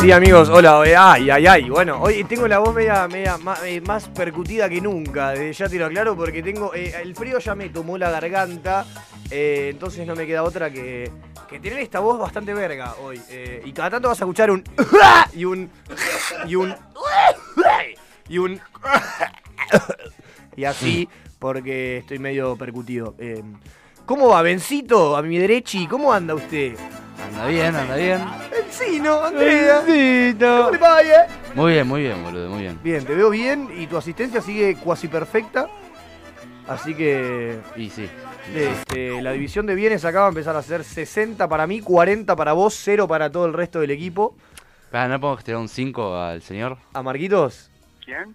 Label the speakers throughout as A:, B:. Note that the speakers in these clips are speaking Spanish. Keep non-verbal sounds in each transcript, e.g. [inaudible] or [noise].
A: Sí, amigos, hola, eh, ay, ay, ay. Bueno, hoy tengo la voz media, media ma- eh, más, percutida que nunca, eh, ya te lo aclaro, porque tengo. eh, el frío ya me tomó la garganta, eh, entonces no me queda otra que, que tener esta voz bastante verga hoy. eh, y cada tanto vas a escuchar un. [laughs] y un. y un. y un. y así, porque estoy medio percutido. Eh, ¿Cómo va, Bencito? A mi derecha, ¿cómo anda usted?
B: Anda bien, anda bien.
A: Bencino, Andrea. ¿Cómo le va, eh?
B: Muy bien, muy bien, boludo, muy bien.
A: Bien, te veo bien y tu asistencia sigue cuasi perfecta. Así que
B: Y sí.
A: este, la división de bienes acá va a empezar a ser 60 para mí, 40 para vos, 0 para todo el resto del equipo.
B: Pará, ¿no podemos tirar un 5 al señor?
A: A Marquitos.
C: ¿Quién?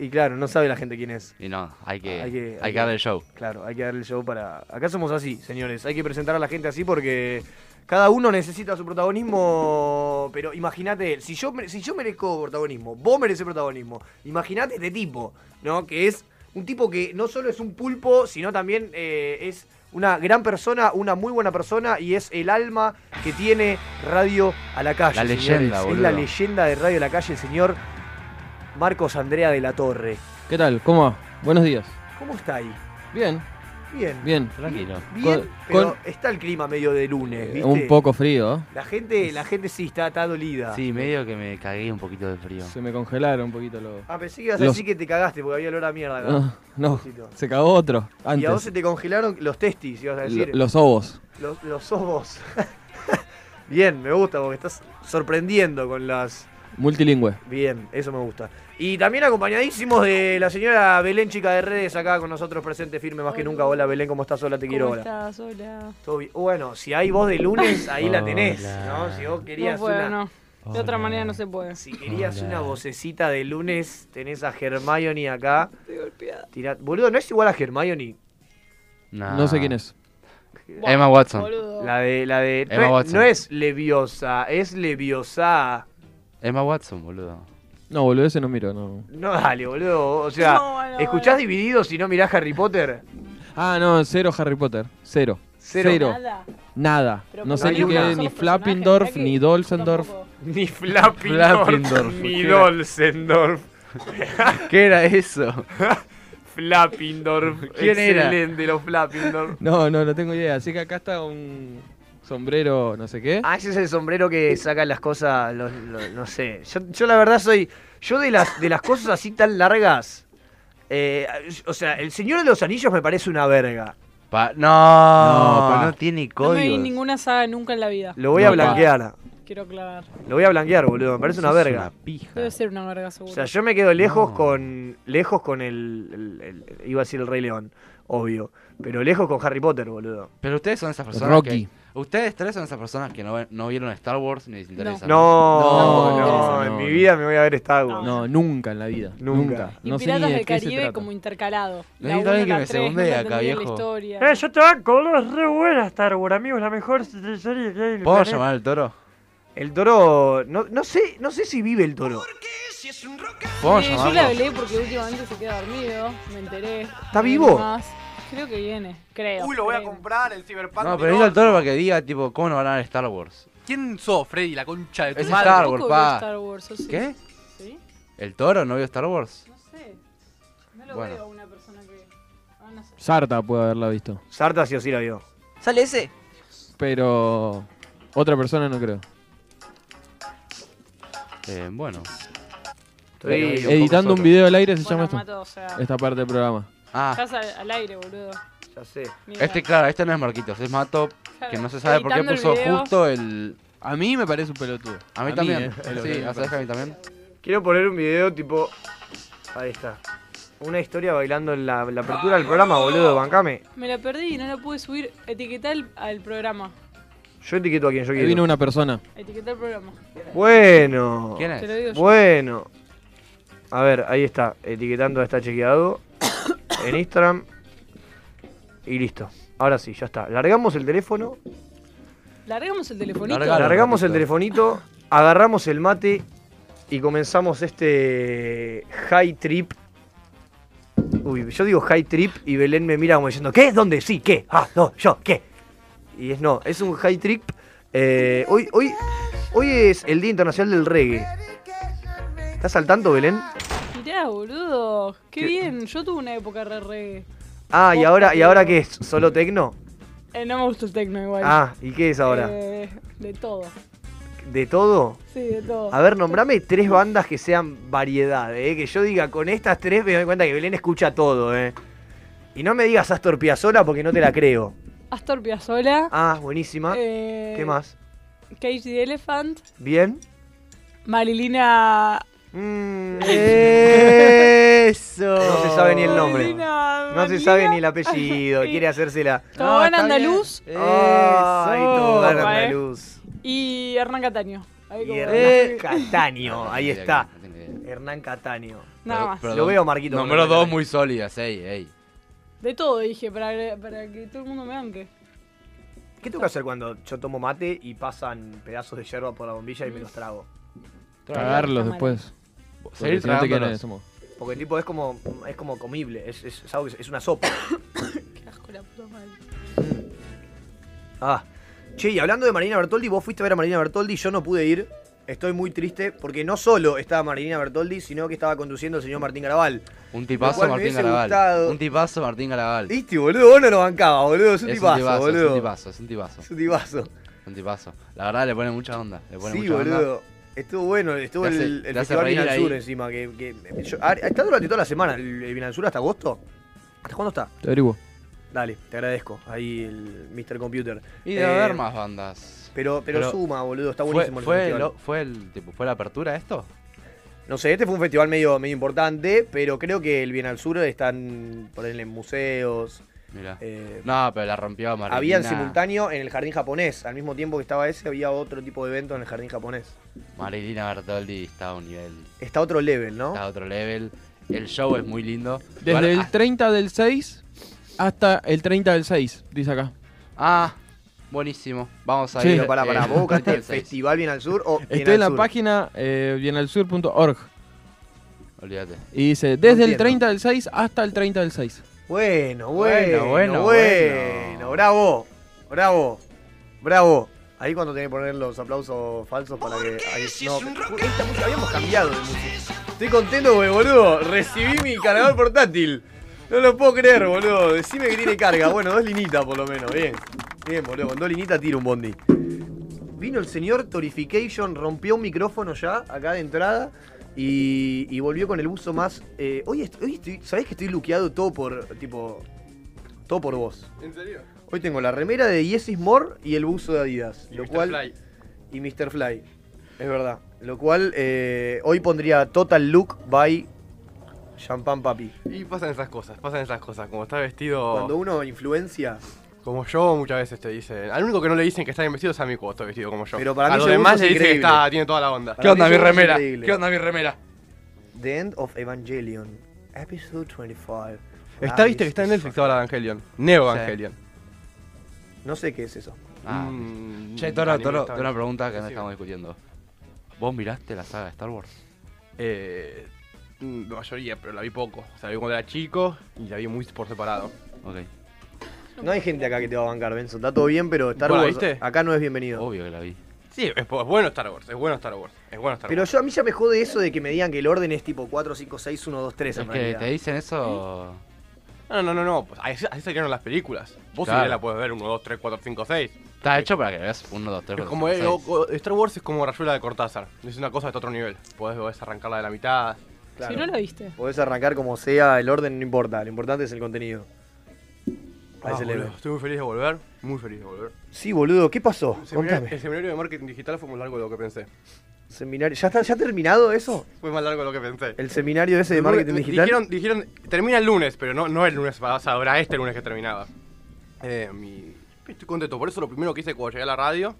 A: Y claro, no sabe la gente quién es.
B: Y no, hay que,
A: Hay
B: hay
A: que-
B: que,
A: hay que-
B: darle el show.
A: Claro, hay que darle el show para... Acá somos así, señores. Hay que presentar a la gente así porque cada uno necesita su protagonismo. Pero imagínate, si yo, mere- si yo merezco protagonismo, vos mereces protagonismo. Imagínate este tipo, ¿no? Que es un tipo que no solo es un pulpo, sino también eh, es una gran persona, una muy buena persona y es el alma que tiene Radio a la Calle.
B: La leyenda,
A: señores. Es la
B: boludo.
A: leyenda de Radio a la Calle, el señor Marcos Andrea de la Torre.
D: ¿Qué tal? ¿Cómo va? Buenos días.
A: ¿Cómo está ahí?
D: Bien,
A: Bien.
D: bien.
B: Tranquilo.
A: Bien,
D: Con-
A: pero
D: con- Eh,
A: está el clima medio de lunes, ¿viste?
D: Un poco frío, ¿eh?
A: La gente, la gente Ah, sí está, está dolida.
B: Sí, medio que me cagué un poquito de frío.
D: Se me congelaron un poquito los...
A: Ah, pensé que ibas a
D: Los-
A: decir que te cagaste porque había olor a mierda acá.
D: No, no,
A: Pobrecito.
D: se cagó otro
A: Y a vos
D: antes.
A: se te congelaron los testis, ibas a decir.
D: Lo- Los ovos.
A: Los, los ojos. [laughs] Bien, me gusta porque estás sorprendiendo con las.
D: Multilingüe.
A: Bien, eso me gusta. Y también acompañadísimos de la señora Belén, chica de redes, acá con nosotros presente, firme más que
E: Hola.
A: nunca. Hola Belén, ¿cómo estás? Hola, te quiero.
E: ¿Cómo
A: Hola.
E: estás? Hola.
A: Todo bien. Bueno, si hay voz de lunes, ahí la tenés, ¿no?
B: Hola.
A: Si vos
E: No
A: querías
E: puedo,
A: una.
E: no. De otra manera no se puede.
A: Si querías
B: Hola.
A: una vocecita de lunes, tenés a Hermione acá.
E: Estoy golpeada.
A: Tira- Boludo, ¿no es igual a Hermione?
B: Nah.
D: No sé quién es.
B: Emma Watson.
E: Boludo.
A: La de. La de no,
B: Emma
A: es-
B: Watson.
A: no es Leviosa, es Leviosa.
B: Emma Watson, boludo.
D: No, boludo, ese no miro, no.
A: No, dale, boludo. O sea,
E: No, bueno,
A: ¿escuchás
E: bueno.
A: dividido si no mirás Harry
B: [laughs]
A: Potter?
D: Ah, no, cero Harry Potter. Cero.
A: Cero.
E: Nada.
D: Nada.
E: Pero
D: No sé
A: por
D: ni
A: ahí
D: qué,
A: una.
E: son
D: ni
E: los personajes,
D: Flappendorf,
E: mirá
D: ni
E: que
D: Dolzendorf.
E: tampoco.
A: Ni Flappendorf,
B: Flappendorf,
A: ni
B: cualquiera.
A: Dolcendorf. [laughs]
B: ¿Qué era eso?
A: Flappendorf.
B: ¿Quién era?
A: Excelente, los Flappendorf.
D: [laughs] No, no, no tengo idea. Así que acá está un sombrero, no sé qué.
A: Ah, ese es el sombrero que saca las cosas, los- los- no sé. Yo, yo la verdad soy, yo de las, de las cosas así tan largas, eh, o sea, el Señor de los Anillos me parece una verga.
B: Pa- no,
D: No, pa.
B: no tiene
E: No me vi
B: códigos.
E: ninguna saga nunca en la vida.
A: Lo voy
D: No,
A: a blanquear,
E: Quiero aclarar.
A: lo voy a blanquear, boludo, me parece una
B: Sos
A: verga.
B: una
E: [laughs]
B: pija.
E: Debe ser una verga seguro.
A: O sea, yo me quedo lejos
B: No.
A: con, lejos con el, el- el- iba a decir el Rey León, obvio, pero lejos con Harry Potter, boludo.
B: Pero ustedes son esas personas
D: Rocky.
B: que... Ustedes tres son esas personas que no, ven- no vieron Star Wars ni les interesa.
A: No,
E: No,
A: no,
E: no,
A: en
D: no,
A: mi
D: no.
A: vida me voy a ver Star Wars.
D: No, nunca en la vida.
A: Nunca.
D: Nunca.
E: y
D: No sé ni
E: Piratas
D: de
E: del
D: qué se
E: Caribe
D: trata.
E: como intercalado. La
B: Necesito
E: uno,
B: alguien que
E: la
B: me
E: tres, no
B: segundee acá,
E: entendí bien
B: viejo.
E: La historia.
F: Eh, yo te banco, boludo, es re buena Star Wars, amigo, la mejor serie que hay en el
B: ¿Puedo
F: planeta.
B: llamar al toro?
A: El toro, no, no sé, no sé si vive el toro.
B: ¿Puedo
E: Eh, yo le
B: llamarlo?
E: hablé porque últimamente se queda dormido. Me enteré.
A: ¿Está
E: No viene
A: vivo?
E: más. Creo que viene. Creo.
G: Uy, lo voy a
E: creo.
G: comprar, el Cyberpunk.
B: No,
G: de
B: pero necesito
G: Lord.
B: al toro para que diga, tipo, ¿cómo no van a ver Star Wars?
G: ¿Quién sos, Freddy, la concha de tu
B: Es
G: madre?
B: Star
E: Tampoco veo
B: Wars, pa.
E: Star Wars, ¿o sí?
B: ¿Qué?
E: ¿Sí?
B: ¿El toro no vio Star Wars?
E: No sé. No lo
B: Bueno.
E: veo a una persona que. ah, no sé.
D: Sarta puede haberla visto.
A: Sarta sí o sí la vio.
G: ¿Sale ese?
D: Pero otra persona no creo.
B: Eh, bueno.
A: Estoy
B: Eh,
A: un poco
D: Editando un
A: solo.
D: video al aire se
E: Bueno,
D: llama esto.
E: Mato, o sea,
D: Esta parte del programa.
B: Ah,
E: estás al, al aire, boludo.
A: Ya sé.
E: Ni idea.
B: este, claro, este no es Marquitos, es Mato,
E: Claro,
B: que no se sabe por qué
E: editando el
B: puso
E: video.
B: justo el...
D: A mí me parece un pelotudo.
B: A mí también.
D: eh, es lo que
B: sí,
D: me
B: ¿sabes que a mí también?
A: Quiero poner un video tipo. Ahí está. Una historia bailando en la, la apertura del programa, boludo, bancame.
E: Me la perdí y no la pude subir. Etiquetá al, al programa.
A: Yo etiqueto a quien yo
D: Ahí vino
A: quiero.
D: una persona.
E: Etiquetá al programa.
A: Bueno.
B: ¿Quién es?
E: Te lo digo yo.
A: Bueno. A ver, ahí está. Etiquetando a
B: [coughs]
A: está chequeado. en Instagram. Y listo. Ahora sí, ya está. Largamos el teléfono.
E: Largamos el telefonito.
B: Largalo. Claro,
A: largamos el
B: papito.
A: telefonito. Agarramos el mate. Y comenzamos este high trip. Uy, yo digo high trip y Belén me mira como diciendo, ¿qué? ¿Dónde? Sí, ¿qué? Ah, no, yo, ¿qué? Y es no, es un high trip. Eh, hoy, hoy, Hoy es el Día Internacional del Reggae. ¿Estás al tanto, Belén?
E: Mirá, boludo. Qué,
A: ¿Qué?
E: bien. Yo tuve una época re reggae.
A: Ah, ¿y ahora, ¿y ahora qué es? ¿Solo tecno?
E: Eh, no me gusta el tecno igual.
A: Ah, ¿y qué es ahora?
E: Eh, de todo.
A: ¿De todo?
E: Sí, de todo.
A: A ver, nombrame tres bandas que sean variedad, ¿eh? Que yo diga, con estas tres me doy cuenta que Belén escucha todo, ¿eh? Y no me digas Astor Piazzolla porque no te la creo.
E: Astor Piazzolla.
A: Ah, buenísima.
E: eh,
A: ¿Qué más?
E: Cage the Elephant.
A: ¿Bien?
E: Marilina. [laughs]
A: Mm, eh.
B: Eso.
A: No se sabe ni el nombre.
E: Marilina
A: no se sabe
E: Manila.
A: ni
E: [laughs]
A: el apellido,
E: Y
A: quiere hacérsela.
E: Tobogán Andaluz
A: Ay, Ah, todo
B: Eso.
E: Papá, ¿eh?
A: Andaluz.
E: y Hernán Cataño. Ahí
A: Y
E: como-
A: Hernán Cataño, ahí
B: No
A: está.
B: tengo idea.
A: Hernán Cataño.
E: Nada
B: Pero-
E: más.
B: pero
A: Lo veo, Marquito.
B: Número dos muy sólidas, ey, ey.
E: De todo dije, para, agre- para que todo el mundo me banque.
A: ¿Qué tengo que hacer cuando yo tomo mate y pasan pedazos de yerba por la bombilla y me los trago?
E: Está
D: Tragarlos
E: mal.
D: después. Porque si no
B: Seguir
D: te quedan
B: tragándolos.
D: estómago.
A: Porque el tipo es como, es como comible, es, es, es algo que- es
D: [coughs]
A: una sopa.
E: Qué asco la puta madre.
A: Ah. Che, y hablando de Marina Bertoldi, vos fuiste a ver a Marina Bertoldi, yo no pude ir. Estoy muy triste porque no solo estaba Marina Bertoldi, sino que estaba conduciendo el señor Martín Garabal.
B: Un
A: Lo cual
B: tipazo
A: me
B: Martín
A: hubiese
B: Garabal.
A: gustado.
B: Un tipazo Martín Garabal.
A: ¿Viste, boludo? Vos no lo bancabas, boludo. Es un
B: Es un
A: tipazo,
B: tipazo, es
A: boludo.
B: un tipazo, es un tipazo.
A: Es un tipazo.
B: Un tipazo. La verdad le pone mucha onda. Le pone
A: Sí,
B: mucha onda.
A: boludo. Estuvo bueno, estuvo
B: Te hace-
A: el,
B: te
A: el
B: hace
A: Festival
B: reír
A: Vinal
B: ahí.
A: Sur encima. Que, que, yo- a- está durante toda la semana el, el Vinal Sur hasta agosto. ¿Hasta cuándo está?
D: Te averiguo.
A: Dale, te agradezco. Ahí el Mr. Computer.
B: Y debe
A: Eh,
B: haber más bandas.
A: Pero, pero,
B: Pero-
A: suma, boludo, está
B: ¿Fue,
A: buenísimo el
B: fue,
A: festival.
B: lo- fue el tipo, fue la apertura esto?
A: No sé, este fue un festival medio, medio importante, pero creo que el Bienal Sur están, ponerle en museos.
B: Mira.
A: eh,
B: No, pero la rompió Marina.
A: había en simultáneo en el jardín japonés. Al mismo tiempo que estaba ese, había otro tipo de evento en el jardín japonés.
B: Marilina Bertoldi está a un nivel,
A: Está otro level, ¿no?
B: está a otro level. El show es muy lindo. Igual,
D: Desde el
B: ah,
D: 30 del 6 hasta el 30 del 6, dice acá.
B: Ah, buenísimo. Vamos a
D: Sí. [laughs]
B: ir.
A: Pero pará, pará,
B: eh,
A: vos buscaste el
B: 36.
A: Festival Bienal Sur o Bienal
D: Estoy en la
A: Sur?
D: página eh, bienalsur.org
B: Olvídate.
D: y dice desde el
A: entiendo.
D: 30 del 6 hasta el 30 del 6.
A: Bueno,
B: Bueno,
A: bueno, bueno, bueno,
B: bueno, bueno.
A: Bravo, bravo, bravo. Ahí cuando tenés que poner los aplausos falsos para que. ahí- no, esta música habíamos cambiado de música. Estoy contento porque, boludo, recibí mi cargador portátil. No lo puedo creer, boludo. Decime que tiene carga. Bueno, dos linitas por lo menos. Bien, bien, boludo. Con dos linitas tiro un bondi. Vino el señor Torification, rompió un micrófono ya acá de entrada y, y volvió con el buzo más. eh, hoy est- hoy estoy, ¿sabés que estoy luqueado todo por. tipo. todo por vos?
D: ¿En serio?
A: Hoy tengo la remera de Yes Is More y el buzo de Adidas. lo cual. Y Mr. Fly. Es verdad. Lo cual eh, hoy pondría Total Look by Champagne Papi.
G: Y pasan esas cosas, pasan esas cosas. Como está vestido.
A: Cuando uno influencia.
G: Como yo, muchas veces te dicen. Al único que no le dicen que está bien vestido es a mí cuando está vestido como yo.
A: Pero para
G: a
A: mí
G: los
A: ese
G: demás
A: buzo
G: le
A: es
G: dicen que
A: increíble.
G: está, tiene toda la onda.
A: Para mí eso es increíble.
B: mi remera?
A: The End of Evangelion, Episode 25.
G: Está,
A: Ah,
G: viste que
A: es-
G: está en Netflix ahora Evangelion. Neo
B: Sí.
G: Evangelion.
A: No sé qué es eso.
B: Ah,
G: Mm,
B: Che, Toro,
G: anime
B: Toro,
G: está
B: tengo una pregunta que no
G: Sí.
B: estamos discutiendo. ¿Vos miraste la saga de Star Wars?
G: Eh, mm, la mayoría, pero la vi poco. O sea, la vi cuando era chico y la vi muy por separado.
B: Ok,
A: No hay gente acá que te va a bancar, Benson. Está todo bien, pero Star
G: Bueno,
A: Wars
G: ¿viste?
A: acá no es bienvenido.
B: obvio que la vi.
G: Sí, es, es bueno Star Wars, es bueno Star Wars, es bueno Star
A: Pero
G: Wars.
A: yo a mí ya me jode eso de que me digan que el orden es tipo 4, 5, 6, 1, 2, 3
B: Es
A: en
B: que
A: realidad.
B: te dicen eso...
G: No, no, no, no, pues así, así salieron las películas. Vos si
B: Claro.
G: querés la puedes ver 1, 2, 3, 4, 5, 6.
B: Está hecho para que veas 1, 2, 3,
G: Es
B: 4,
G: como eh, o- o- Star Wars es como Rayuela de Cortázar. Es una cosa de otro nivel. Podés, podés arrancarla de la mitad.
A: Claro.
E: Si no la viste.
A: Podés arrancar como sea, el orden no importa, lo importante es el contenido. A
G: Ah,
A: ese
G: boludo,
A: level.
G: estoy muy feliz de volver. Muy feliz de volver.
A: Sí, boludo, ¿qué pasó?
G: El seminario,
A: Contame.
G: el seminario de marketing digital fue más largo de lo que pensé.
A: Seminario. ¿Ya está ya ha terminado eso?
G: Fue más largo de lo que pensé.
A: El seminario ese de marketing
G: Me
A: digital.
G: Dijeron, dijeron, termina el lunes, pero no, no el lunes, o sea, habrá este lunes que terminaba. Eh, mi- estoy contento, por eso lo primero que hice cuando llegué a la radio,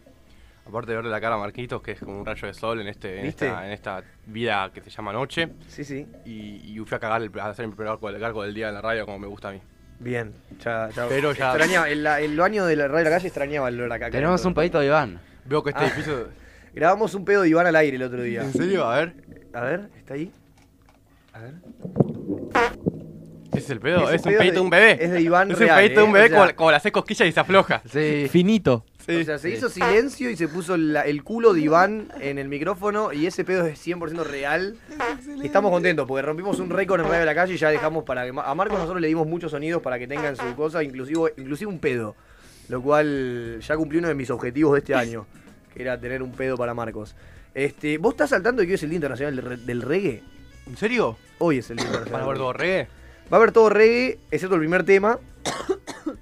G: aparte de verle la cara a Marquitos, que es como un rayo de sol en, este, en,
A: ¿Viste?
G: esta, en esta vida que se llama noche,
A: Sí, sí.
G: y, y fui a cagar el- a hacer mi primer arco, el cargo del día en la radio como me gusta a mí.
A: Bien. Ya, ya.
G: Pero ya-
A: Extrañaba, el, la- el baño de la radio de la calle extrañaba el olor a caca.
B: Tenemos un pedito de Iván.
G: Veo que este
A: Ah.
G: edificio...
A: Grabamos un pedo de Iván al aire el otro día.
G: ¿En serio? A ver.
A: A ver, ¿está ahí? A ver.
G: ¿Ese es el pedo?
A: Ese
G: Es, un
A: pedo
G: pedito de un bebé.
A: Es de Iván
G: Es un
A: real,
G: pedito de un
A: eh,
G: bebé
A: o sea,
G: como, como le haces cosquillas y se afloja.
B: Sí.
D: Finito.
A: O sea, se hizo silencio y se puso la- el culo de Iván en el micrófono y ese pedo es 100% real. Y estamos contentos porque rompimos un récord en Radio de la Calle y ya dejamos para que... Ma- A Marcos nosotros le dimos muchos sonidos para que tengan su cosa, inclusive, inclusive un pedo. Lo cual ya cumplí uno de mis objetivos de este año, que era tener un pedo para Marcos. Este, ¿Vos estás saltando que hoy es el Día Internacional del, Re- del Reggae?
G: ¿En serio?
A: Hoy es el Día
G: ¿Para
A: Internacional. del
G: ver
A: Reggae.
G: Borré?
A: Va a haber todo reggae, excepto el primer tema. [coughs]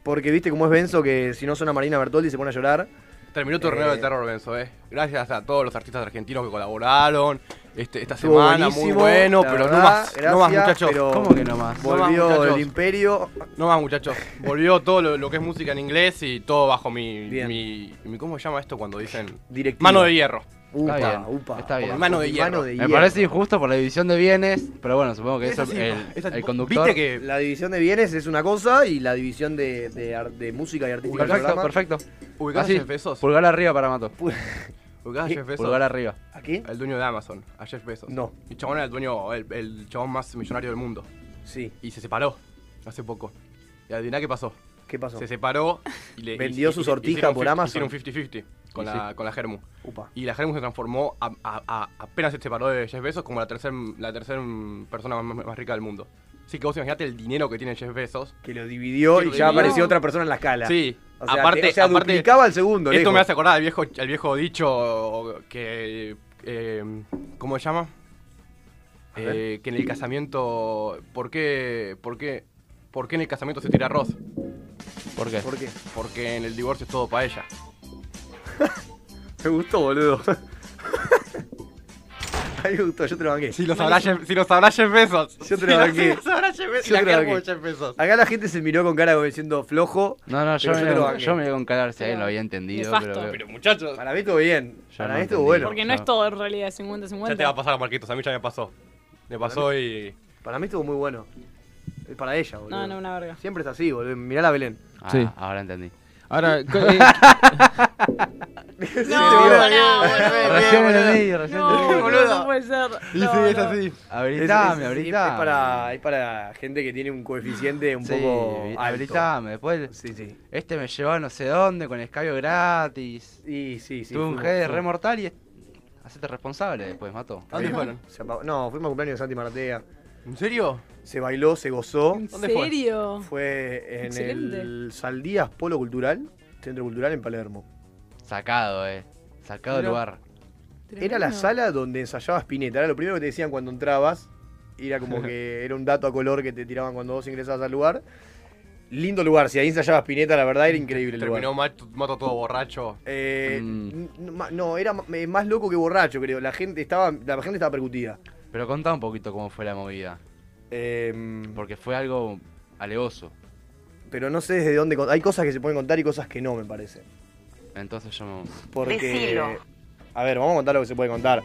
A: Porque viste cómo es Benzo que si no suena Marina Bertoldi se pone a llorar.
G: Terminó tu torneo
A: Eh.
G: de terror, Benzo, eh. Gracias a todos los artistas argentinos que colaboraron. Este, esta
A: Estuvo
G: semana, muy
A: buenísimo,
G: bueno,
A: la
G: pero no
A: verdad,
G: más. no más,
A: gracias,
G: muchachos.
A: pero
B: ¿Cómo que no más?
G: No más,
A: Volvió
G: muchachos.
A: el imperio.
G: No más, muchachos. Volvió todo lo, lo que es música en inglés y todo bajo mi.
A: Bien.
G: mi, mi- ¿Cómo se llama esto cuando dicen?
A: Directivo.
G: Mano de hierro.
A: Upa,
B: Está bien,
A: upa.
B: está bien.
G: Mano de hierro.
B: Me parece injusto por la división de bienes, pero bueno, supongo que
G: Esa
B: eso
G: sí,
B: el,
G: esa-
B: el conductor.
G: Viste que.
A: La división de bienes es una cosa y la división de, de ar- de música y artística del
B: Perfecto,
A: programa.
B: perfecto.
G: Ubicás a
B: Así,
G: Jeff Bezos.
B: pulgar arriba para Mato.
A: [laughs]
G: Ubicás a Jeff Bezos.
B: Pulgar arriba.
A: ¿Aquí?
G: El dueño de Amazon, a Jeff Bezos.
A: No.
G: El chabón era el dueño, el, el chabón más millonario del mundo.
A: Sí.
G: Y se separó hace poco. Y adiviná qué pasó.
A: ¿Qué pasó?
G: Se separó y le.
A: Vendió
G: y- y-
A: sus
G: y-
A: ortijas
G: hicieron
A: por
G: 50
A: Amazon.
G: Hicieron 50-50 con,
B: Y
G: la, con la Germu.
A: Upa.
G: Y la Germu se transformó, a- a- a- apenas se separó de Jeff Bezos, como la tercera la tercer persona más, más rica del mundo. Así que vos imaginate el dinero que tiene Jeff Bezos.
A: Que lo dividió
G: Que
A: y
G: lo
A: ya
G: dividió.
A: apareció otra persona en la escala.
G: Sí,
A: O sea,
G: aparte,
A: te- o sea,
G: aparte-
A: duplicaba al segundo.
G: Esto
A: lejos.
G: me hace acordar al viejo, al viejo dicho que. eh, ¿Cómo se llama? Eh, que en el casamiento. ¿Por qué, por, qué, ¿Por qué en el casamiento se tira arroz?
B: ¿Por qué?
A: ¿Por qué?
G: Porque en el divorcio es todo paella.
A: [laughs] Me gustó, boludo. [laughs] A mí me gustó, yo te lo banqué.
G: Si lo sabrá Jeff, si lo sabrá Jeff Bezos.
A: Yo
G: Si
A: te lo
G: lo
A: banqué.
G: sabrá Jeff Bezos.
A: Yo
G: La
A: te lo
G: cara como
A: banqué.
G: Jeff Bezos.
A: Acá la gente se miró con cara como diciendo flojo.
B: No, no, yo,
A: Pero yo
B: me,
A: te lo
B: yo,
A: banqué.
B: me iba con calar si alguien lo había entendido.
E: Nefasto.
B: Pero,
G: Pero muchachos,
A: Para mí estuvo bien.
B: Ya
A: Para
B: no
A: mí estuvo
B: entendí.
A: bueno.
E: Porque no es todo en realidad 50-50.
G: ya te va a pasar, Marquitos. A mí ya me pasó. Me pasó y.
A: Para mí estuvo muy bueno. Es para ella, boludo.
E: No, no, una verga.
A: Siempre es así, boludo. Mirá la Belén.
B: Ah,
D: Sí.
B: ahora entendí.
A: [laughs]
D: Ahora, co- eh,
E: No,
A: boludo.
E: no,
B: Recién entendí, recién
E: no,
B: entendí.
E: no, no puede ser. No, no.
B: Habilitame,
A: Es- es- es-
B: habilitame.
A: Es para, es para gente que tiene un coeficiente un
B: Sí,
A: poco alto.
B: habilitame. Después,
A: Sí, sí.
B: este me llevó a no sé dónde con escabio gratis.
A: Y sí, sí.
B: Tuve un
A: fuimos-
B: G re
A: fuimos.
B: mortal y. es- Hacete responsable después, Mato.
G: ¿A Ah, dónde fueron?
A: Se apagó- No, fuimos a cumpleaños de Santi Maratea.
G: ¿En serio?
A: Se bailó, se gozó.
E: ¿En
G: ¿Dónde fue?
E: serio?
A: Fue en el
E: Excelente.
A: Saldías Polo Cultural, Centro Cultural en Palermo.
B: Sacado, eh. Sacado del
A: Mirá.
B: lugar.
A: Era la
E: Tremendo.
A: sala donde ensayaba Spinetta. Era lo primero que te decían cuando entrabas. y Era
G: [laughs]
A: como que era un dato a color que te tiraban cuando vos ingresabas al lugar. Lindo lugar. Si ahí ensayaba Spinetta, la verdad era increíble el
G: Terminó
A: lugar.
G: Mato, Mato todo borracho.
A: Eh,
B: Mm.
A: n- n- ma- No, era ma- eh, más loco que borracho, creo. La gente estaba, la gente estaba percutida.
B: Pero contá un poquito cómo fue la movida.
A: Eh,
B: Porque fue algo alevoso.
A: pero no sé desde dónde. con- Hay cosas que se pueden contar y cosas que no, me parece.
B: Entonces yo me-
A: Porque.
C: Decilo.
A: A ver, vamos a contar lo que se puede contar.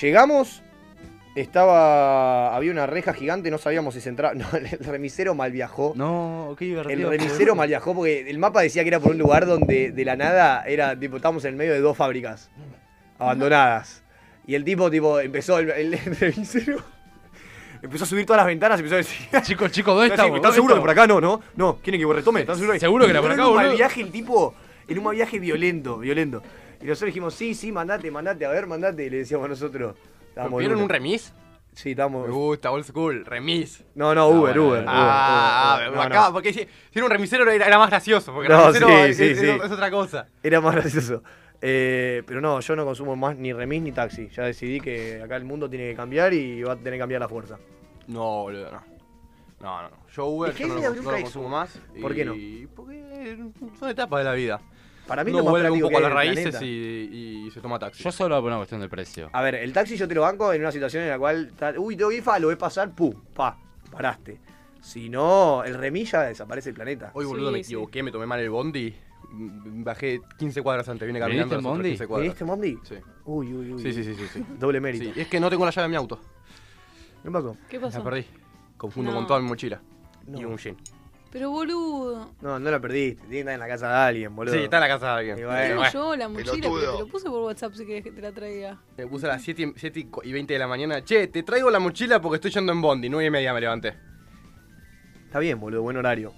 A: Llegamos, estaba. Había una reja gigante, no sabíamos si se entraba. [laughs] No, el remisero mal viajó.
B: No, qué
A: El
B: divertido.
A: remisero mal viajó porque el mapa decía que era por un lugar donde de la nada era, tipo, estábamos en el medio de dos fábricas abandonadas. Y el tipo, tipo, empezó, el, el- [laughs] el remisero empezó a subir todas las ventanas y empezó a decir.
B: Chicos, chicos,
A: [laughs]
B: ¿dónde
A: ¿Estás
B: estamos?
A: ¿Estás
B: ¿Dónde
A: seguro
B: estamos?
A: que por acá no, no? No, ¿quieren que retome? ¿Estás seguro?
B: Seguro que era por
A: Entró
B: acá,
A: en un
B: boludo.
A: viaje el tipo, en un viaje violento, violento. Y nosotros dijimos, sí, sí, mandate, mandate, a ver, mandate. Y le decíamos nosotros. estábamos
G: ¿Vieron
A: en
G: un
A: una.
G: remis? Me
A: Sí, estábamos.
G: gusta, old school, remis.
A: No, no, Uber,
B: bueno,
A: Uber.
B: bueno.
G: Ah,
A: Uber, Uber.
G: ah,
A: No, no.
G: acá, porque si, si era un remisero era, era más gracioso, porque
A: No,
G: remisero
A: sí,
G: es,
A: sí,
G: es-
A: sí.
G: es otra cosa.
A: Era más gracioso. Eh, pero no, yo no consumo más ni remis ni taxi. Ya decidí que acá el mundo tiene que cambiar y va a tener que cambiar la fuerza.
G: No, boludo, no. No, no, no. Yo Uber
A: Dejé
G: yo no,
A: de
G: lo,
A: abrir
G: no lo
A: un Craigslist.
G: consumo más.
A: ¿Por qué no?
G: y- Porque son etapas de la vida.
A: Para mí
G: no
A: es lo más
G: vuelve un
A: práctico
G: poco a
A: que
G: las
A: hay en el
G: raíces
A: planeta. Ah.
G: y, y se toma taxi.
B: Yo solo por una cuestión de precio.
A: A ver, el taxi yo te lo banco en una situación en la cual, ta- uy, tengo que ir, fa, lo ves pasar, pum, pa, paraste. Si no, el remilla desaparece el planeta.
G: Hoy, boludo, me
E: Sí, sí.
G: equivoqué, me tomé mal el bondi. m- Bajé 15 cuadras antes, vine caminando
B: ¿Viniste en
G: las otras
B: bondi?
G: 15 cuadras.
A: ¿Viniste, Mondi?
G: Sí.
A: Uy, uy, uy.
G: Sí, sí, sí, sí, sí.
A: Doble
G: Sí,
A: mérito.
G: Es que no tengo la llave de mi auto.
A: ¿Qué pasó?
E: ¿Qué
G: La
E: pasó?
G: perdí. Confundo
E: No.
G: con toda mi mochila. Y
A: No.
G: un jean.
E: Pero boludo.
A: No, no la perdiste. Tiene que estar en la casa de alguien, boludo.
G: Sí, está en la casa de alguien.
A: Y
E: Tengo
B: Eh,
A: bueno.
E: yo la mochila, pero
H: pelotudo.
E: te lo puse por WhatsApp si querés que te la traiga.
G: Me puse a las 7 y, 7 y cu- y 20 de la mañana. Che, te traigo la mochila porque estoy yendo en Bondi. 9 y media me levanté.
A: Está bien, boludo. Buen horario.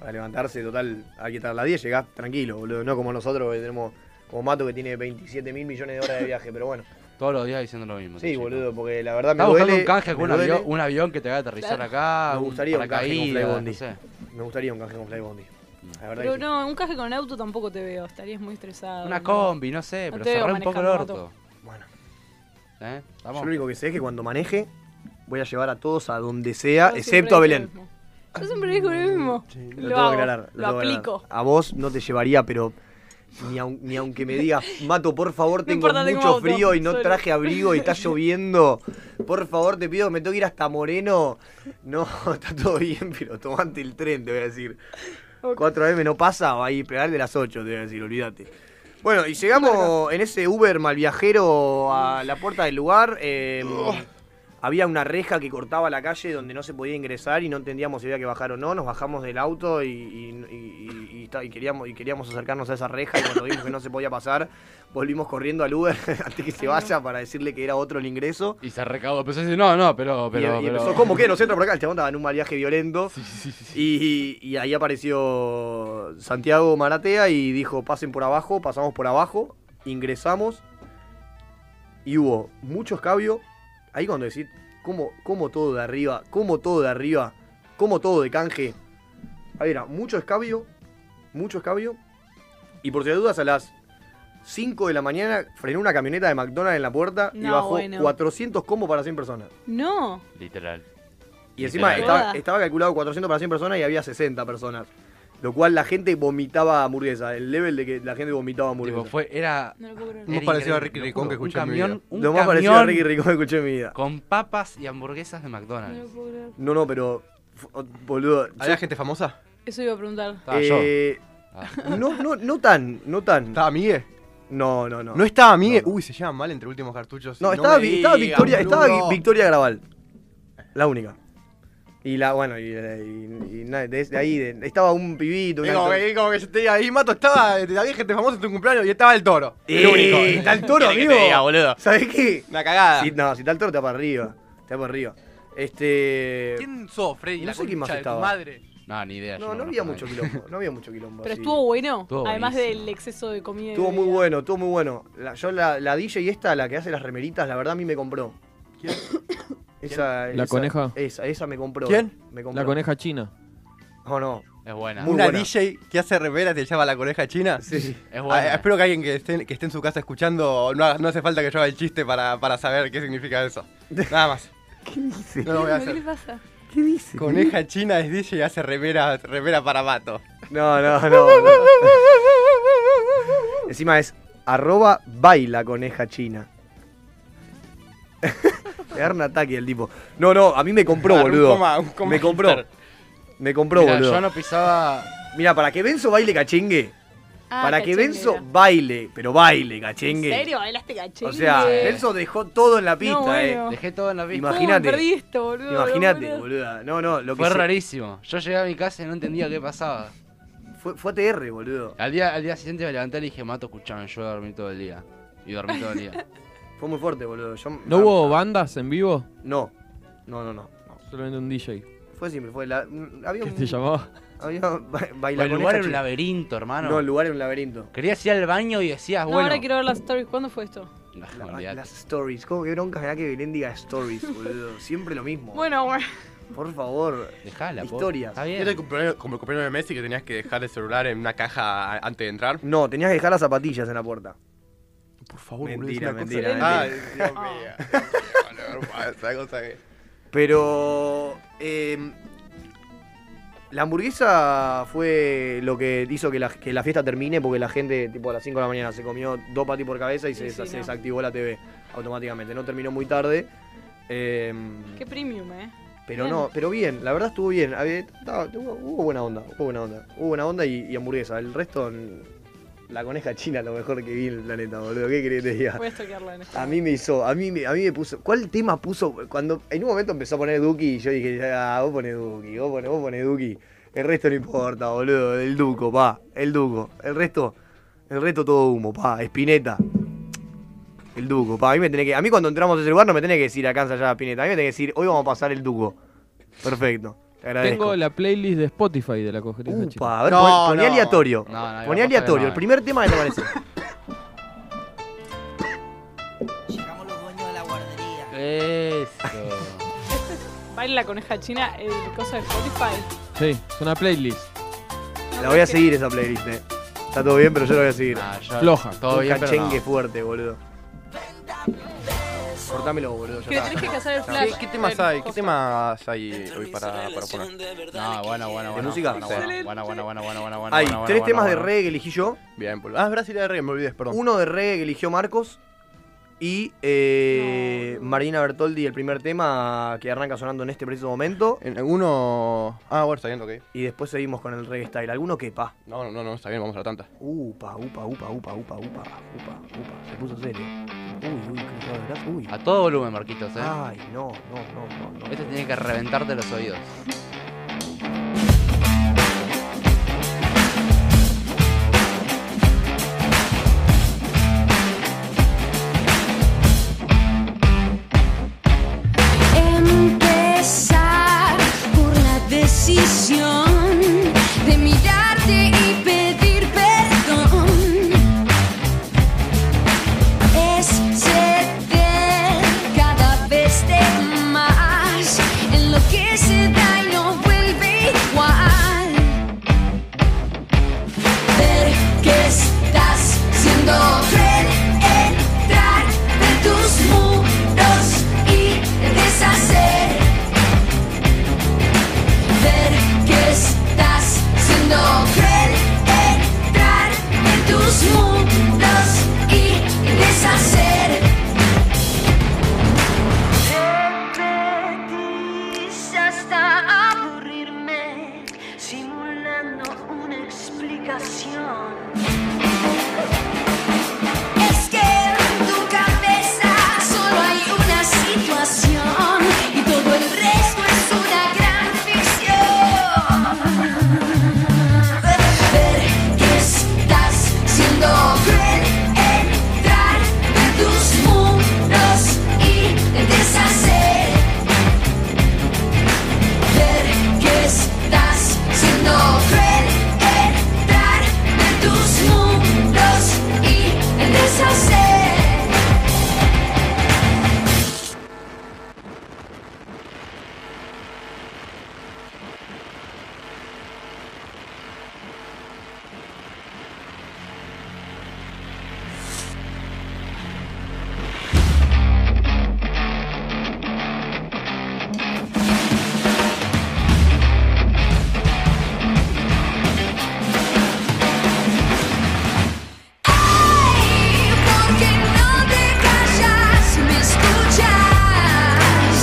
A: Para levantarse, total, hay que estar a las 10, llegás tranquilo, boludo. No como nosotros que tenemos, como Mato que tiene 27 mil millones de horas de viaje,
G: [laughs]
A: pero bueno.
B: Todos los días diciendo lo mismo.
A: Sí,
B: este chico.
A: boludo, porque la verdad me
B: Estaba
A: duele.
B: buscando un canje con
A: me
B: un
A: duele.
B: avión, un avión que te haga aterrizar
E: Claro.
B: acá.
A: Me gustaría un canje con
B: paracaídas,
A: Flybondi.
B: no sé.
A: Me gustaría un canje con Flybondi. La verdad
E: Pero
A: que sí.
E: no, un caje con auto tampoco te veo, estarías muy estresado.
B: Una
E: ¿no?
B: combi, no sé,
E: No
B: pero
E: te veo
B: cerrar un poco el
E: manejando,
B: orto.
A: Bueno,
B: ¿Eh?
A: yo
B: Vamos.
A: lo único que sé es que cuando maneje, voy a llevar a todos a donde
B: Ah,
A: sea,
E: Yo siempre
A: excepto a
E: digo
A: Belén.
E: lo mismo. Yo siempre digo lo mismo.
A: Lo,
E: Lo,
A: tengo que
E: hago,
A: aclarar,
E: lo
A: tengo que aclarar.
E: aplico.
A: A vos no te llevaría, pero ni, aun- ni aunque me digas, Mato, por favor, tengo
E: importa, tengo
A: mucho
E: auto,
A: frío y no
E: sorry.
A: traje abrigo
E: [laughs]
A: y está lloviendo. Por favor, te pido, me tengo que ir hasta Moreno. No, [laughs] está todo bien, pero tomate el tren, te voy a decir.
E: Ok.
A: 4M no pasa, va a ir pedal de las 8, te voy a decir, olvídate. Bueno, y llegamos en ese Uber mal viajero a la puerta del lugar. eh, había una reja que cortaba la calle donde no se podía ingresar y no entendíamos si había que bajar o no. Nos bajamos del auto y, y- y- y- y ta- y queríamos, y queríamos acercarnos a esa reja y cuando vimos que no se podía pasar, volvimos corriendo al Uber [laughs] antes que se
E: Ay, no.
A: vaya para decirle que era otro el ingreso.
B: Y se recagó, empezó a decir, no, no, pero.
A: Y-
B: pero,
A: y,
B: pero-
A: empezó, ¿cómo que? Nos entra por acá. El chabón estaba en un mal viaje violento.
B: Sí, sí, sí.
A: Y, y ahí apareció Santiago Maratea y dijo, pasen por abajo, pasamos por abajo, ingresamos y hubo mucho escabio. Ahí cuando decís, ¿cómo, cómo todo de arriba? ¿Cómo todo de arriba? ¿Cómo todo de canje? Ahí era, mucho escabio, mucho escabio. Y por si hay dudas, a las 5 de la mañana frenó una camioneta de McDonald's en la puerta y
E: No,
A: bajó
E: bueno.
A: 400 combos para 100 personas.
E: No,
B: Literal.
A: Y encima
B: Literal.
A: estaba,
E: Joda.
A: estaba calculado 400 para 100 personas y había 60 personas. Lo cual la gente vomitaba hamburguesa. El level de que la gente vomitaba hamburguesa.
B: Tipo, fue, era.
E: no lo puedo creer.
G: Lo más
B: era
G: parecido a
B: increíble,
G: Ricky
B: lo
G: Ricón
B: juro,
G: que escuché
B: Un
G: en mi vida.
B: camión. Un
A: Lo más parecido a
B: camión
A: Ricky Ricón que escuché en mi vida.
B: Con papas y hamburguesas de
E: No lo
B: McDonald's.
E: puedo creer.
A: No, no, pero. f- o- Boludo.
G: ¿Había gente famosa?
E: Eso iba a preguntar.
B: Estaba
A: eh,
B: Ah, yo. Ah.
A: no, no, no tan, no tan.
G: ¿Estaba Migue?
A: No, no, no.
G: No estaba Migue.
A: No, no.
G: Uy, se llevan mal entre últimos cartuchos.
A: No,
G: me
A: estaba, Vi- estaba
G: digan,
A: Victoria, estaba
G: boludo.
A: Victoria Graval. La única. Y la, bueno, y, y- y nada, de, de ahí de- estaba un pibito, un
G: Digo,
A: actor.
G: eh, como que yo te diga, ahí Mato estaba, eh, había gente famosa en tu cumpleaños y estaba el toro.
A: ¡Eh! ¡Está el toro,
G: ¿Qué querés que
A: amigo!
G: te diga, boludo?
A: ¿Sabés qué?
G: Una cagada.
A: Si, no, si está el toro, está para arriba. Está para arriba. Este.
G: ¿Quién sos, Freddy?
A: No
G: la
A: sé quién más
G: concha de tu
A: estaba.
G: madre.
B: No, ni idea. yo
A: No, no
B: conozco
A: había
B: a nadie.
A: mucho quilombo. No había mucho quilombo.
E: Pero
A: sí.
E: estuvo bueno,
B: Estuvo
E: además
B: buenísimo.
E: del exceso de comida. y
A: Estuvo muy
E: bebida.
A: bueno, estuvo muy bueno. La- yo, la, la DJ y esta, la que hace las remeritas, la verdad a mí me compró.
G: ¿Quién?
A: Esa,
D: ¿La
A: esa-
D: coneja?
A: Esa, esa me compró.
G: ¿Quién?
A: Me compró.
D: La coneja china.
A: No, no.
B: Es buena.
A: Muy
G: Una
A: buena.
G: DJ que hace reveras te llama la coneja china.
A: Sí.
B: Es
G: Ah,
B: buena.
G: espero que alguien que esté, que esté en su casa escuchando, no, ha- no hace falta que yo haga el chiste para, para saber qué significa
A: [laughs]
G: eso. Nada más.
A: ¿Qué dice?
G: No lo voy a
E: ¿Qué le
G: hacer.
E: pasa?
A: ¿Qué dice?
G: Coneja china es DJ y hace remera, remera para mato.
A: No, no, no. no. Encima es arroba baila coneja china. [laughs] Me da un ataque el tipo. No, no, a mí me compró,
G: Agarra [laughs] un
A: boludo.
G: coma- un coma
A: me compró.
G: extra.
A: Me compró,
B: Mira,
A: boludo.
B: yo no pisaba.
A: Mira, para que Benzo baile cachengue.
E: Ah,
A: para que
E: cachengue
A: Benzo
E: era.
A: baile, pero baile
E: ¿En
A: cachengue.
E: serio? ¿Bailaste cachengue?
A: O sea, Benzo dejó todo en la pista,
E: No,
A: eh.
E: bueno.
B: Dejé todo en la vista.
A: Imagina- imagínate.
E: ¿Cómo perdí esto, boludo?
A: Imagínate,
E: Lo juro.
A: boluda. No, no, lo que
B: Fue
A: se-
B: rarísimo. Yo llegué a mi casa y no entendía qué pasaba.
A: Fue, fue ATR, boludo.
B: Al día, al día siguiente me levanté y le dije, Mato, escuchame, yo dormí todo el día. Y
A: [laughs]
B: dormí todo el día.
A: Fue muy fuerte, boludo. Yo-
D: ¿No hubo bandas en vivo?
A: No. No, no, no. no.
D: Solamente un DJ.
A: Fue simple, fue la. mm, Había
D: ¿Qué
A: un.
D: se llamaba?
A: Había ba-
B: el
A: baila
B: lugar
A: coneja
B: era un
A: china.
B: laberinto, hermano.
A: No, el lugar era un laberinto.
B: Querías ir al baño y decías,
E: No,
B: bueno.
E: ahora quiero ver las stories. ¿Cuándo fue esto?
B: No,
A: La-
B: olvidate.
A: las stories. ¿Cómo que bronca me da que Belén diga stories, boludo? Siempre lo mismo.
E: Bueno, bueno.
A: Por favor.
B: Dejala, po.
A: Historias.
B: Está
G: Era el
B: bien.
G: cumpleaños- como el cumpleaños de Messi que tenías que dejar el celular en una caja a- antes de entrar.
A: No, tenías que dejar las zapatillas en la puerta.
G: Por favor,
A: boludo, es una cosa-
G: Ah,
A: Mentira,
E: [laughs]
G: Dios mío.
E: Ah.
G: Qué valor, esa cosa que-
A: Pero. eh, la hamburguesa fue lo que hizo que la, que la fiesta termine porque la gente, tipo a las 5 de la mañana, se comió dos patis por cabeza y se,
E: Y sí,
A: desa- se
E: no.
A: desactivó la TV automáticamente. No terminó muy tarde. eh,
E: Qué premium, eh.
A: pero
E: bien.
A: no, pero bien, la verdad estuvo bien. Había- estaba- hubo, hubo buena onda, hubo buena onda. Hubo buena onda y, y hamburguesa. El resto, n- la coneja china, lo mejor que vi en el planeta, boludo. ¿Qué querés que te diga?
E: Voy a stalkearla en esto.
A: A mí me hizo, a mí, me- a mí me puso. ¿Cuál tema puso? Cuando en un momento empezó a poner Duki y yo dije, ah, vos pones Duki, vos pones, vos pones Duki. El resto no importa, boludo. El Duco, pa. El Duco. El resto, el resto todo humo, pa. Espineta. El Duco, pa. A mí me tenés que. A mí cuando entramos a ese lugar no me tenés que decir alcanza ya la Espineta. A mí me tenés que decir, hoy vamos a pasar el Duco. Perfecto. Te agradezco.
D: Tengo la playlist de Spotify de la cojería.
A: Upa,
D: esa chica.
A: a ver,
G: No,
A: pon- poné
G: no.
A: aleatorio.
B: No, no, iba a
A: poné
B: pasar
A: aleatorio,
B: nada.
A: el primer tema que te aparece.
C: Llegamos los dueños de la guardería.
B: "Eh, Eso.
E: Baila la coneja china, el coso de Spotify.
D: [laughs] Sí, es una playlist.
E: No
A: La voy a
E: sé qué-
A: seguir esa playlist, eh. Está todo bien, pero yo la voy a seguir.
D: Ah,
B: Nah, Ah, yo-
D: Floja.
B: Todo
A: Un
B: bien, pero no.
A: cachengue fuerte, boludo. Cortámelo, boludo. ya
E: [laughs] Que le
A: está.
E: tenés que cazar el flash.
G: ¿Qué, qué temas hay? ¿Qué
E: tema?
G: temas hay hoy para, para poner?
B: No, bueno, bueno, bueno.
A: música?
B: Bueno, bueno, bueno, bueno, bueno, bueno, bueno.
A: Hay
B: bueno,
A: tres
B: bueno,
A: temas de
B: bueno.
A: reggae que elegí yo.
G: Bien, boludo. Ah, es Brasil de Rey, me olvides, perdón.
A: Uno de reggae que eligió Marcos. Y eh, Marina Bertoldi, el primer tema que arranca sonando en este preciso momento.
G: En- en uno. Ah, bueno, está bien, ok.
A: Y después seguimos con el reggae style. ¿Alguno que pa?
G: No, no, no, está bien, vamos a la tanta.
A: Upa, upa, upa, upa, upa, upa, upa, upa. Se puso serio. Uy, uy, qué raro, ¿verdad? uy.
B: A todo volumen, Marquitos, eh.
A: Ay, no, no, no, no. no.
B: Este tiene que reventarte los oídos.
H: Empezar por la decisión de mirarte y pedir perdón. Es ceder cada vez de más en lo que se da y no vuelve igual. Ver que estás siendo cruel, entrar de tus muros y deshacer. Ver que estás siendo cruel, entrar de tus muros y deshacer.
C: Repetís hasta aburrirme, simulando una explicación.
H: Es que en tu cabeza solo hay una situación y todo el resto es una gran ficción. Ver que estás siendo cruel, entrar de tus muros y deshacer. Ver que estás siendo cruel, entrar de tus muros y deshacer. Porque no te callas, me escuchas,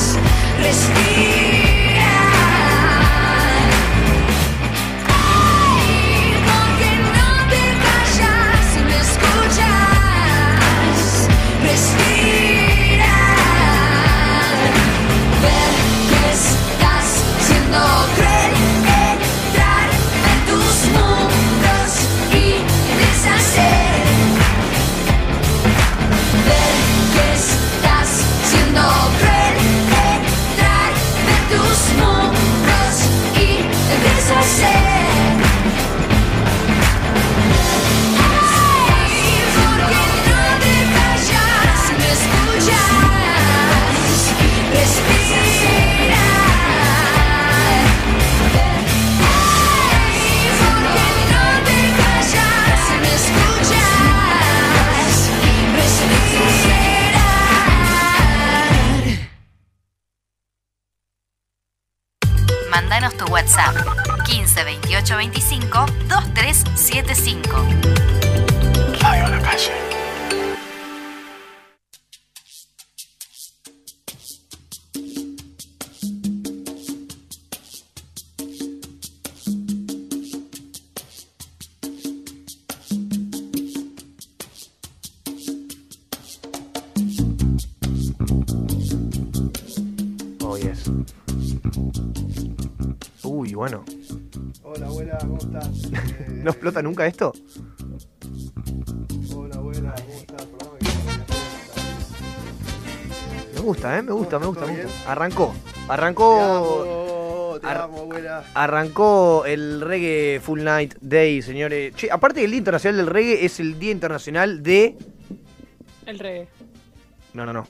H: respira. Ay, porque no te callas, me escuchas, respira. Ver que estás siendo cruel, entrar en tus mundos y deshacer. Ver que estás siendo cruel, entrar en tus mundos y deshacer. Ay, porque no te callas, me escuchas, respira. Ay, porque no te callas, me escuchas, respira.
I: Mándanos tu WhatsApp 15 28 25 2375.
A: Oh, yes. Uy, bueno.
J: Hola abuela, ¿cómo estás? Eh,
A: ¿No explota nunca esto?
J: Hola abuela, ¿cómo estás? Programa que
A: Me gusta, ¿eh? Me gusta, me gusta.
J: ¿Todo
A: me gusta.
J: bien?
A: Arrancó. Arrancó.
G: Te amo,
J: te
A: Ar-
J: amo, abuela.
A: Arrancó el Reggae Full Night Day, señores. Che, aparte del Día Internacional del Reggae, es el Día Internacional de.
E: El reggae.
A: No, no, no.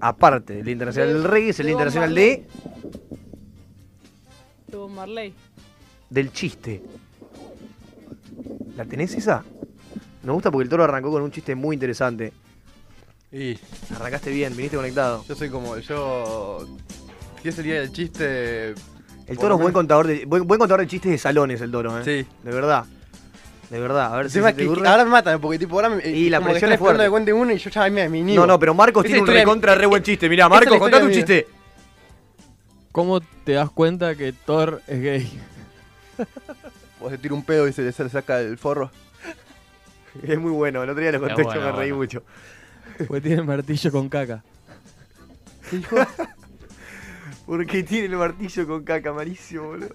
A: Aparte del Día Internacional del Reggae, es el Día
E: Bob
A: Internacional
E: Marley.
A: de.
E: De Bob Marley.
A: del chiste. ¿La tenés esa? Me gusta porque el toro arrancó con un chiste muy interesante.
G: Y
A: Arrancaste bien, viniste conectado.
G: yo soy como, yo... Si es el día del chiste...
A: El toro es buen contador de, buen, buen contador de chistes de salones, el toro, ¿eh?
G: Sí.
A: De verdad. De verdad. A ver si
G: Encima
A: se te
G: que-
A: ocurre.
G: que ahora me matan, porque tipo ahora me,
A: Y la
G: como que
A: presión
G: están
A: es fuerte.
G: esperando que cuente uno y yo ya me me inhibo.
A: No, no, pero Marcos
G: Esa
A: tiene un
G: historia-
A: recontra re buen chiste. Mirá,
G: esa es la
A: Marcos, contate un
G: historia
A: chiste.
D: ¿Cómo te das cuenta que Thor es
A: [laughs]
D: gay?
G: O se tira un pedo y se, se le saca el forro.
A: [laughs] Es muy bueno, el otro día lo conté,
B: Es bueno,
A: yo me reí
B: bueno.
A: mucho.
D: Pues tiene martillo con caca.
A: Porque tiene el martillo con caca, malísimo, boludo.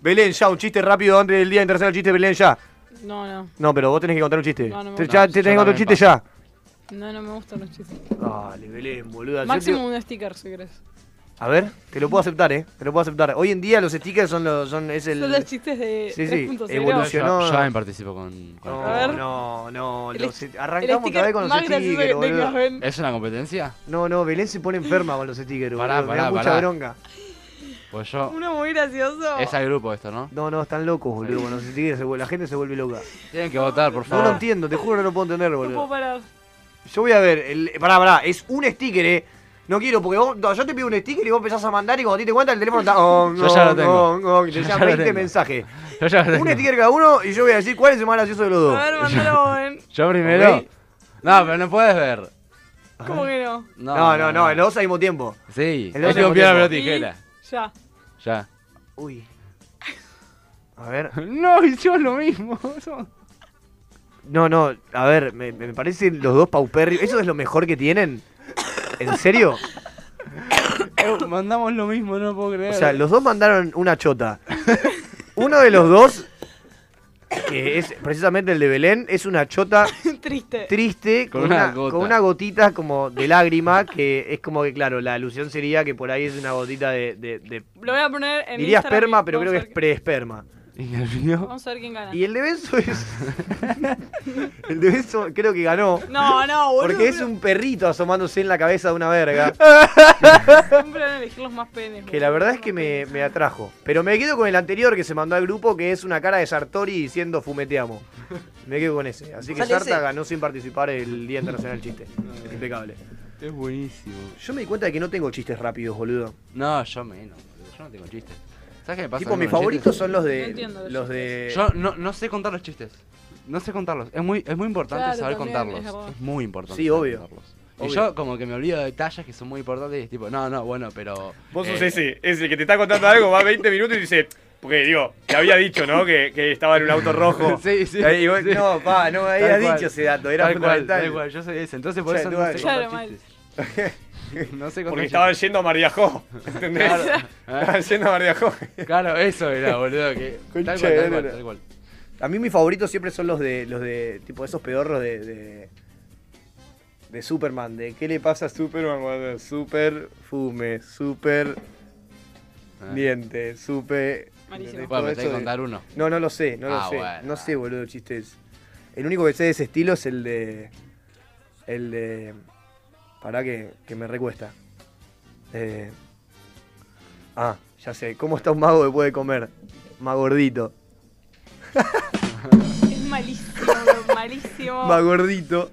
A: Belén, ya, un chiste rápido antes del día internacional del chiste, Belén, ya.
E: No, no.
A: No, pero vos tenés que contar un chiste.
E: No, no me
A: Te-
E: gusta.
A: ya,
B: No,
A: te
B: yo
A: tenés que contar un
B: también
A: chiste ya.
E: No, no me gustan los chistes.
A: Dale, Belén, boluda. yo
E: Máximo
A: te-
E: un sticker, si querés.
A: A ver, te lo puedo aceptar, eh. Te lo puedo aceptar. Hoy en día los stickers son los. Son, es el...
E: Son los chistes de
A: Sí, sí,
E: 3.0.
A: evolución. Evolucionó.
B: Yo, yo también participo con, con
A: No,
B: el toro.
E: ver.
A: no, no,
E: El
A: los-
E: est- El
A: arrancamos otra vez
E: sticker
A: con los
E: más gracioso
A: stickers,
E: que
A: boludo.
E: tengas, ven.
B: ¿Es una competencia?
A: No, no, Belén se pone enferma con los stickers,
B: Pará,
A: boludo. Me da
B: pará,
A: mucha
B: pará.
A: bronca.
B: Pues yo...
E: Uno muy gracioso.
B: Es al grupo esto, ¿no?
A: No, no, están locos, boludo. Con los stickers se vuel- la gente se vuelve loca.
B: Tienen que votar, por
A: No lo
B: favor.
A: entiendo, te juro que no lo puedo entender,
E: No puedo
A: boludo.
E: parar.
A: Yo voy a ver, el, pará, pará, es un sticker, eh. No quiero, porque vos, no, yo te pido un sticker y vos empezás a mandar y cuando te diste cuenta el
B: [laughs]
A: teléfono está. on,
B: Yo ya lo
A: on,
B: tengo.
A: on, on, y te
B: Yo [laughs]
A: llegan
B: ya lo
A: 20
B: tengo.
A: mensajes.
B: [laughs] Yo [laughs] ya lo
A: Un
B: tengo.
A: sticker cada uno y yo voy a decir cuál es el más gracioso de los dos.
E: A
B: [laughs]
E: ver, mandalo, ven.
B: Yo primero.
A: Ok.
B: No, pero no puedes ver.
E: ¿Cómo que no?
B: No,
A: No, no, no, en los dos al mismo tiempo.
B: Sí,
A: El otro
B: el último piedra,
A: mismo
B: pero
E: tiempo.
B: tijera.
E: Ya.
B: Ya.
A: [laughs] Uy. A ver.
B: [laughs] No, hicieron [laughs] lo mismo.
A: No, no, a ver, me, me parecen los dos paupérrimos. ¿Eso es lo mejor que tienen? ¿En serio?
B: [coughs] Mandamos lo mismo, no lo puedo creer.
A: O sea, los dos mandaron una chota. Uno de los dos, que es precisamente el de Belén, es una chota
E: [laughs] Triste.
A: triste con,
B: Con una
A: una,
B: gota.
A: con una gotita como de lágrima, que es como que, claro, la alusión sería que por ahí es una gotita de... de- de-
E: Lo voy a poner en
A: diría
E: Instagram y
A: esperma, pero
E: vamos
A: creo que
E: a ver
A: es preesperma.
B: ¿Y el mío?
E: qué- Vamos a ver quién gana.
A: Y el de Benzo es... [laughs] el de Benzo creo que ganó.
E: No, no, boludo.
A: Porque es
E: pero-
A: un perrito asomándose en la cabeza de una verga.
E: Siempre van a elegir los más penes.
A: Que la verdad es que me, me atrajo. Pero me quedo con el anterior que se mandó al grupo, que es una cara de Sartori diciendo fumeteamos. Me quedo con ese. Así que
J: ¿Sale
A: Sarta
J: ese?
A: ganó sin participar el Día Internacional del Chiste. Impecable.
B: Eh, Es buenísimo.
A: Yo me di cuenta de que no tengo chistes rápidos, boludo.
B: No, yo menos. boludo. Yo no tengo chistes. ¿Sabes qué me pasa?
A: tipo,
B: con
A: mis
B: los
A: favoritos
B: chistes?
A: son los de.
E: No entiendo los
A: los de.
B: Yo no, no sé contar los chistes. No sé contarlos. Es muy, es muy importante
E: Claro,
B: saber
E: también, es
B: contarlos.
E: verdad.
B: Es, muy importante.
A: Sí,
B: saber
A: obvio.
B: contarlos. Y
A: Obvio.
B: yo como que me olvido de detalles que son muy importantes y es tipo, no, no, bueno, pero...
K: Vos sos
B: eh,
K: ese, ese que te está contando algo, va 20 minutos y dice, porque digo, te había dicho, ¿no? Que, que estaba en un auto rojo.
B: [laughs] Sí, sí.
A: Ahí vos-
B: sí.
A: No, pa, no me habías
B: Tal cual.
A: dicho ese dato, era
B: Tal cual,
A: fundamental.
B: tal cual, yo soy ese. Entonces por
A: Ya,
B: eso no
A: igual.
B: sé
E: Claro,
B: contar
E: mal.
B: chistes. [laughs] No sé
K: Porque
B: contar
K: estaban yendo a Mariajó, ¿entendés?
B: Claro.
K: Estaban yendo a Mariajó.
B: chistes. Claro, eso era, boludo.
A: [laughs]
B: Que...
A: Concha
B: Tal cual,
A: de
B: tal cual,
A: lora.
B: tal cual.
A: A mí mis favoritos siempre son los de los de tipo esos pedorros de de, de Superman, de qué le pasa a Superman cuando super fume, super
B: Ah.
A: diente, super
E: Malísimo.
A: de todo
B: Bueno, me
A: eso
B: tenés que
A: de-
B: contar uno.
A: No, no lo sé, no lo
B: Ah,
A: sé.
B: bueno.
A: No sé, boludo, chistes. El único que sé de ese estilo es el de el de pará que, que me recuesta. Eh, ah, ya sé, ¿cómo está un mago que puede comer?
E: [laughs]
A: Más gordito.
E: Es malísimo, bro, malísimo.
A: [laughs]
E: [laughs]
A: Más gordito.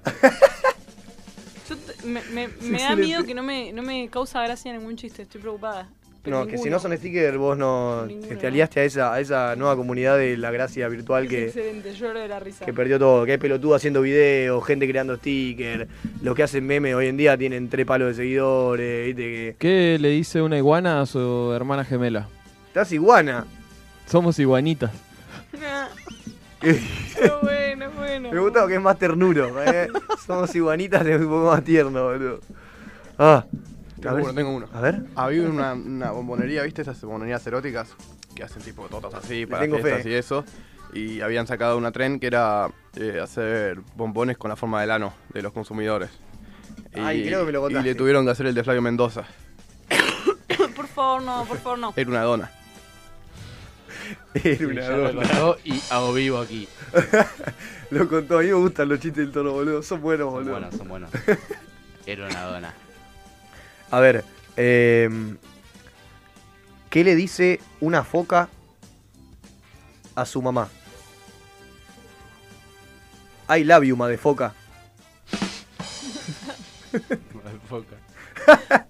E: Yo t- me me- me da
A: excelente.
E: miedo que no me, no me causa gracia ningún chiste, estoy preocupada.
A: No, que si
E: [laughs]
A: no son stickers, vos no
E: Ninguno.
A: te aliaste a esa, a esa nueva comunidad de la gracia virtual
E: que...
A: que,
E: excelente, lloro de la risa.
A: que perdió todo. Que hay pelotudo haciendo videos, gente creando stickers. Los que hacen memes hoy en día tienen tres palos de seguidores. ¿viste? Que...
D: ¿Qué le dice una iguana a su hermana gemela?
A: Estás iguana.
D: Somos iguanitas.
E: Pero bueno, bueno.
A: Me gusta que es más ternuro. ¿eh? Somos iguanitas, es un poco más tierno, boludo. Ah, a
G: Tengo
A: ver.
G: uno, tengo uno.
A: A ver.
G: Había una, una bombonería, ¿viste? Esas bombonerías eróticas que hacen tipo totas así para
A: tengo fe.
G: fiestas y eso. Y habían sacado una tren que era eh, hacer bombones con la forma del ano de los consumidores.
A: Ay, creo que me lo
G: Y
A: contaste.
G: le tuvieron que hacer el de Flavio Mendoza.
A: [laughs]
B: Oh.
E: Por favor, no, por favor, no.
G: Era una dona.
L: Era
B: Y
L: una
B: ya lo
L: dona.
B: contó y hago vivo aquí.
A: [laughs]
L: lo contó, a mí me gustan los chistes del toro, boludo. Son buenos, boludo.
B: Bueno, son buenos. Era una dona.
A: A ver, em, ¿qué le dice una foca a su mamá? I love you, de foca.
E: [laughs]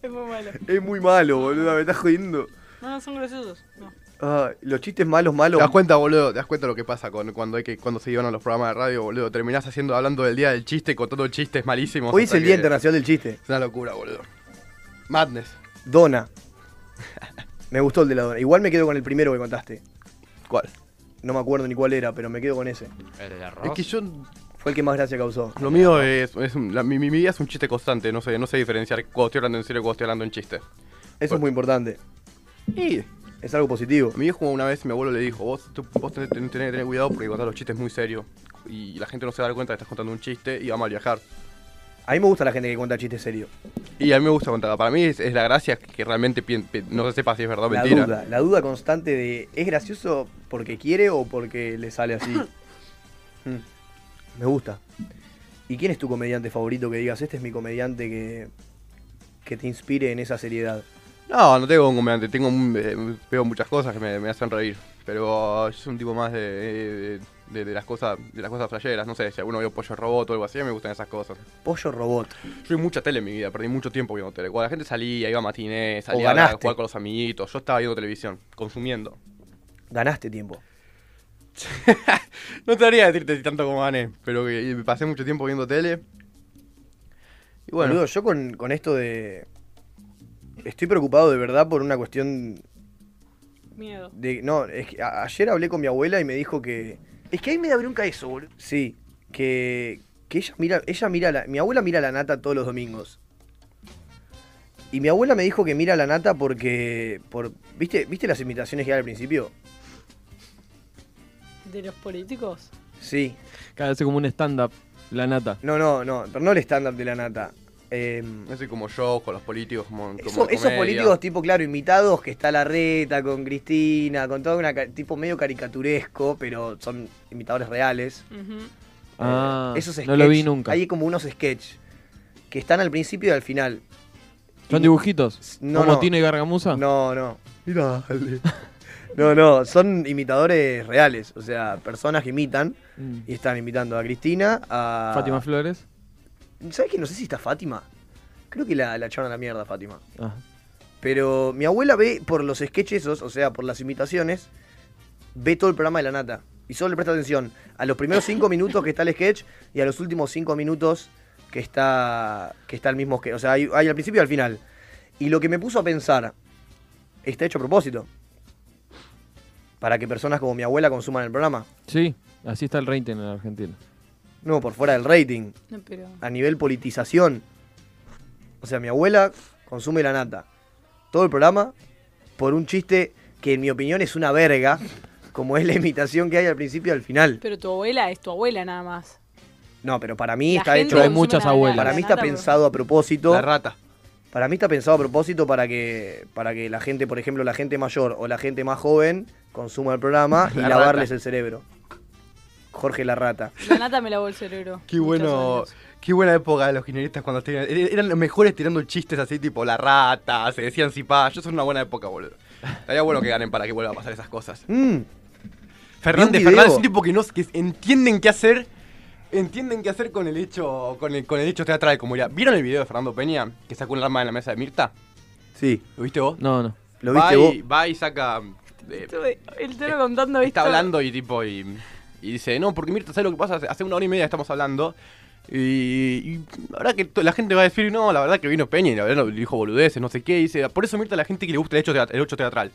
E: Es muy malo.
L: Es muy malo, boludo. Me estás jodiendo.
E: No, no son graciosos. No.
L: Ah,
A: los chistes malos, malos.
G: ¿Te das cuenta, boludo? ¿Te das cuenta lo que pasa con, cuando, hay que, cuando se llevan a los programas de radio, boludo? Terminás haciendo, hablando del día del chiste, contando chistes malísimos.
A: Hoy es
G: hasta
A: el Día
G: que-
A: Internacional del Chiste.
G: Es una locura, boludo. Madness.
A: Dona. Me gustó el de la dona. Igual me quedo con el primero que contaste.
G: ¿Cuál?
A: No me acuerdo ni cuál era, pero me quedo con ese.
B: El del
G: Es que yo.
A: Fue el que más gracia causó.
G: Lo mío es. es un- la- mi, mi- mi vida es un chiste constante. No sé, no sé diferenciar cuando estoy hablando en serio y cuando estoy hablando en chiste.
A: Eso es muy importante.
G: Y.
A: Es algo positivo.
G: Mi hijo una vez mi abuelo le dijo: Vos, tú- vos tenés, tenés- tenés que tener cuidado porque contás los chistes muy serios. Y la gente no se va a dar cuenta que estás contando un chiste y va a mal viajar.
A: A mí me gusta la gente que cuenta chistes serios.
G: Y a mí me gusta contarla. Para mí es, es la gracia que realmente pien- pi- no se sepa si es verdad o
A: La
G: mentira.
A: duda, la duda constante de ¿es gracioso porque quiere o porque le sale así?
G: [laughs]
A: Mm, Me gusta. ¿Y quién es tu comediante favorito que digas, este es mi comediante que, que te inspire en esa seriedad?
G: No, no tengo un comediante, tengo un- eh, veo muchas cosas que me, me hacen reír, pero yo soy un tipo más de, de- de- de las cosas de las cosas flasheras, no sé, si alguno veo Pollo Robot o algo así, me gustan esas cosas.
A: Pollo Robot.
G: Yo vi mucha tele en mi vida, perdí mucho tiempo viendo tele. Cuando la gente salía, iba a matinés, salía a
A: ganaste.
G: jugar con los amiguitos, yo estaba viendo televisión, consumiendo.
A: Ganaste tiempo.
G: [laughs] No te haría decirte tanto como gané, pero que- y pasé mucho tiempo viendo tele. Y bueno,
A: Boludo, yo con, con esto de... Estoy preocupado de verdad por una cuestión
E: Miedo.
A: de... No, es que a- ayer hablé con mi abuela y me dijo que... Es que ahí me da bronca eso, boludo. Sí, que, que ella mira, ella mira la, mi abuela mira la nata todos los domingos. Y mi abuela me dijo que mira la nata porque, por, ¿viste, viste las imitaciones que hay al principio?
E: ¿De los políticos?
A: Sí.
D: Cada vez como un stand-up, la nata.
A: No, no, no, pero no el stand-up de la nata. Em,
G: así como yo, con los políticos, como, como
A: Eso-
G: de
A: esos
G: comedia.
A: políticos tipo, claro, imitados, que está la reta con Cristina, con todo una ca- tipo medio caricaturesco, pero son imitadores reales.
D: Ah,
A: Esos
D: no lo vi
A: Eh, sketch,
D: nunca.
A: Hay como unos sketch que están al principio y al final.
D: ¿Son dibujitos?
A: No,
D: ¿Como
A: no.
D: Tino y Gargamusa?
A: No, no. No, no, son imitadores reales, o sea, personas que imitan
D: Mm.
A: y están imitando a Cristina, a...
D: Fátima Flores.
A: ¿Sabes que no sé si está Fátima? Creo que la, la echaron a la mierda, Fátima.
D: Ah.
A: Pero mi abuela ve por los sketches esos, o sea, por las imitaciones, ve todo el programa de la nata. Y solo le presta atención a los primeros
D: [laughs]
A: cinco minutos que está el sketch y a los últimos cinco minutos que está, que está el mismo sketch. O sea, hay, hay al principio y al final. Y lo que me puso a pensar, está hecho a propósito. Para que personas como mi abuela consuman el programa.
D: Sí, así está el rating en la Argentina.
A: No, por fuera del rating.
E: No, pero.
A: a nivel politización. O sea, mi abuela consume la nata. Todo el programa por un chiste que en mi opinión es una verga, como es la imitación que hay al principio y al final.
E: Pero tu abuela es tu abuela nada más.
A: No, pero para mí
E: La
A: está
E: gente
A: hecho...
E: Hay muchas consume la abuelas. nata,
A: Para mí
E: la
A: está
E: nata, bro.
A: pensado a propósito...
G: La rata.
A: Para mí está pensado a propósito para que, para que la gente, por ejemplo, la gente mayor o la gente más joven consuma el programa
G: [laughs]
A: y
G: La
A: lavarles
G: rata.
A: el cerebro. Jorge la rata.
E: La nata me lavó el
A: [laughs]
E: cerebro.
G: Qué bueno, qué buena época de los kirchneristas cuando tenían- er- eran los mejores tirando chistes así tipo la rata, se decían cipá, yo soy una buena época, boludo. Estaría bueno que ganen para que vuelva a pasar esas cosas.
A: Mm,
G: Fernández,
A: Vi un video.
G: Fernández es un tipo que no que entienden qué hacer, entienden qué hacer con el hecho con el, con el hecho teatral como ya. ¿Vieron el video de Fernando Peña que sacó un arma en la mesa de Mirta?
A: Sí.
G: ¿Lo viste vos?
D: No, no.
A: ¿Lo
G: va
A: viste vos?
G: y, va y saca eh,
E: Estuve- El toro contando
G: está
E: esto.
G: hablando y tipo y, y dice, no, porque Mirta, ¿sabes lo que pasa? Hace- Hace una hora y media estamos hablando. Y, y la verdad que to- la gente va a decir, no, la verdad que vino Peña y la verdad dijo boludeces, no sé qué. Y dice, por eso Mirta a la gente que le gusta el hecho, teat- el hecho teatral.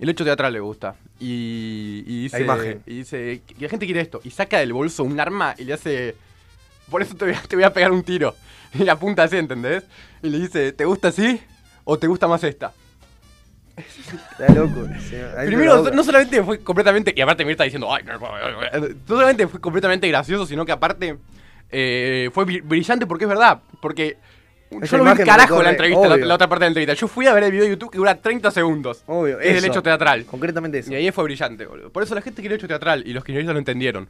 G: El hecho teatral le gusta. Y, y dice,
A: La imagen.
G: y dice, que la gente quiere esto. Y saca del bolso un arma y le hace, por eso te voy a, te voy a pegar un tiro. [laughs] Y la apunta así, ¿entendés? Y le dice, ¿te gusta así o te gusta más esta?
A: Está loco. Se- ahí me la
G: Primero,
A: boca.
G: no solamente fue completamente. Y aparte Mirta diciendo. Ay, no, no, no, no", no solamente fue completamente gracioso, sino que aparte. eh, fue bri- brillante porque es verdad. Porque Yo no vi un carajo la entrevista, la, la otra parte de la entrevista. Yo fui a ver el video de YouTube que dura 30 segundos.
A: Obvio,
G: Es el
A: eso.
G: hecho teatral.
A: Concretamente eso.
G: Y ahí fue brillante, boludo. Por eso la gente quiere hecho teatral y los kirchneristas lo entendieron.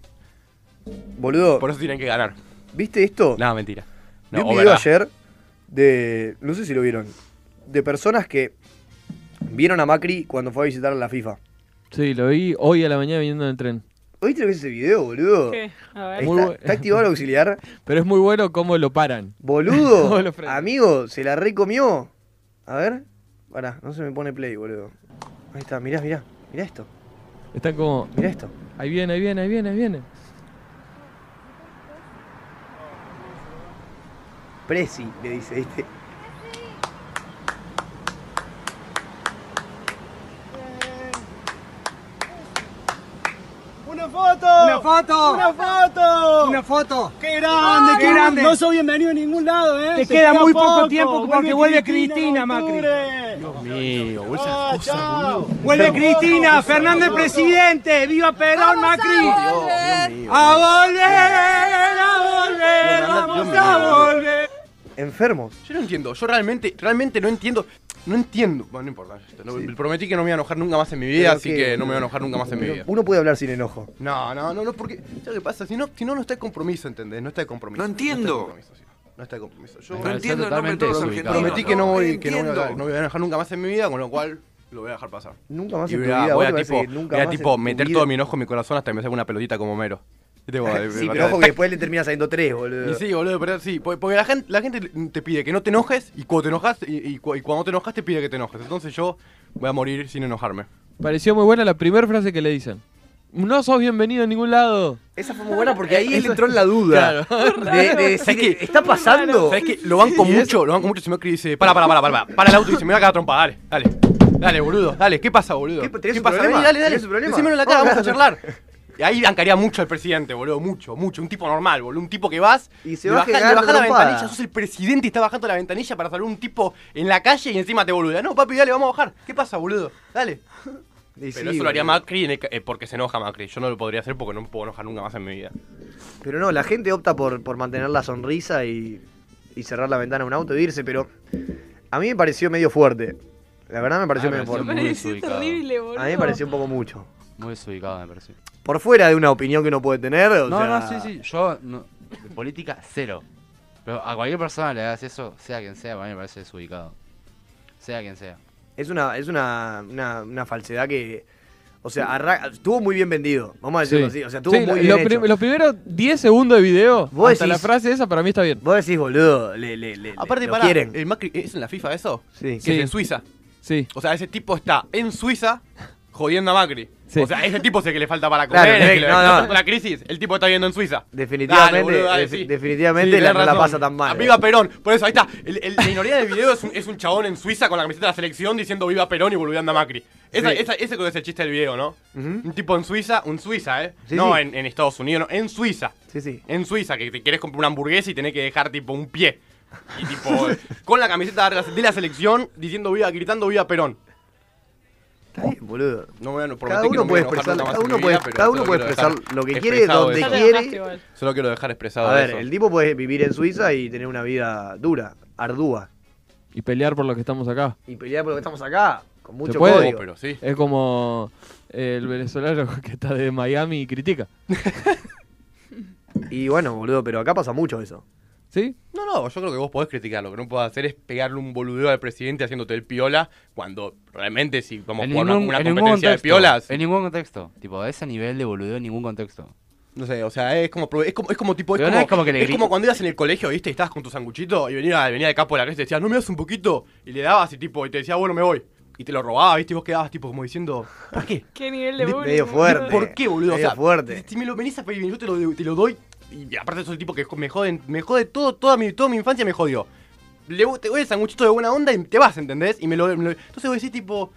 A: Boludo.
G: Por eso tienen que ganar.
A: ¿Viste esto?
G: No, mentira. No,
A: Vi un
G: o
A: video
G: verdad.
A: ayer de. No sé si lo vieron. De personas que vieron a Macri cuando fue a visitar a la FIFA.
D: Sí, lo vi hoy a la mañana viniendo en el tren.
A: ¿Oíste lo que es ese video, boludo?
E: ¿Qué? A ver.
D: Muy
A: Está,
D: bu-
A: está activado el auxiliar.
D: Pero es muy bueno cómo lo paran. [laughs] Cómo
A: Boludo.
D: lo frenan.
A: amigo, se la recomió. A ver. Pará, no se me pone play, boludo. Ahí está, mirá, mirá. Mirá esto.
D: Están como.
A: Mirá esto.
D: Ahí viene, ahí viene, ahí viene, ahí viene.
A: Presi, le dice, ¿viste?
J: ¡Una foto! ¡Una foto! ¡Una foto! ¡Una foto! ¡Qué grande,
M: Ay,
J: qué grande!
M: no
J: soy bienvenido a ningún lado, ¿eh?
M: Te queda muy poco, tiempo porque vuelve Cristina,
J: Macri.
M: Dios mío, bolsa
J: Ah, chao.
M: Vuelve
J: Pero-
M: Cristina, Fernández presidente, viva Perón, Macri. A volver, a volver, vamos a volver.
A: Enfermos.
G: Yo no entiendo, yo realmente, realmente no entiendo. No entiendo. Bueno, no importa. ya está, no- Prometí que no me iba a enojar nunca más en mi vida,
A: Pero
G: así
A: que-
G: que, no me voy a enojar nunca más en mi
A: Uno-
G: vida.
A: Uno puede hablar sin enojo.
G: No, no, no, no, porque. ¿Sabes lo que pasa? Si no, si no, no está de compromiso, ¿entendés? No está de compromiso.
A: No entiendo.
G: No está de compromiso, sí. No está de compromiso. Yo
B: No entiendo el nombre de todos los
G: prometí,
B: argentinos.
G: prometí que no
B: No
G: voy, que no voy, a,
B: entiendo.
G: no voy a enojar nunca más en mi vida, con lo cual lo voy a dejar pasar.
A: Nunca más
G: y
A: en
G: voy
A: tu
G: a, voy
A: vida, vos
G: a
A: te parece
G: tipo,
A: que nunca
G: voy a
A: más en
G: tipo
A: tu
G: meter [laughs]
A: vida.
G: todo mi enojo en mi corazón hasta que me salga una pelotita como Homero. Y
A: [laughs]
G: tipo,
A: sí,
G: va a
A: pero ojo
G: caer.
A: que después le terminas saliendo tres, boludo.
G: Y sí, boludo, pero sí, po- porque la gente, la gente te pide que no te enojes y cuando te enojas y, y cu- y cuando te enojas te pide que te enojes. Entonces yo voy a morir sin enojarme.
D: Pareció muy buena la primera frase que le dicen. No sos bienvenido a ningún lado.
A: Esa fue muy buena porque
D: [laughs]
A: ahí él
D: Eso-
A: entró en la duda.
D: Claro.
A: De, de decir, ¿está pasando?
G: ¿Sabes que Lo banco mucho, lo banco mucho. Si Macri dice, para, para, para, para, para, para el auto y dice, me va a cagar trompa, dale, dale. Dale, boludo, dale, ¿qué pasa, boludo? ¿Qué,
A: tenés un
G: pasa?
A: problema?
G: Vení, dale, dale,
A: ¿Tenés un problema?
G: decímelo en la cara, vamos a charlar. Y ahí bancaría mucho al presidente, boludo, mucho, mucho. Un tipo normal, boludo, un tipo que vas, y
A: se va a cagar
G: le bajás la
A: trompada.
G: ventanilla, sos el presidente y está bajando la ventanilla para saludar a un tipo en la calle y encima te boluda. No, papi, dale, vamos a bajar. ¿Qué pasa, boludo? Dale.
A: Y
G: Pero
A: sí,
G: eso lo haría
A: boludo.
G: Macri en el ca- eh, porque se enoja Macri. Yo no lo podría hacer porque no me puedo enojar nunca más en mi vida.
A: Pero no, la gente opta por, por mantener la sonrisa y, y cerrar la ventana de un auto e irse, pero a mí me pareció medio fuerte. La verdad me pareció
B: Ah, me
A: medio
B: pareció
A: fuerte.
B: muy Pareció desubicado. terrible,
A: A mí me
B: boludo.
A: pareció un poco mucho.
B: Muy desubicado, me parece.
A: Por fuera de una opinión que uno puede tener, o
B: no,
A: sea,
B: no, sí, sí. Yo, no, de política, cero. Pero a cualquier persona le das eso, sea quien sea, para mí me parece desubicado. Sea quien sea.
A: Es una, es una, una, una falsedad que. O sea, arra- estuvo muy bien vendido. Vamos a decirlo
D: Sí.
A: así. O sea, estuvo
D: Sí,
A: muy
D: lo-
A: bien.
D: lo
A: hecho.
D: prim- Los primeros 10 segundos de video,
A: Vos
D: hasta
A: decís-
D: la frase esa, para mí está bien.
A: Vos decís, boludo, le, le, le-
G: Aparte,
A: lo
G: pará,
A: quieren.
G: el Macri, ¿es en la FIFA eso?
A: Sí.
G: Que es en Suiza.
D: Sí.
G: O sea, ese tipo está en Suiza jodiendo a Macri.
D: Sí.
G: O sea, ese tipo es el que le falta para comer.
A: Claro,
G: el que
A: no,
G: le- está
A: no.
G: pasando la crisis. El tipo está viviendo en Suiza.
A: Definitivamente,
G: Dale, boludo, dale,
A: defi-
G: sí.
A: definitivamente
G: Sí,
A: la,
G: tenés
A: no la
G: razón.
A: pasa tan mal. eh.
G: ¡Viva Perón! Por eso, ahí está. El- el- la minoría del video es un, es un chabón en Suiza con la camiseta de la selección diciendo viva Perón y boludeando a Macri. Esa,
A: Sí.
G: esa- ese creo que es el chiste del video, ¿no? Un tipo en Suiza, un Suiza, ¿eh?
A: Sí,
G: no
A: sí.
G: En, en Estados Unidos, no, en Suiza.
A: Sí, sí.
G: En Suiza, que te quieres comprar una hamburguesa y tenés que dejar tipo un pie. Y tipo, [laughs] con la camiseta de la- de la selección diciendo viva, gritando viva Perón.
A: Está bien, boludo.
G: No me voy a prometer
A: Cada
G: que no
A: uno
G: me voy a
A: puede
G: enojar
A: expresar,
G: nunca más en
A: cada
G: mi
A: uno
G: vida,
A: puede,
G: pero
A: cada
G: se
A: uno
G: lo
A: puede
G: quiero
A: expresar
G: dejar
A: lo que quiere,
G: expresado
A: donde
G: eso.
A: quiere.
G: Solo quiero dejar expresado
A: A ver,
G: eso.
A: el tipo puede vivir en Suiza y tener una vida dura, ardua.
D: Y pelear por lo que estamos acá.
A: Y pelear por lo que estamos acá, con
D: ¿Se
A: mucho
D: puede?
G: Oh,
A: código.
D: Es como eh, el venezolano que está de Miami y critica.
A: [laughs] Y bueno, boludo, pero acá [laughs] pasa mucho eso.
D: ¿Sí?
G: No, no, yo creo que vos podés criticar. Lo que no podés hacer es pegarle un boludeo al presidente haciéndote el piola cuando realmente si vamos a jugar una, una competencia de piolas.
B: En ningún contexto. Tipo, a ese nivel de boludeo en ningún contexto.
G: No sé, o sea, es como, pro- es como, es como tipo. Es
B: Pero no
G: como,
B: es como que le
G: es
B: grite.
G: como cuando ibas en el colegio, viste, y estabas con tu sanguchito y venía, venía de capo de la clase y te decía, no me das un poquito. Y le dabas y tipo, y te decía, bueno, me voy. Y te lo robaba, viste, y vos quedabas tipo como diciendo, ¿por qué?
E: [laughs] Qué nivel de
G: Me-
E: bullying,
A: medio
E: boludo.
A: fuerte.
G: ¿Por qué, boludo? O
A: Medio
G: sea,
A: fuerte.
G: Si me lo venís a pedir, yo te lo, te lo doy. Y aparte soy el tipo que me joden, me jode todo, toda mi, toda mi infancia me jodió. Le, te doy el sanguchito de buena onda y te vas, ¿entendés? Y me lo, me lo- entonces vos decís tipo.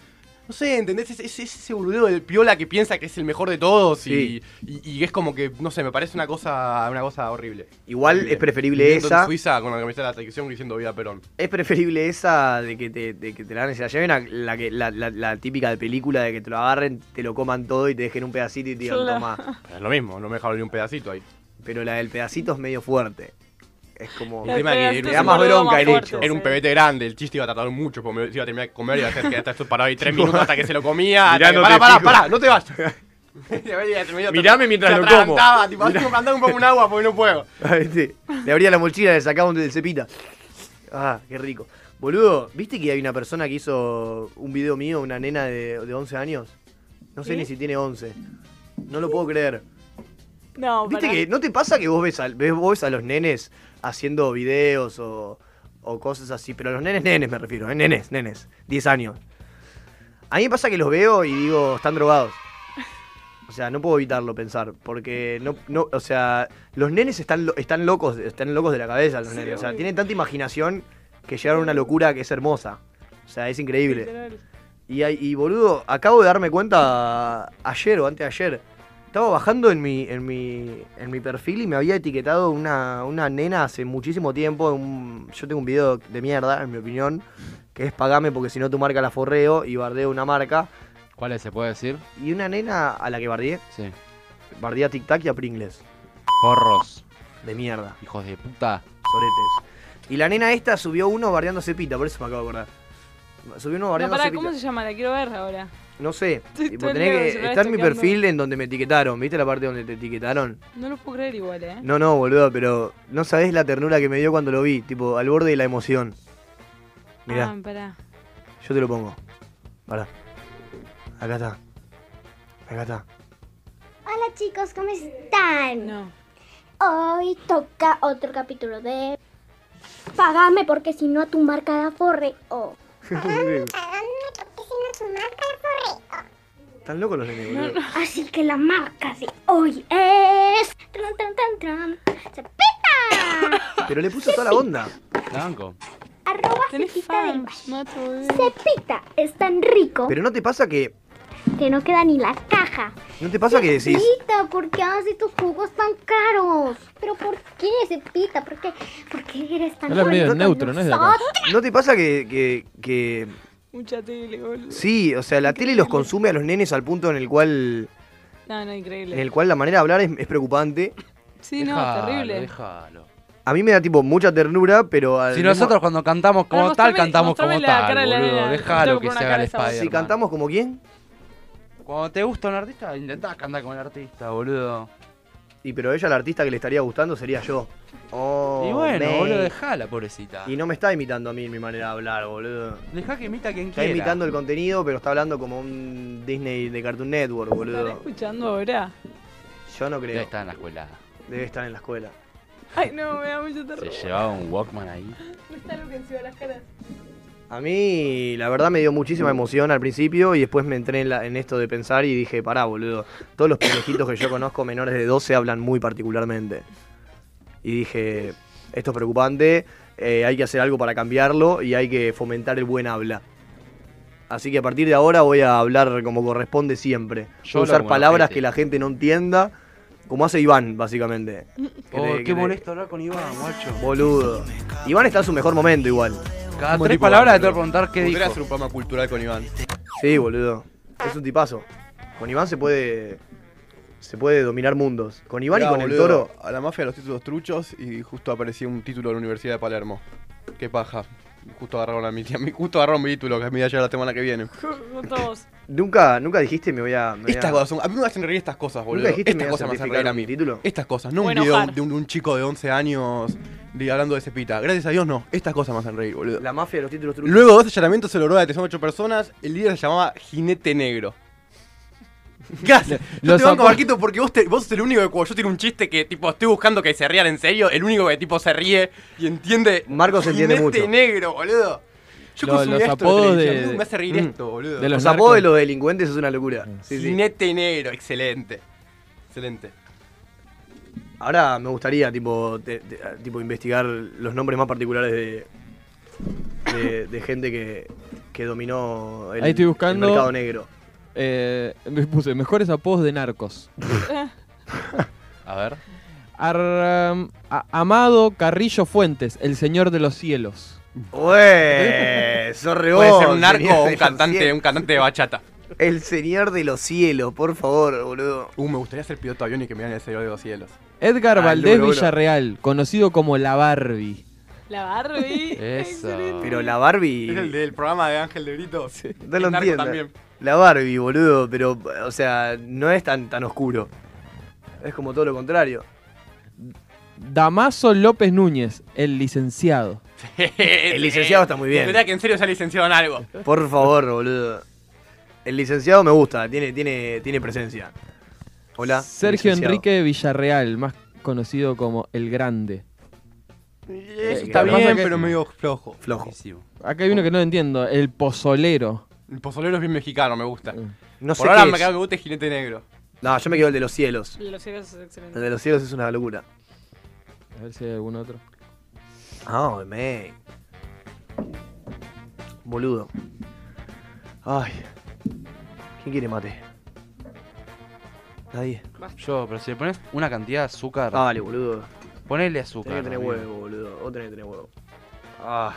G: No sé, ¿entendés? Es, es- es ese boludeo del piola que piensa que es el mejor de todos y, y- y es como que, no sé, me parece una cosa, una cosa horrible.
A: Igual
G: Horrible.
A: es preferible
G: Viviendo
A: esa-
G: En Suiza con la camiseta de la selección diciendo vida Perón.
A: Es preferible esa de que te, de que te la dan y se la lleven a la, que- la, la- la típica de película de que te lo agarren, te lo coman todo y te dejen un pedacito y te digan,
G: Claro.
A: toma.
G: Pero es lo mismo, no me dejaron ni un pedacito ahí.
A: Pero la del pedacito es medio fuerte. es como.
G: El tema es que
A: le
G: era
A: da
G: un-
A: más bronca el hecho.
G: Era un pebete grande, el chiste iba a tardar mucho, porque me- se iba a terminar de comer y iba a hacer que hasta esto parado ahí
A: [laughs]
G: tres minutos hasta que se lo comía. hasta que-
K: Mirándote
G: Pará, pará,
K: fijo.
G: pará, no te [laughs] vayas.
A: Mirame mientras
G: Se
A: lo como.
G: atragantaba, tipo, "Ay, mandame un poco un agua porque no puedo.
A: ¿Viste? Le abría la mochila, le sacaba un del cepita. Ah, qué rico. Boludo, ¿viste que hay una persona que hizo un video mío, una nena de, de 11 años? No sé
E: ¿Sí?
A: ni si tiene 11. No lo puedo creer.
E: No,
A: ¿Viste
E: pará.
A: que no te pasa que vos ves a, ves- vos ves a los nenes haciendo videos o, o cosas así? Pero a los nenes, nenes me refiero, ¿eh? nenes, nenes, 10 años. A mí me pasa que los veo y digo, están drogados. O sea, no puedo evitarlo pensar, porque no, no o sea, los nenes están, lo- están locos, están locos de la cabeza los
E: Sí,
A: nenes. O sea,
E: obvio.
A: tienen tanta imaginación que llegaron a una locura que es hermosa. O sea, es increíble.
E: Literal.
A: Y, hay- y, boludo, acabo de darme cuenta ayer o antes de ayer. Estaba bajando en mi, en mi, en mi perfil y me había etiquetado una, una nena hace muchísimo tiempo. un- yo tengo un video de mierda, en mi opinión, que es pagame porque si no tu marca la forreo y bardeo una marca.
B: ¿Cuál es? ¿Se puede decir?
A: Y una nena a la que bardeé,
B: Sí.
A: bardeé a Tic Tac y a Pringles.
B: Forros.
A: De mierda.
B: Hijos de puta.
A: Soretes. Y la nena esta subió uno bardeando cepita, por eso me acabo de acordar. Subió uno
E: No,
A: bardeando
E: pará,
A: Cepita.
E: ¿cómo se llama? La quiero ver ahora.
A: No sé.
E: Estoy
A: tipo,
E: todo
A: tenés
E: loco,
A: que-
E: se me va
A: está en mi
E: chequeando.
A: perfil en donde me etiquetaron. ¿Viste la parte donde te etiquetaron?
E: No lo puedo creer igual, ¿eh?
A: No, no, boludo, pero no sabés la ternura que me dio cuando lo vi. Tipo, al borde de la emoción. Mirá,
E: Ah, pará.
A: yo te lo pongo. Pará. Acá está. Acá está. [laughs]
N: Hola chicos, ¿cómo están? Hoy toca otro capítulo de Pagame porque si no a tu marca la forre. Oh.
A: Están locos los nenes, boludo.
N: Así que la marca de hoy es. Tran, tran, tran, tran. ¡Cepita!
A: Pero le puso toda la onda.
N: Arroba cepita del Valle. Cepita, es tan rico
A: Pero no te pasa que.
N: que no queda ni la caja.
A: ¿No te pasa que decís?
N: Cepita, ¿por qué haces estos jugos tan caros? ¿Pero por qué, Cepita? ¿Por qué, por qué eres tan con nosotros?
A: ¿No te pasa que- que- que
E: Mucha tele, boludo.
A: Sí, o sea, la tele los consume a los nenes al punto en el cual,
E: No, no, increíble.
A: en el cual la manera de hablar es, es preocupante.
E: Sí, no, terrible.
A: A mí me da tipo mucha ternura, pero al
B: Si
A: mismo-
B: nosotros cuando cantamos como
A: Ahora,
B: tal,
A: mostrame-
B: cantamos como
A: mostrame la
B: tal,
A: cara de la
B: boludo.
A: nena.
B: Déjalo
A: Tengo
B: que
A: por
B: se
A: una
B: haga el
A: cara esa voz.
B: Spider.
A: Si cantamos como quién?
B: Cuando te gusta un artista, intentás cantar como el artista, boludo.
A: Y pero ella la artista que le estaría gustando sería yo. Oh,
B: y bueno,
A: man.
B: boludo, dejala, pobrecita.
A: Y no me está imitando a mí en mi manera de hablar, boludo.
B: Dejá que imita a quien
A: Está
B: quiera.
A: imitando el contenido, pero está hablando como un Disney de Cartoon Network,
E: ¿Están
A: boludo.
E: escuchando ahora?
A: Yo no creo. Debe
B: estar en la escuela.
A: Debe estar en la escuela.
E: Ay, no, me da mucho terror.
B: Se llevaba un Walkman ahí.
E: No está lo que encima de las [laughs]
A: [laughs]
E: caras.
A: A mí, la verdad, me dio muchísima emoción al principio y después me entré en, la- en esto de pensar y dije, pará, boludo, todos los pendejitos que yo conozco menores de 12 hablan muy particularmente. Y dije, esto es preocupante, eh, hay que hacer algo para cambiarlo y hay que fomentar el buen habla. Así que a partir de ahora voy a hablar como corresponde
B: Yo
A: siempre. Voy a
B: hablo
A: usar
B: como la
A: palabras
B: gente.
A: que la gente no entienda, como hace Iván, básicamente. Que
B: Oh,
A: te- que
B: qué
A: te-
B: molesto hablar con Iván, guacho.
A: Boludo. Iván está en su mejor momento igual.
B: Cada tres palabras te voy a preguntar qué dijo.
G: Podría hacer un programa cultural con Iván.
A: Sí, boludo. Es un tipazo. Con Iván se puede. Se puede dominar mundos. Con Iván
G: Mirá,
A: y con el
G: boludo,
A: toro.
G: A la mafia de los títulos truchos y justo apareció un título de la Universidad de Palermo. Qué paja. Justo agarraron a mi [laughs] tía- mi- Justo agarraron mi título, que es mi de ayer la semana que viene.
E: Con todos.
A: Nunca, nunca dijiste me voy a. me voy a-
G: Estas cosas son- a mí me hacen reír estas cosas, boludo.
A: dijiste
G: Estas
A: me
G: cosas me hacen
A: certificaron
G: reír a mí.
A: mi título?
G: Estas cosas, no
A: Voy
G: un
A: a
G: video
A: enojar.
G: de un, un chico de 11 años de- hablando de cepita. Gracias a Dios no. Estas cosas me hacen reír, boludo.
A: La mafia de los títulos truchos.
G: Luego de dos allanamientos se logró la detención de 8 personas. El líder se llamaba Jinete Negro.
A: [laughs]
G: Gracias. Yo
B: Los
G: te banco,
B: apar-
G: Marquito, porque vos, te- vos sos el único que cuando yo tiro un chiste que tipo estoy buscando que se rían en serio, el único que tipo se ríe y entiende.
A: Marcos entiende
G: Jinete
A: mucho.
G: negro, boludo. Yo
A: Lo-
G: consumí
A: los
G: esto de
A: apodos
G: televisión,
A: de-
G: boludo, Me hace reír
A: Mm.
G: esto, boludo.
A: los Mm. apodos de los delincuentes es una locura. Sí, sí.
G: Jinete negro, excelente. Excelente.
A: Ahora me gustaría tipo, te- te- tipo investigar los nombres más particulares de. de, de gente que, que dominó el,
D: Ahí estoy buscando.
A: el mercado negro.
D: Eh, [laughs] me puse mejores apodos de narcos.
B: A ver.
D: Ar- am- a- Amado Carrillo Fuentes, el señor de los cielos.
A: Ué, sos re
G: Puede
A: vos,
G: ser un narco
A: señor
G: o
A: de
G: un
A: los
G: cantante,
A: cielos.
G: un cantante de bachata.
A: El señor de los cielos, por favor, boludo.
G: Uh, me gustaría ser piloto de avión y que me vean el señor de los cielos.
D: Edgar
G: Ah, el
D: Valdés
G: número uno.
D: Villarreal, conocido como la Barbie.
E: La Barbie. [laughs]
D: Eso.
A: Pero la Barbie.
G: Es el del programa de Ángel de Brito.
A: No lo entiendo. La Barbie, boludo, pero, o sea, no es tan, tan oscuro. Es como todo
G: [laughs]
A: lo contrario.
D: Damaso López Núñez, el licenciado.
A: El licenciado está muy bien.
G: Tendría que en serio sea licenciado en algo.
A: Por favor, boludo. El licenciado me gusta, tiene, tiene, tiene presencia. Hola.
D: Sergio
A: licenciado.
D: Enrique Villarreal, más conocido como El Grande.
G: Eso
D: Eh,
G: está
D: lo que pasa
G: bien,
D: que-
G: pero medio flojo.
A: Flojo.
D: Acá hay uno
A: Oh.
D: que no entiendo, el pozolero.
G: El pozolero es bien mexicano, me gusta.
A: No sé
G: Por ahora
A: qué
G: me
A: es.
G: queda que me gusta el jinete negro.
A: No, yo me quedo el de
G: [laughs]
A: los cielos.
E: Los cielos es excelente.
A: El de los cielos es una locura.
D: A ver si hay algún otro.
A: Ah, me. Boludo. Ay. ¿Quién quiere mate? Nadie.
B: Yo, pero si le pones una cantidad de azúcar.
A: Dale, boludo.
B: Ponele
A: Tenés
B: azúcar.
A: que tener
B: amigo.
A: huevo, boludo. Vos tenés que tener huevo. Ah.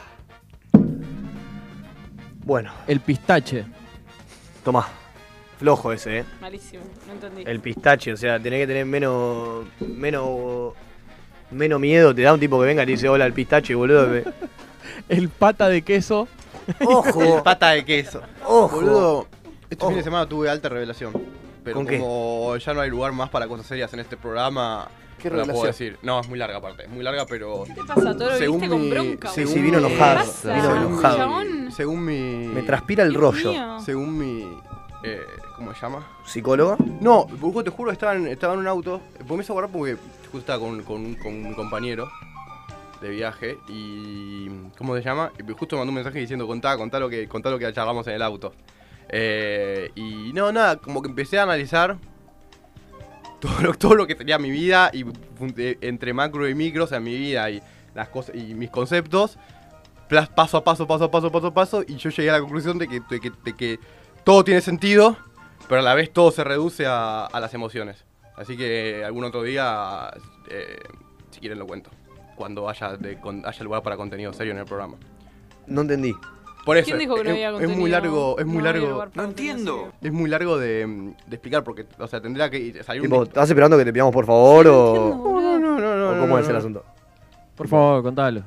A: Bueno.
D: El pistache.
A: Tomá. Flojo ese, eh.
E: Malísimo, no entendí.
A: El pistache, o sea, tenés que tener menos. menos. menos miedo. Te da un tipo que venga y te dice hola el pistache, boludo. [laughs] Me-
D: El pata de queso.
A: Ojo.
G: Pata de queso.
A: Ojo.
G: Boludo, este
A: Ojo.
G: fin de semana tuve alta revelación. Pero
A: ¿Con qué?
G: como ya no hay lugar más para cosas serias en este programa.
A: ¿Qué
G: no la puedo
A: revelación?
G: decir. No, es muy larga aparte. Es muy larga, pero. ¿Qué te
E: pasa, Toro? Viniste con bronca,
A: Sí, sí, vino enojado, vino enojado.
G: Según mi.
A: Me transpira el Dios rollo. mío.
G: Según mi. eh, ¿Cómo se llama?
A: ¿Psicóloga?
G: No, Bujo, te juro que estaba en, estaba en un auto. Vos me hizo acordar porque justo estaba con, con- con un compañero de viaje y. ¿Cómo se llama? Y justo me mandó un mensaje diciendo: contá, contá lo que, contá lo que charlamos en el auto. Eh, y no, nada, como que empecé a analizar todo lo, todo lo que tenía mi vida y fun- eh, entre macro y micro, o sea, mi vida y las cosas y mis conceptos, plas- paso a paso, paso a paso, paso a paso, y yo llegué a la conclusión de que, de que, de que todo tiene sentido, pero a la vez todo se reduce a, a las emociones. Así que eh, algún otro día, eh, si quieren lo cuento, cuando haya, de- con- haya lugar para contenido serio en el programa.
A: No entendí.
G: Por eso,
E: ¿Quién dijo que no
G: es-
E: había
G: es muy
E: contenido?
G: largo, es muy
E: No
G: largo.
E: había lugar para
G: No
E: contenido serio.
G: Es muy largo de, de explicar porque, o sea, tendría que salir un
A: Tipo, ¿estás esperando que te pidamos por favor o.?
G: No, no, no, no.
A: o
G: no,
A: ¿Cómo
G: no,
A: es el
G: no.
A: asunto?
D: Por favor, contalo.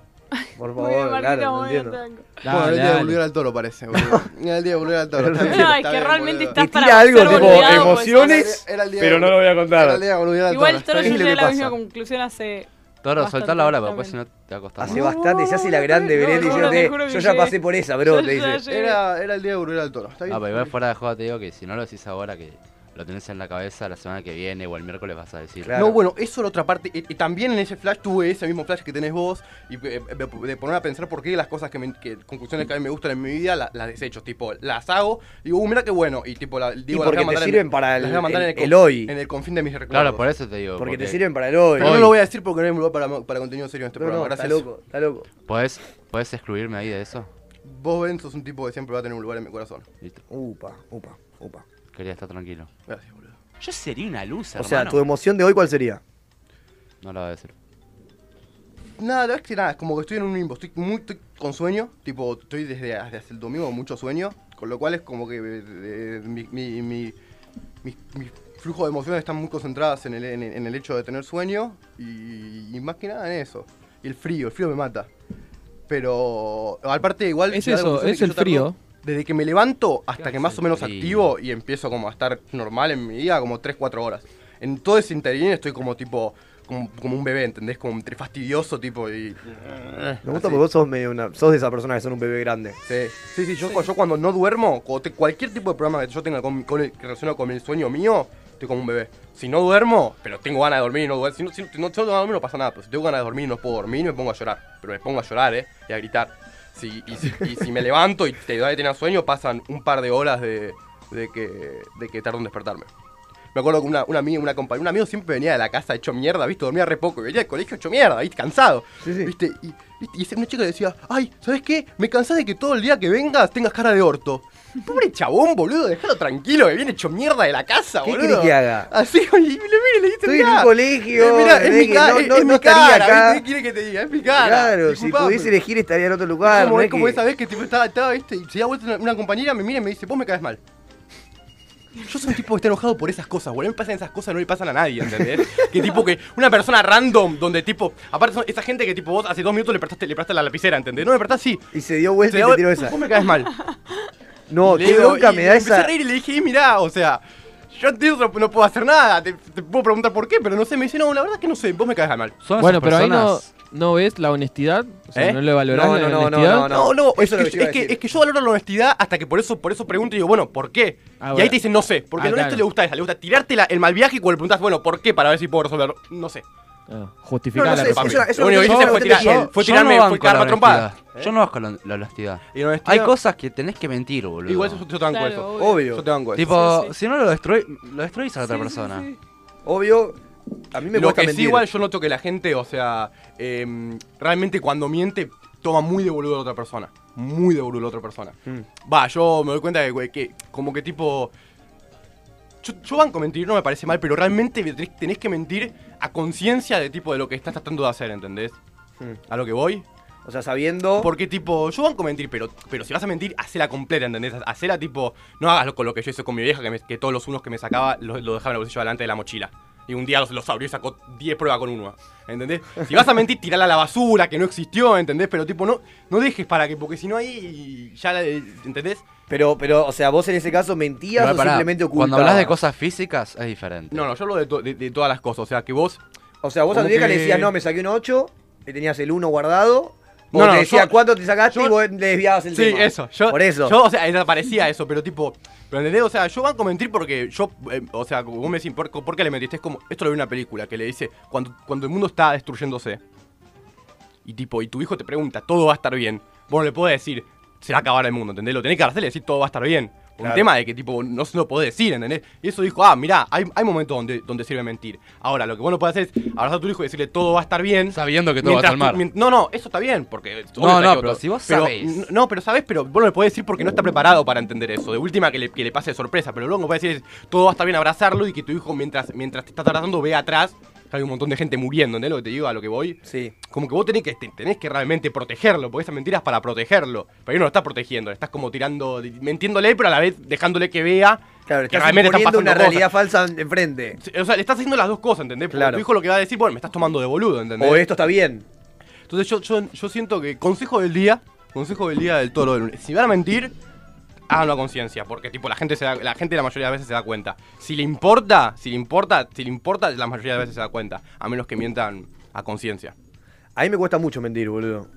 A: Por
E: Muy
A: favor,
E: bien,
A: claro,
E: Martina,
A: no
E: muy bien,
A: entiendo.
E: Tango.
G: bueno, el
D: Dale,
G: día de
D: dale.
G: volver al toro parece, boludo. Era el día de volver al
A: [laughs]
G: toro. está bien,
E: No, es
G: está
E: que
G: bien,
E: realmente
G: boludo.
E: estás
A: Y
E: para
A: tira algo
E: ser
A: tipo
E: boludeado, pues,
A: emociones,
G: Era el día de-
K: pero no lo voy a
G: Era
K: contar.
G: el día de volver al
E: Igual
G: toro.
E: Toro
G: está bien.
E: siempre llega a la misma conclusión hace.
B: Toro,
E: bastante
B: soltá la hora, pero
E: también.
B: después si no te va a costar.
A: Hace
B: más.
A: bastante, se hace la grande,
E: no,
A: Belén,
E: no,
A: diciéndote,
E: te juro que
A: yo ya
E: llegué.
A: pasé por esa, bro,
E: Yo
A: te
E: ya
A: dice.
E: llegué.
G: Era, era el día de volver al toro. Está bien.
B: Ah, pero igual fuera de juego te digo que si no lo decís ahora, que lo tenés en la cabeza la semana que viene o el miércoles vas a decir.
A: Claro.
G: No, bueno, eso era otra parte. Y, y también en ese flash tuve ese mismo flash que tenés vos. Y eh, de, de poner a pensar por qué las cosas que, me- que- conclusiones que a mí me gustan en mi vida la- las desecho. Tipo, las hago. Y digo, uh, mira qué bueno. Y tipo, la, digo, las
A: porque
G: voy a
A: te
G: mandar en-
A: sirven para el-
G: las voy a mandar
A: el-
G: en con-
A: el hoy.
G: En el confín de mis recuerdos.
B: Claro, por eso te digo.
A: Porque te sirven para el hoy.
G: Pero no lo voy a decir porque no hay lugar para, para contenido serio en este
A: No,
G: programa.
A: no, está
G: Gracias.
A: loco, está loco.
B: ¿Podés, podés excluirme ahí de eso?
G: Vos, Ben, sos un tipo que siempre va a tener un lugar en mi corazón.
B: Listo.
A: Upa, upa, upa.
B: Quería estar tranquilo.
G: Gracias, boludo.
B: Yo sería una luz,
A: O sea, tu emoción de hoy, ¿cuál sería?
B: No lo voy a decir.
G: Nada, la verdad es que nada, es como que estoy en un limbo, estoy muy estoy con sueño, tipo, estoy desde, desde el domingo con mucho sueño, con lo cual es como que eh, eh, mi, mi, mi- mi- mi flujo de emociones están muy concentradas en el, en el- en el hecho de tener sueño y, y más que nada en eso. Y el frío, el frío me mata. Pero aparte igual...
D: Es
G: la
D: eso,
G: conclusión de
D: es
G: que
D: el
G: yo tardo-
D: frío.
G: Desde que me levanto hasta que más o menos
B: frío?
G: activo y empiezo como a estar normal en mi día, como 3-4 horas. En todo ese interín estoy como tipo, como, como un bebé, ¿entendés? Como entre fastidioso, tipo, y... Eh.
A: Me
G: Ah,
A: gusta porque vos sos medio una. sos de esas personas que son un bebé grande.
G: Sí, sí, sí, yo, yo cuando no duermo, cuando te- cualquier tipo de programa que yo tenga con, con el- que relacionado con el sueño mío, estoy como un bebé. Si no duermo, pero tengo ganas de dormir y no duermo, si no, si no, si no tengo ganas de dormir no pasa nada, pero si tengo ganas de dormir y no puedo dormir, me pongo a llorar. Pero me pongo a llorar, ¿eh? Y a gritar. Si, y, si, y si me levanto y te da tenía sueño, pasan un par de horas de, de que, de que tardo en despertarme. Me acuerdo que una, una amiga, una compañera, un amigo siempre venía de la casa hecho mierda, ¿viste? Dormía re poco, y venía del colegio hecho mierda, ¿viste? Cansado. ¿Viste? Y, ¿viste? y ese un chico decía, ay, ¿sabes qué? Me cansás de que todo el día que vengas tengas cara de
A: [laughs]
G: orto. Pobre chabón, boludo, déjalo tranquilo, que viene hecho mierda de la casa,
A: ¿Qué
G: boludo.
A: querés que haga?
G: Así, [laughs] y le mire, le dice,
A: Estoy en
G: "Mirá,
A: un colegio,
G: eh, mirá, es
A: ¿entendés?
G: mi,
A: Que
G: ca-
A: no-
G: es-
A: no-
G: es
A: no
G: mi
A: estaría
G: cara,
A: acá.
G: ¿viste? ¿qué quiere que te diga? Es mi cara.
A: Claro, si
G: Disculpame.
A: pudiese elegir estaría en otro lugar.
G: Como,
A: no
G: es
A: es
G: como
A: que-
G: esa vez que tipo, estaba, estaba, ¿viste? Y se da vuelta una, una compañera, me mira y me dice, vos me caes mal. Yo soy un tipo que está enojado por esas cosas, boludo. A mí me pasan esas cosas, no le pasan a nadie,
A: [laughs]
G: ¿entendés? que tipo que una persona random, donde tipo. Aparte, son esa gente que tipo vos hace dos minutos le prestaste, le prestaste la lapicera, ¿entendés? No me prestás, sí.
A: Y se dio vuelta y este te tiró esa.
G: Vos me caes mal.
A: No,
G: Le
A: qué
G: digo,
A: bronca
G: y
A: me da
G: empecé a
A: esa.
G: reír y le dije, "Y mirá, o sea, yo te- no, no puedo hacer nada. Te, te puedo preguntar por qué, pero no sé. Me dice, no, la verdad es que no sé. Vos me caes mal.
D: Bueno, pero ahí no, no ves la honestidad. O sea,
G: ¿Eh?
D: no le valorás
G: No,
D: la
G: no, no, no,
D: honestidad.
G: no, no, no, es, que, yo- es, que, es que yo valoro la honestidad hasta que por eso, por eso pregunto y digo, bueno, ¿por qué? y ahí
D: bueno.
G: te dicen, no sé,
D: Ah,
G: porque al honesto
D: claro.
G: le gusta esa, le gusta tirarte la- el mal viaje y cuando le preguntas, bueno, ¿por qué? Para ver si puedo resolverlo. No sé.
D: Justificar
G: No, no
D: la
G: sé, es
D: respuesta.
G: una- es una Lo único que hice fue tirar- fue tirarme- fue cagarme a trompadas.
B: Yo no vas con la, la honestidad.
G: Y la honestidad-
B: Hay cosas que tenés que mentir, boludo.
G: Igual yo- yo te banco Claro, eso. obvio.
A: Obvio.
G: Yo te banco eso.
B: Tipo,
G: Sí, sí.
B: si no lo destruís, lo destruís a la otra persona.
A: Obvio, a mí me
G: Lo
A: cuesta
G: que sí
A: mentir.
G: igual yo noto que la gente, o sea, em, realmente cuando miente, toma muy de boludo a la otra persona. Muy de boludo a la otra persona.
A: Mm.
G: Va, yo me doy cuenta de que, que como que tipo... Yo, yo banco mentir, no me parece mal, pero realmente tenés, tenés que mentir a conciencia de tipo de lo que estás tratando de hacer, ¿entendés? A lo que voy.
A: Mm. O sea, sabiendo...
G: Porque tipo, yo banco mentir, pero, pero si vas a mentir, hacela completa, ¿entendés? Hacela tipo, no hagas lo, con lo que yo hice con mi vieja, que, me- que todos los unos que me sacaba los lo dejaba en el bolsillo delante de la mochila. Y un día los, los abrió y sacó 10 pruebas con uno. ¿Entendés? Si vas a mentir, tirala a la basura, que no existió, ¿entendés? Pero tipo, no, no dejes para que, porque si no ahí ya la- ¿entendés?
A: Pero, pero, o sea, vos en ese caso mentías
B: Igual,
A: o
B: pará,
A: simplemente ocultabas.
B: Cuando hablas de cosas físicas es diferente.
G: No, no, yo hablo de, to- de- de todas las cosas. O sea, que vos.
A: O sea, vos a tu
G: como
A: vieja le
G: que-
A: decías, no, me saqué un 8, le tenías el 1 guardado.
G: No,
A: No,
G: no,
A: te decía
G: yo-
A: cuánto te sacaste y vos le desviabas el
G: Sí,
A: tema.
G: eso. Yo,
A: Por eso.
G: Yo, o sea, era- parecía eso, pero tipo. Pero entendés, o sea, yo banco mentir porque yo. eh, o sea, como vos me decís, ¿por, por qué le mentiste? Es como. Esto lo vi en una película que le dice. Cuando, cuando el mundo está destruyéndose. Y tipo, y tu hijo te pregunta, todo va a estar bien. Vos no le podés decir, se va a acabar el mundo, ¿entendés? Lo tenés que hacer y decir, todo va a estar bien. Por
K: Claro.
G: Un tema de que tipo, no se lo podés decir, ¿entendés? Y eso dijo, ah, mirá, hay, hay momentos donde, donde sirve mentir. Ahora, lo que vos no podés hacer es abrazar a tu hijo y decirle, todo va a estar bien.
B: Sabiendo que todo va a
G: mientras
B: estar mal.
G: tú- mien- No, no, eso está bien, porque
B: No,
G: obvio
B: no,
G: está que
B: pero
G: otro-
B: si vos sabés.
G: n- No, pero sabés, pero vos no le podés decir porque no está preparado para entender eso. De última que le, que le pase de sorpresa, pero luego no podés decir es, todo va a estar bien abrazarlo y que tu hijo mientras, mientras te está abrazando ve atrás. que Hay un montón de gente muriendo, ¿entendés lo que te digo? A lo que voy.
A: Sí.
G: Como que vos tenés que, te- tenés que realmente protegerlo, porque esas mentiras para protegerlo. Pero ahí no lo estás protegiendo, le estás como tirando, mintiéndole, pero a la vez dejándole que vea
A: Claro,
G: que
A: estás
G: realmente están
A: poniendo
G: pasando
A: una
G: cosas.
A: realidad falsa enfrente.
G: Sí, O sea, le estás haciendo las dos cosas, ¿entendés? Porque
A: Claro.
G: tu hijo lo que va a decir, bueno, me estás tomando de boludo, ¿entendés?
A: O esto está bien.
G: Entonces yo, yo, yo siento que consejo del día, consejo del día del toro del lunes. Si van a mentir, háganlo a conciencia, porque tipo la gente se da- la gente la mayoría de veces se da cuenta. Si le importa, si le importa, si le importa, la mayoría de veces se da cuenta, a menos que mientan a conciencia.
A: A mí me cuesta mucho mentir, boludo.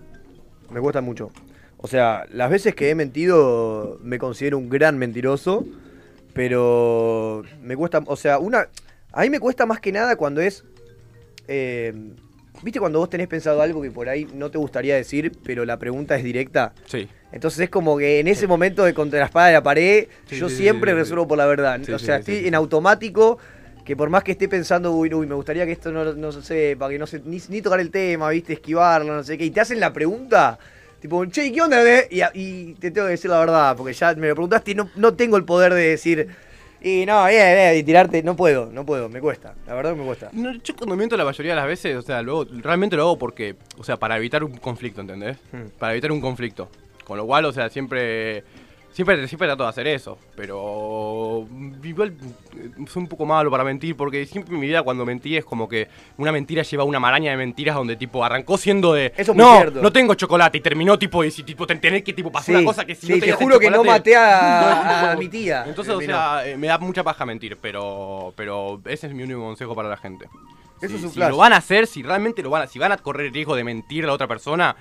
A: Me cuesta mucho. O sea, las veces que he mentido me considero un gran mentiroso, pero me cuesta, o sea, una a mí me cuesta más que nada cuando es eh, ¿Viste cuando vos tenés pensado algo que por ahí no te gustaría decir, pero la pregunta es directa?
G: Sí.
A: Entonces es como que en ese momento de contra la espada de la pared,
G: Sí,
A: yo
G: sí, sí,
A: siempre
G: sí, sí.
A: resuelvo por la verdad.
G: Sí,
A: o
G: sí,
A: sea,
G: sí,
A: estoy en automático, que por más que esté pensando, uy, uy, me gustaría que esto no, no se sepa, que no se, ni, ni tocar el tema, viste, esquivarlo, no sé qué, y te hacen la pregunta, tipo, che, ¿y ¿qué onda? eh?" Y, a- y te tengo que decir la verdad, porque ya me lo preguntaste y no, no tengo el poder de decir, y no, eh, eh", y tirarte, no puedo, no puedo, me cuesta, la verdad que me cuesta.
G: No, yo cuando miento la mayoría de las veces, o sea, luego realmente lo hago porque, o sea, para evitar un conflicto, ¿entendés?
A: Hmm.
G: Para evitar un conflicto. Con lo cual, o sea, siempre siempre siempre trato de hacer eso, pero igual eh, soy un poco malo para mentir porque siempre en mi vida cuando mentí es como que una mentira lleva una maraña de mentiras donde tipo arrancó siendo de
A: Eso es muy
G: no,
A: cierto".
G: no tengo chocolate y terminó tipo y si tipo ten- tener que tipo pasó
A: Sí,
G: una cosa que si
A: sí,
G: no
A: te
G: tenías el
A: juro que no
G: chocolate- [laughs]
A: maté a- a mi tía.
G: Entonces, o sea, eh, me da mucha paja mentir, pero pero ese es mi único consejo para la gente.
A: Eso
G: Si-
A: es un
G: si
A: flash.
G: lo van a hacer, si realmente lo van a, si van a correr el riesgo de mentir a la otra persona,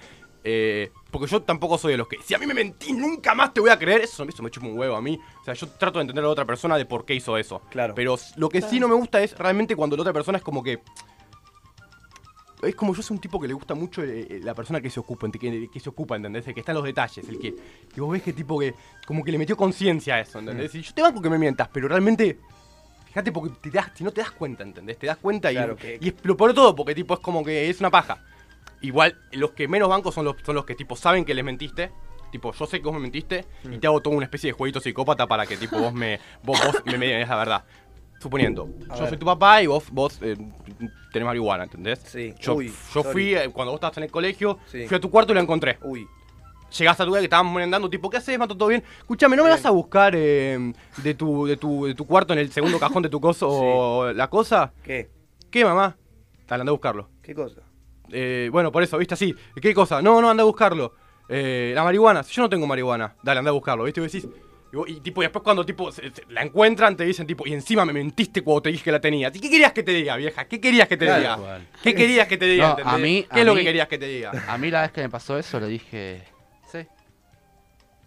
G: eh, porque yo tampoco soy de los que, si a mí me mentí, nunca más te voy a creer, eso, eso me chupa un huevo a mí. O sea, yo trato de entender a la otra persona de por qué hizo eso. Claro. Pero s- lo que sí no me gusta es realmente cuando la otra persona es como que... Es como yo soy un tipo que le gusta mucho eh, eh, la persona que se ocupa, ent- que, que se ocupa, ¿entendés? El que está en los detalles, el que... Y vos ves que tipo que... Como que le metió conciencia a eso, ¿entendés?
K: Mm.
G: Y yo te banco que me mientas, pero realmente... Fíjate porque te das, si no te das cuenta, ¿entendés? Te das cuenta y,
K: Claro, que-
G: y es lo peor de todo, porque tipo es como que es una paja. Igual, los que menos bancos son los, son los que tipo saben que les mentiste. Tipo, yo sé que vos me mentiste y
K: Mm.
G: te hago toda una especie de jueguito psicópata para que tipo vos me vos, vos me, me digas la verdad. Suponiendo,
K: A
G: yo
K: ver.
G: soy tu papá y vos, vos eh, tenés marihuana, ¿entendés?
A: Sí.
G: Yo,
A: Uy,
G: yo
A: sorry.
G: fui, eh, cuando vos estabas en el colegio,
A: Sí.
G: fui a tu cuarto y la encontré.
A: Uy.
G: llegás a tu casa que estábamos merendando, tipo, ¿qué haces, Mato? ¿Todo bien? Escúchame, ¿no me vas a buscar eh, de, tu, de, tu, de tu cuarto en el segundo cajón de tu coso
A: [laughs]
G: o la cosa?
A: ¿Qué?
G: ¿Qué, mamá? Tal, anda a buscarlo.
A: ¿Qué cosa?
G: Eh, bueno, por eso, ¿viste? Así. ¿Qué cosa? No, no, anda a buscarlo. Eh, la marihuana. Si yo no tengo marihuana, dale, anda a buscarlo, ¿viste? Y vos decís. Y, vos- y tipo, y después cuando tipo se- se- la encuentran, te dicen, tipo, y encima me mentiste cuando te dije que la tenías. ¿Y qué querías que te diga, vieja? ¿Qué querías que te
B: Tal
G: diga?
B: cual.
G: ¿Qué querías que te diga?
B: No, a
G: entendés?
B: mí,
G: ¿Qué
B: a
G: es lo
B: mí-
G: que querías que te diga?
B: A mí la vez que me pasó eso le dije, sí.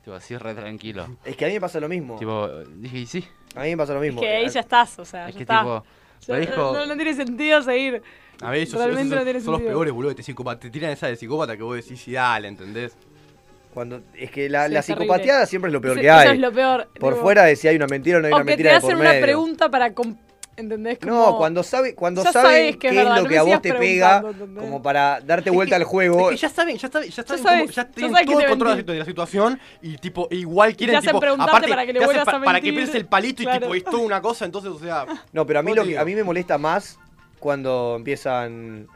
B: Tipo, así re tranquilo.
A: Es que a mí me pasa lo mismo.
B: Tipo, dije, y sí.
A: A mí me pasa lo
E: Es que ahí ya estás, o sea,
B: Es
E: ya
B: que
E: está.
B: tipo,
E: Ya-
B: lo dijo-
E: no, no tiene sentido seguir.
G: A ver, esos,
E: Realmente
G: esos son,
E: no tiene
G: son los
E: sentido.
G: peores, boludo, de psicópata. Te tiran esa de psicópata que vos decís, sí, dale, ¿entendés?
A: Cuando, es que la,
E: Sí,
A: la
E: es terrible.
A: psicopateada siempre es lo peor
E: Sí,
A: que
E: eso
A: hay.
E: es lo peor,
A: Por
E: tipo-
A: fuera de si hay una mentira o no hay
E: o
A: una
E: que
A: mentira
E: te
A: de por
E: hacen una
A: medio.
E: pregunta para. comp- ¿Entendés?
A: No,
E: Como-
A: cuando sabe, cuando
E: Ya
A: saben
E: sabes
A: qué
E: es
A: es,
E: verdad,
A: lo
E: no
A: que
E: me
A: a vos
E: sigas
A: te pega,
E: preguntando, ¿entendés?
A: como para darte vuelta al juego.
G: Es que ya saben, ya saben, ya saben,
E: sabes,
G: cómo- ya
E: ya
G: tienen
E: sabes que
G: todo el
E: te
G: control de la
E: mentí.
G: situ- de la situación y tipo, e igual quieren
E: te hacen
G: tipo,
E: preguntarte
G: aparte,
E: para que le
G: te hacen
E: vuelvas a
G: Para que
E: mentir.
G: pierdes el palito y
E: Claro.
G: tipo, es toda una cosa, entonces, o sea,
A: No, pero a mí
G: ¿Cómo
A: lo
G: te
A: que,
G: digo?
A: a mí me molesta más cuando empiezan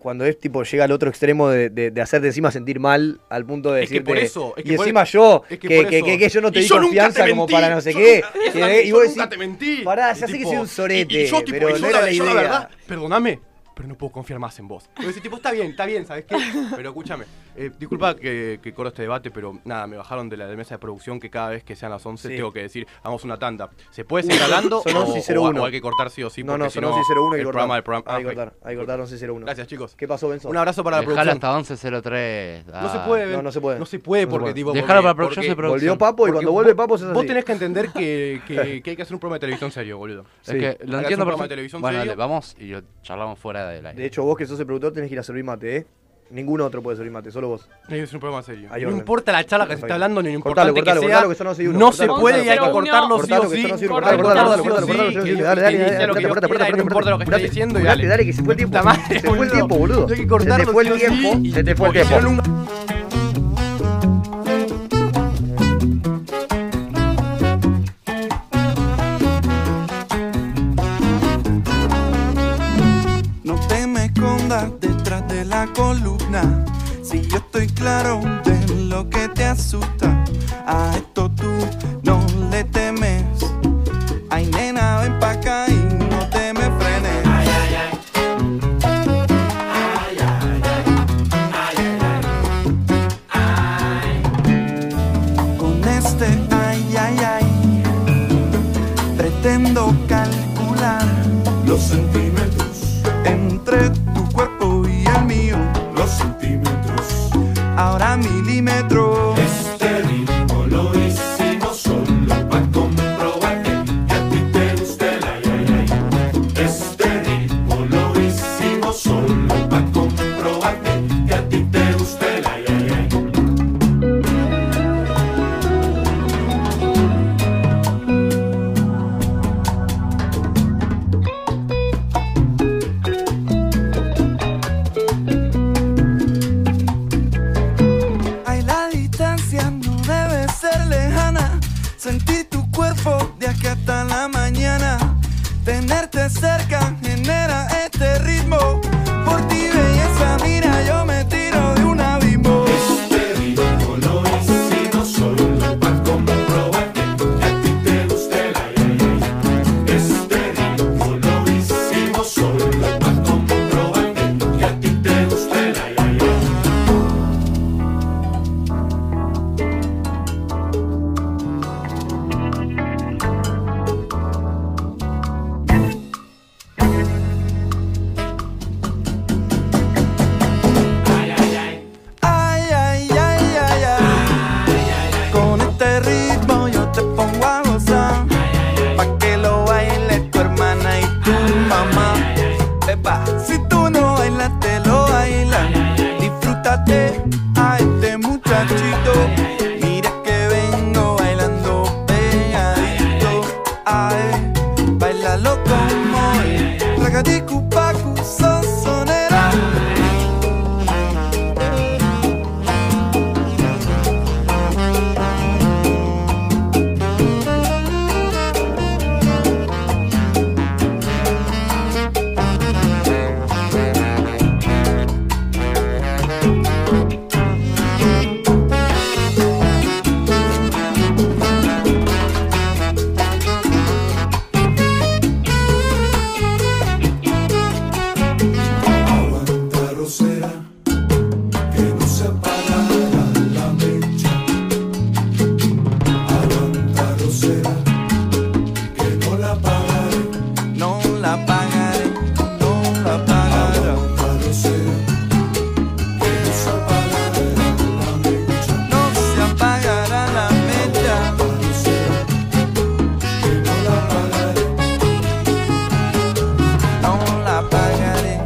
A: cuando es tipo llega al otro extremo de, de, de hacerte encima sentir mal al punto de
G: Es que
A: decirte
G: por eso, es que
A: y
G: por-
A: encima yo
G: es que
A: que,
G: por
A: que-
G: eso.
A: que- que yo no te
G: Y
A: di
G: yo nunca te
A: confianza como
G: mentí,
A: para no
G: [laughs]
A: sé
G: yo
A: qué
G: nunca- es
A: que-
G: la-
A: y
G: yo
A: vos
G: nunca
A: decís,
G: te mentí.
A: pará ya
G: Y
A: sé que
G: tipo,
A: soy un sorete
G: y- y yo, tipo,
A: pero
G: y yo
A: no
G: la-
A: era la
G: yo la
A: idea.
G: verdad, perdóname, pero no puedo confiar más en vos. Y vos decís, tipo, está bien, está bien, ¿sabes qué? Pero escúchame, eh, disculpa que, que corro este debate, pero nada, me bajaron de la de mesa de producción que cada vez que sean las 11
A: Sí.
G: tengo que decir, hagamos una tanda. ¿Se puede seguir hablando
A: Son
G: o,
A: 11 y
G: o-
A: 01.
G: o hay que cortar sí o sí?
A: No,
G: Porque
A: no,
G: si
A: son 11 y 01 y
G: el
A: cortar.
G: programa, el programa.
A: Hay que
G: ah, ok.
A: cortar, hay que cortar 11 y 01.
G: Gracias, chicos.
A: ¿Qué pasó, Benzo?
G: Un abrazo para la
B: Dejalo
G: producción.
B: hasta 11.03.
G: No se
B: dale.
G: puede.
A: No, no se puede.
G: No se puede
A: No se
G: porque,
A: puede.
G: tipo.
B: Dejalo
G: porque-
B: Ah. para producción,
G: porque-
B: se produce.
A: Volvió Papo y
G: porque
A: cuando
G: vos-
A: vuelve Papo se hace
G: Vos
A: así.
G: tenés que entender
A: [laughs]
G: que, que- que hay que hacer un programa de televisión serio, boludo.
B: Es que lo
G: Hay hacer
B: entiendo
G: un programa de
B: perfecto.
G: televisión
B: Bueno,
G: serio.
B: dale, vamos y lo charlamos fuera del aire.
A: De hecho, vos que sos el productor tenés que ir a servir mate, ¿eh? Ningún otro puede servir mate, solo vos.
G: Hay que hacer un programa serio.
A: Hay
G: no
A: orden.
G: importa la charla que se
A: Perfecto.
G: está hablando, ni lo
A: Cortalo,
G: importante
A: cortalo,
G: que sea.
A: cortalo, que esto no
G: no
A: sirve, cortalo,
G: se puede y hay que
A: cortalo.
G: cortarlo sí o
A: Cortalo, que
G: sí.
A: esto no sirve,
G: Hay que
A: cortalo, cortalo,
G: cortarlo sí o sí,
A: cortalo, cortalo, cortalo,
G: que-
A: cortalo,
G: que
A: dale, dale,
G: dice
A: dale,
G: lo que Dios quiera y no
A: cortalo, cortalo, cortalo,
G: importa lo que esté
A: cortalo.
G: diciendo. y
A: Dale, dale, que se fue el tiempo.
G: Puta madre,
A: Se te fue el
G: boludo.
A: tiempo, boludo.
G: Hay que
A: Se te
G: cortarlo
A: fue
G: sí
A: el
G: o sí,
A: tiempo,
G: y
A: se te fue el
G: tipo, hicieron
A: tiempo.
O: No te me escondas detrás de la columna. Si yo estoy claro de lo que te asusta, a esto tú no le temes. Ay, nena, ven pa' acá y no te me frenes. Ay, ay, ay. Con este ay, ay, ay, pretendo calcular los centímetros entre tu cuerpo y el mío. Los centímetros, ahora milímetros. Este ritmo lo hicimos solo para comprobar que a ti te gusta el ay, ay, ay. Este ritmo lo hicimos solo para comprobar que- que a ti te gusta el ay, ay, ay. Ay, la distancia no debe ser lejana. Sentir tu cuerpo de acá hasta la mañana. Tenerte cerca genera este ritmo. Por ti, belleza, mira, yo me tiro de un abismo. Este ritmo lo hicimos solo para comprobar que a ti te gusta el aire. Este ritmo lo hicimos solo para comprobar que a ti te gusta el aire. Ay, ay, ay, ay, ay. Con este ritmo yo te pongo a gozar. Pa' que lo baile tu hermana y tu mamá. Epa, si tú no bailas, te lo bailan. Disfrútate a este muchachito. Mira que vengo bailando pegadito. Ay, bailalo como es. Ragadicu, pacu, sonsonera. no la pagaré.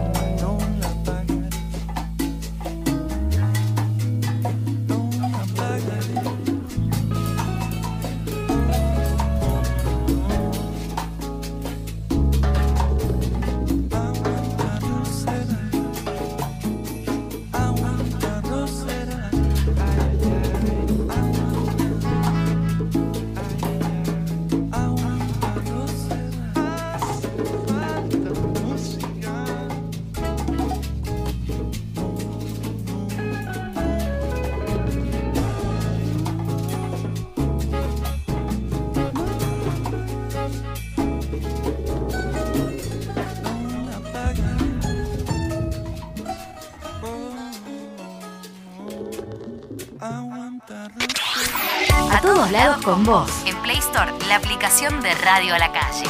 I: A todos lados con vos. En Play Store, la aplicación de Radio a la Calle.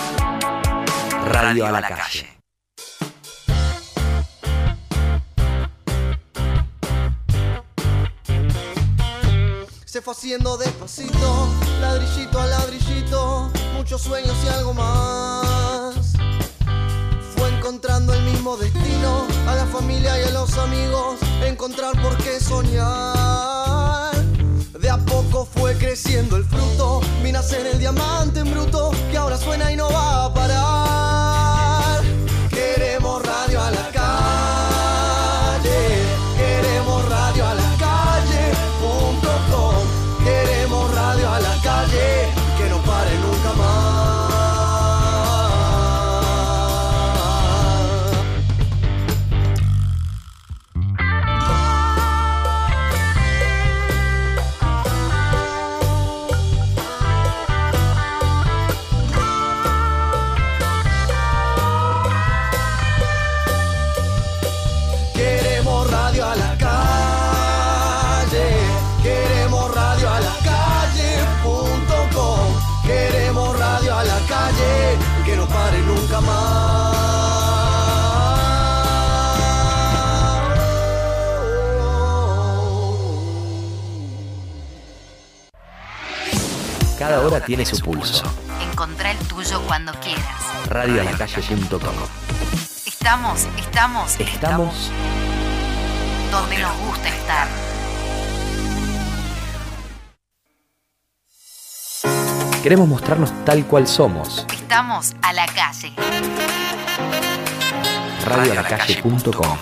P: Radio a la calle.
A: [laughs]
Q: Se fue haciendo despacito, ladrillito a ladrillito, muchos sueños y algo más. Fue encontrando el mismo destino, a la familia y a los amigos, encontrar por qué soñar. De a poco fue creciendo el fruto, vino a ser el diamante en bruto, que ahora suena y no va a parar. Queremos radio a la calle, queremos radio a la calle, punto com. Queremos radio a la calle, que no pare nunca más. Queremos radio a la calle, queremos radio a la calle.com, queremos radio a la calle, que no pare nunca más.
P: Cada hora tiene su pulso.
I: Encontrá el tuyo cuando quieras.
P: Radioalacalle.com.
I: Estamos, estamos
P: Estamos
I: donde nos gusta estar.
P: Queremos mostrarnos tal cual somos.
I: Estamos a la calle.
P: Radioalacalle.com.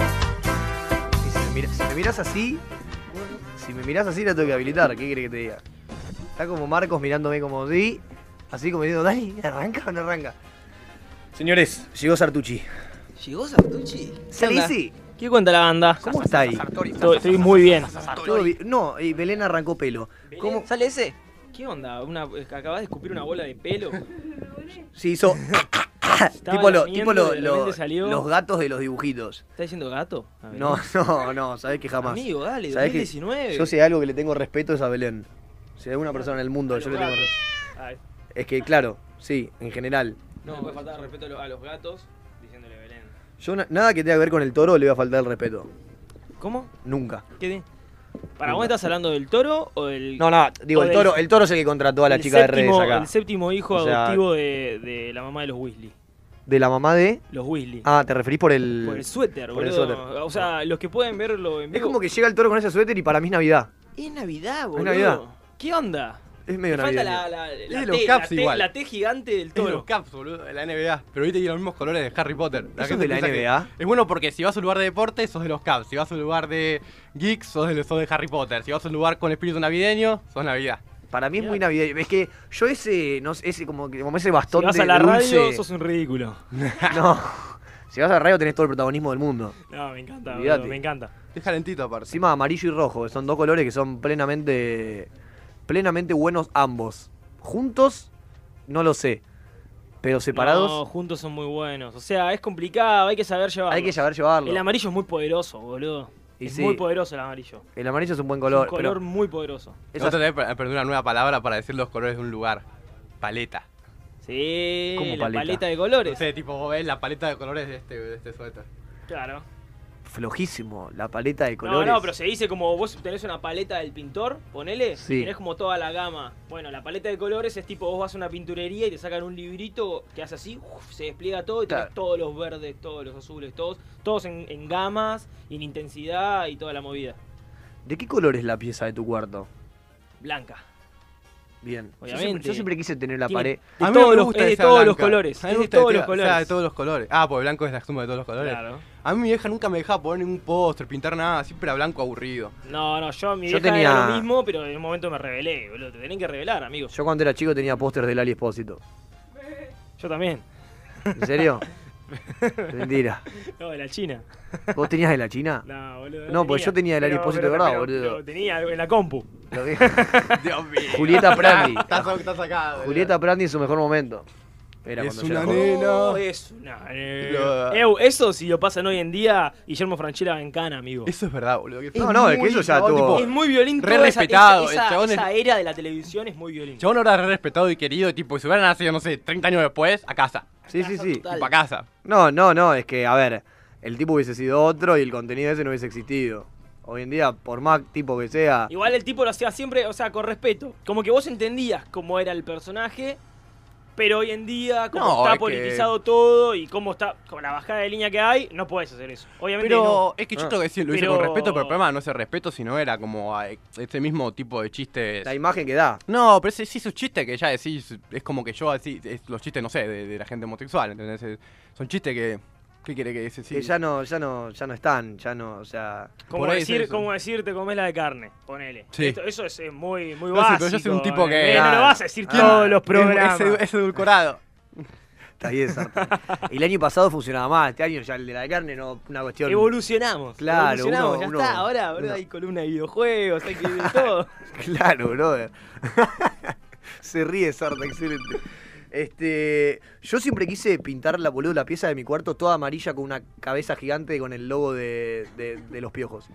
A: Y si, me mira- si me mirás así, si me mirás así la tengo que habilitar, ¿qué querés que te diga? Está como Marcos mirándome como sí, así como diciendo, Dani, ¿arranca o no arranca? Señores, llegó Sartucci.
J: ¿Llegó Sartucci?
A: Se le dice.
R: ¿Qué cuenta la banda?
A: ¿Cómo está ahí?
R: Estoy, estoy muy bien.
A: Todo bien. No, y Belén arrancó pelo.
R: ¿Cómo sale ese? ¿Qué onda? Una, ¿Acabas de escupir una bola de [laughs] pelo?
A: Se hizo.
R: [laughs]
A: [laughs]
R: Estaba
A: tipo lo-
R: durmiendo
A: tipo lo-
R: y de repente
A: lo-
R: salió.
A: los gatos de los dibujitos.
R: ¿Estás diciendo gato? A ver.
A: No, [laughs] no, no, sabés que jamás.
R: Amigo, dale,
A: Sabés que
R: 2019.
A: Yo sé algo que le tengo respeto es a Belén. Si hay alguna persona en el mundo, yo le tengo respeto.
R: Ay,
A: Es que, claro, sí, en general.
R: No, me falta respeto a los- a los gatos diciéndole Belén.
A: Yo na- nada que tenga que ver con el toro le voy a faltar el respeto.
R: ¿Cómo?
A: Nunca.
R: ¿Qué di- ¿Para vos estás hablando del toro o del.?
A: No, no, digo,
R: o
A: el
R: del-
A: toro, el toro es el que contrató a la
R: el
A: chica de redes
R: séptimo-
A: acá.
R: El séptimo hijo
A: O sea,
R: adoptivo de, de la mamá de los Weasley.
A: De la mamá de.
R: Los Weasley.
A: Ah, te referís por el.
R: Por el suéter,
A: por el
R: boludo.
A: suéter.
R: O sea, los que pueden verlo en
A: Es
R: vivo.
A: como que llega el toro con ese suéter y para mí es Navidad.
R: Es Navidad, boludo.
A: Navidad.
R: ¿Qué onda?
A: Es medio
R: Me falta
A: Navidad.
R: la, la,
G: Es
R: la
G: de
R: T,
G: los
R: la
G: Caps
R: T-
G: igual.
R: la T gigante del
G: Es de los
R: toro.
G: Caps, boludo, de la NBA. Pero ahorita tiene los mismos colores de Harry Potter.
A: ¿Eso es de la
G: piensa que-
A: NBA?
G: Es bueno porque si vas a un lugar de deporte, sos de los Caps. Si vas a un lugar de geeks, sos de, sos de Harry Potter. Si vas a un lugar con espíritu navideño, sos Navidad.
A: Para mí es muy navideño. Es que yo ese, no sé, ese como, que- como ese bastón
R: Si vas
A: de
R: a la
A: dulce-
R: radio, sos un ridículo.
A: [laughs] No. Si vas a la radio tenés todo el protagonismo del mundo.
R: No, me encanta,
A: Olvídate.
R: boludo, me encanta.
G: Es calentito aparte.
A: Encima amarillo y rojo, que son dos colores que son plenamente plenamente buenos ambos. Juntos no lo sé, pero separados
R: No, juntos son muy buenos. O sea, es complicado, hay que saber llevarlo.
A: hay que saber llevarlo.
R: El amarillo es muy poderoso, boludo.
A: Y
R: es
A: sí,
R: muy poderoso el amarillo.
A: El amarillo es un buen
R: Es un
A: color.
R: color
A: pero-
R: muy poderoso.
A: Esas-
G: Nosotros tenemos que aprender una nueva palabra para decir los colores de un lugar. Paleta.
R: Sí,
G: ¿Cómo
R: la
G: paleta?
R: paleta de colores.
G: No sé, tipo, vos ves la paleta de colores de este, de este suéter.
R: Claro.
A: Flojísimo, la paleta de
R: No,
A: colores.
R: no, pero se dice como vos tenés una paleta del pintor, ponele,
A: Sí.
R: tenés como toda la gama. Bueno, la paleta de colores es tipo, vos vas a una pinturería y te sacan un librito que hace así, uf, se despliega todo y tenés
A: Claro.
R: todos los verdes, todos los azules, todos, todos en, en gamas, y en intensidad y toda la movida.
A: ¿De qué color es la pieza de tu cuarto?
R: Blanca.
A: Bien. Yo
R: Obviamente.
A: siempre, yo siempre quise tener la
R: Tiene-
A: pared.
R: de
G: A mí no
R: todos
G: me
R: los-
G: gusta
R: es de
G: esa
R: todos los
G: blanca.
R: colores,
G: A
R: es
G: mí me
R: de
G: gusta este
R: todos los
G: o sea, de
R: colores.
G: todos los colores. Ah, porque blanco es la suma de todos los colores.
R: Claro.
G: A mí mi vieja nunca me dejaba poner ningún póster, pintar nada, siempre era blanco aburrido.
R: No, no, yo mi
A: Yo
R: vieja
A: tenía-
R: era lo mismo, pero en un momento me rebelé, boludo. Te tienen que revelar, amigos.
A: Yo cuando era chico tenía pósters del Ali Espósito.
R: Yo también.
A: ¿En
R: [laughs]
A: serio? Mentira.
R: No, de la China.
A: ¿Vos tenías de la China?
R: No, boludo.
A: No, pues yo tenía el
R: Pero-
A: Arispósito de
R: pero-
A: verdad,
R: pero-
A: boludo.
R: pero tenía en la compu. [laughs]
A: Lo vi. Julieta [laughs] Prandi. Julieta Prandi en su mejor momento. Era
G: Es
A: cuando yo era
G: una
A: joven.
R: Oh, es una nena. Ew, eso si lo pasan hoy en día, Guillermo Franchella Bencana, amigo.
G: Eso es verdad, Ah, boludo.
A: No, no, es que eso ya tuvo-
R: Es muy violento.
G: Re
R: esa-
G: respetado.
R: Esa,
G: el
R: esa,
G: chabón, es-
R: esa era de la televisión es muy violenta.
G: chabón ahora es re respetado y querido. Tipo, si hubieran nacido, no sé, 30 años después, a casa.
A: Sí, sí, sí.
G: Tipo, a casa.
A: No, no, no, es que, a ver, el tipo hubiese sido otro y el contenido ese no hubiese existido. Hoy en día, por más tipo que sea,
R: Igual el tipo lo hacía siempre, o sea, con respeto. Como que vos entendías cómo era el personaje, pero hoy en día, como
G: No,
R: está
G: es que-
R: politizado todo y cómo está, con la bajada de línea que hay, no puedes hacer eso. Obviamente
G: Pero
R: no.
G: es que yo
R: Ah.
G: creo que sí, lo hice
R: Pero-
G: con respeto, pero el problema no es el respeto, sino era como ah, este mismo tipo de chistes.
A: la imagen que da.
G: No, pero ese sí es un chiste que ya decís, es como que yo así, es los chistes, no sé, de, de la gente homosexual, ¿entendés? Es- Son chistes que, ¿qué quiere que dice? Sí.
A: Que ya no, ya no, ya no están, ya no, o sea.
R: Como decir, como decir, te comes la de carne, ponele.
A: Sí.
R: Esto- eso es eh, muy, muy
G: No, sí,
R: básico.
G: pero yo soy un tipo que-
R: eh, no
G: Ah,
R: lo vas a decir
G: ah,
R: todos los
G: es-
R: programas.
G: es edu- es [laughs] edulcorado.
A: Está bien, Sartén. El año pasado funcionaba más, este año ya el de la carne no, una cuestión.
R: Evolucionamos.
A: Claro,
R: evolucionamos,
A: uno-
R: ya [laughs]
A: uno-
R: está. Ahora, boludo,
A: uno-
R: hay columna de videojuegos, hay que de todo.
A: [laughs] Claro, brother. [laughs] Se ríe Sarta, excelente. Este, yo siempre quise pintar la boludo la pieza de mi cuarto toda amarilla con una cabeza gigante con el logo de, de- de los piojos.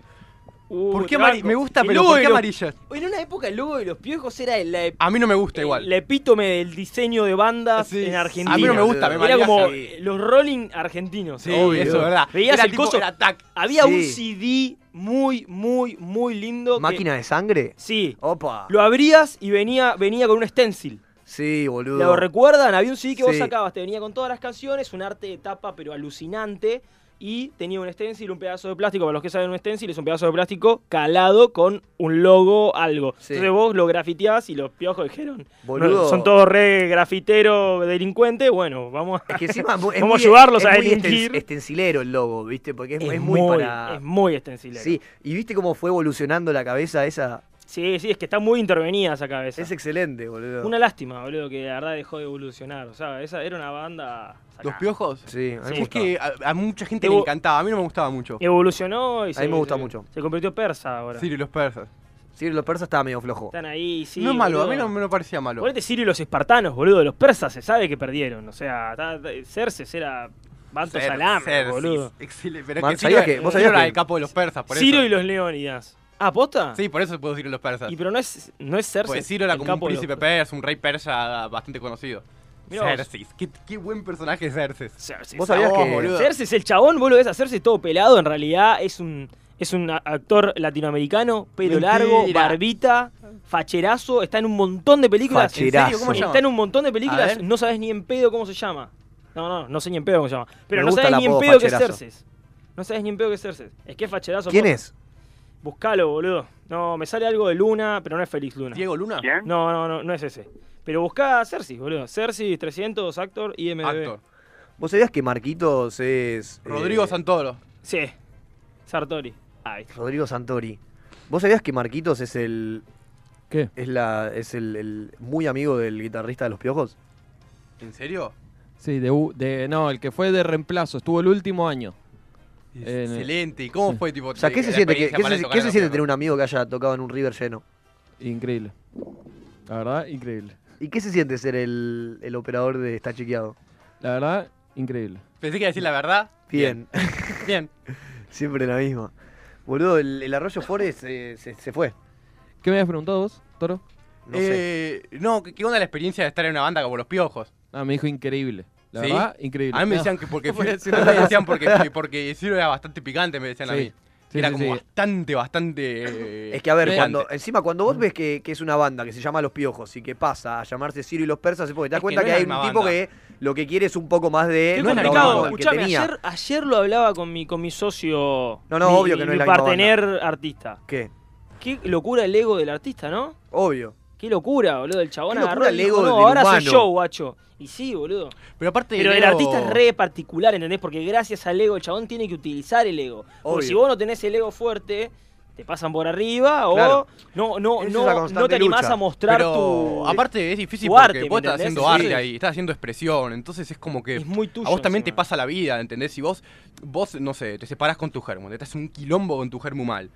G: ¿Por qué
R: te
G: amari-
R: Uh, banco.
G: Me gusta,
R: El
G: pero
R: logo
G: ¿por
R: de
G: qué
R: los-
G: amarillas?
R: En una época el logo de los piojos era el, la-
G: A mí no me gusta
R: el
G: igual.
R: epítome del diseño de bandas
G: Sí.
R: en Argentina.
G: A mí no me gusta, me
R: Era
G: mareas
R: como
G: a mí.
R: los Rolling argentinos.
G: Sí, Obvio. eso es verdad.
R: Veías
G: Era
R: el
G: tipo-
R: coso.
G: era tac.
R: Había un
A: Sí.
R: CD muy, muy, muy lindo. que-
A: ¿Máquina de sangre?
R: Sí.
A: Opa.
R: Lo abrías y venía, venía con un stencil.
A: Sí, boludo.
R: ¿Lo recuerdan? Había un CD que vos
A: Sí.
R: sacabas, te venía con todas las canciones, un arte de tapa pero alucinante. Y tenía un stencil, un pedazo de plástico. Para los que saben, un stencil es un pedazo de plástico calado con un logo, algo.
A: Sí.
R: Entonces vos lo grafiteabas y los piojos dijeron:
A: Boludo.
R: "No, Son todos re grafitero delincuente. Bueno, vamos a,
A: Es que
R: [laughs]
A: encima es muy- es
R: vamos a
A: muy-
R: ayudarlos
A: es
R: a
A: muy esten-
R: delinquir.
A: Estencilero el logo, ¿viste? Porque es,
R: Es
A: es muy,
R: muy-
A: para.
R: es muy estencilero.
A: Sí, y ¿viste cómo fue evolucionando la cabeza esa?
R: Sí, sí, es que está muy intervenida esa cabeza.
A: Es excelente, boludo.
R: Una lástima, boludo, que la verdad dejó de evolucionar. O sea, esa era una banda.
G: ¿Los piojos?
A: Sí, a mí me
G: Es
A: gusta.
G: que a, a mucha gente
R: Evo-
G: le encantaba, a mí no me gustaba mucho.
R: Evolucionó y
A: A mí me gusta mucho.
R: Se convirtió persa ahora.
G: Sirio y los persas.
A: Sí, los persas estaba medio flojo.
R: Están ahí, sí.
G: no es malo,
R: boludo.
G: a mí no me lo parecía malo.
R: Ponete Sirio y los espartanos, boludo. Los persas se sabe que perdieron. O sea, ta- ta- Cerces era. Banto
G: Cer-
R: salame,
G: Cerces,
R: boludo.
G: [laughs] excelente, pero es
A: Man,
G: que
A: ¿sabías
G: Ciro-
A: que-
G: Ciro
A: vos sabías
G: era
A: que-
G: el capo de los persas, por
R: Ciro
G: eso.
R: y los leónidas. ¿Ah, posta?
G: Sí, por eso puedo decir los persas.
R: Y pero no es, no es Cerces.
G: Pues Ciro era
R: el
G: como un
R: capo de los
G: príncipe persa, un rey persa bastante conocido.
R: Mirá vos.
G: Cerces, qué, qué buen personaje Cerces.
R: Cerces,
A: Vos sabías
G: vos,
A: que-
G: boludo.
R: Cerces, el chabón, vos lo ves a Cerces todo pelado, en realidad es un, es un a- actor latinoamericano, pelo
G: Mentira.
R: largo, barbita, facherazo, está en un montón de películas.
A: Facherazo. ¿En serio? ¿Cómo se
R: está
G: llama?
R: en un montón de
G: A
R: películas,
G: ver.
R: no sabes ni en pedo cómo se llama. No, no, no sé ni en pedo cómo se llama. Pero
A: Me
R: no
A: gusta
R: sabes
A: el
R: ni en
A: apodo
R: pedo que es
A: facherazo.
R: Cerces. No sabes ni en pedo que es Cerces. Es que es facherazo.
A: ¿Quién
R: posta.
A: es?
R: Buscalo, boludo. No, me sale algo de Luna, pero no es Félix Luna.
G: Diego Luna.
R: No, no, no, no es ese. Pero buscá a Cercis, boludo. Cercis 300, actor, IMDb.
G: Actor.
A: Eh, ¿Vos sabías que Marquitos es. eh,
G: Rodrigo Santoro.
R: Sí. Sartori. Ay.
A: Rodrigo Santori. ¿Vos sabías que Marquitos es el.
D: ¿Qué?
A: Es, la, es el, el muy amigo del guitarrista de los piojos?
G: ¿En serio?
D: Sí, de, U- de- no, el que fue de reemplazo, estuvo el último año. En-
G: Excelente. ¿Y cómo fue tipo?
A: O sea, ¿qué se siente, que- qué se- qué se siente tener un amigo que haya tocado en un river lleno?
D: Increíble. La verdad, increíble.
A: ¿Y qué se siente ser el, el operador de Está Chequeado?
D: La verdad, increíble.
G: Pensé que iba a decir la verdad.
A: [laughs] Bien.
G: [laughs] Bien.
A: Siempre la misma.
L: Boludo, el, el arroyo Forest eh, se, se fue.
D: ¿Qué me habías preguntado vos, Toro?
G: No, no ¿qué- ¿qué onda la experiencia de estar en una banda como Los Piojos?
D: Ah, me dijo increíble. La
G: ¿Sí?
D: verdad, increíble.
G: A mí me
D: No.
G: decían que porque,
D: No [laughs] voy a decir
G: [laughs] me
D: nada.
G: decían porque, porque Ciro era bastante picante, me decían a
D: Sí.
G: mí.
D: Sí,
G: era
D: sí,
G: como
D: sí.
G: bastante, bastante... eh,
A: Es que, a ver,
G: picante.
A: cuando, encima, cuando
G: Mm.
A: vos ves que, que es una banda que se llama Los Piojos y que pasa a llamarse Ciro y los Persas, es porque te das
G: que
A: cuenta
G: no
A: que,
G: es la
A: hay
G: misma
A: un tipo
G: banda.
A: que lo que quiere es un poco más de.
G: Qué
A: no es la
G: complicado,
A: banda que
G: escuchame,
A: tenía.
G: ayer-
R: Ayer lo hablaba con mi, con mi socio.
A: No, no,
R: mi-
A: obvio que no
R: mi
A: es la misma
R: partener artista.
A: ¿Qué?
R: Qué locura el ego del artista, ¿no?
A: Obvio.
R: Qué locura, boludo. El chabón
A: Qué locura
R: agarró y
A: el
R: dijo,
A: ego
R: no,
A: del
R: ahora
A: humano".
R: soy yo, guacho. Y sí, boludo.
G: Pero aparte
R: Pero
G: del
R: el
G: ego-
R: artista es re particular, ¿entendés? Porque gracias al ego, el chabón tiene que utilizar el ego.
A: Obvio.
R: Porque si vos no tenés el ego fuerte, te pasan por arriba o
G: Claro.
R: no, no,
G: Esa es la
R: no,
G: constante
R: no te animás
G: lucha.
R: a mostrar
G: Pero
R: tu.
G: Aparte es difícil
R: tu
G: porque
R: arte,
G: vos
R: ¿me
G: estás
R: entendés?
G: haciendo
R: Sí.
G: arte ahí, estás haciendo expresión, entonces es como que a vos también te pasa la vida, ¿entendés? Si vos, vos, no sé, te separás con tu germo, te estás un quilombo con tu germo mal.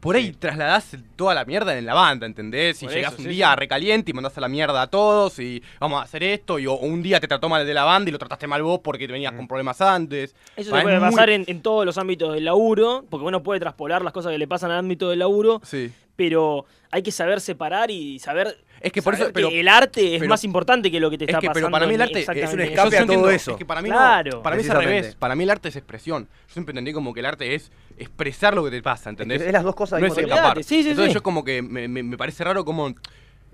G: Por ahí trasladás toda la mierda en la banda, ¿entendés? Y
R: Por
G: llegás
R: eso,
G: un
R: sí,
G: día
R: sí.
G: recaliente y mandás a la mierda a todos y vamos a hacer esto. Y o, o un día te trató mal el de la banda y lo trataste mal vos porque te venías con problemas antes.
R: Eso
G: Va,
R: se
G: es
R: puede
G: muy-
R: pasar en, en todos los ámbitos del laburo, porque uno puede traspolar las cosas que le pasan al ámbito del laburo,
G: Sí.
R: pero hay que saber separar y saber.
G: Es que por
R: saber
G: eso- pero-
R: que el arte es
G: pero-
R: más importante que lo que te está
G: es que,
R: pasando.
G: pero para mí el
R: en-
G: arte
R: exactamente.
G: yo- yo entiendo, Es que para mí, no,
R: Claro.
G: para mí es al revés. Para mí el arte es expresión. Yo siempre entendí como que el arte es expresar lo que te pasa, ¿entendés?
A: Es que es las dos cosas al
G: No es
A: mismo tiempo.
G: escapar.
A: Olvídate, sí, sí,
G: Entonces
A: sí.
G: yo como que me, me- me parece raro como...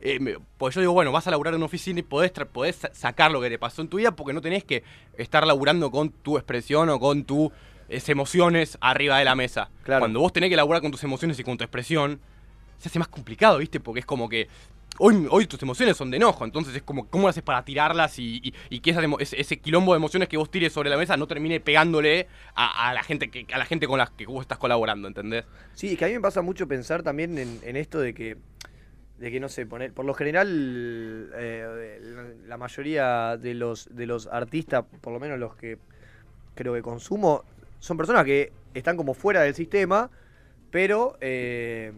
G: eh, me- pues yo digo, bueno, vas a laburar en una oficina y podés, tra- podés sa- sacar lo que te pasó en tu vida porque no tenés que estar laburando con tu expresión o con tus emociones arriba de la mesa. Cuando vos tenés que laburar con tus emociones y con tu expresión, se hace más complicado, ¿viste? Porque es como que hoy, hoy tus emociones son de enojo, entonces es como, ¿cómo haces para tirarlas y, y- y que esas emo- ese, ese quilombo de emociones que vos tires sobre la mesa no termine pegándole a, a la gente que, a la gente con la que vos estás colaborando, ¿entendés?
A: Sí, es que a mí me pasa mucho pensar también en, en esto de que, de que no sé, poner, por lo general eh, la- la mayoría de los, de los artistas, por lo menos los que creo que consumo, son personas que están como fuera del sistema, pero eh,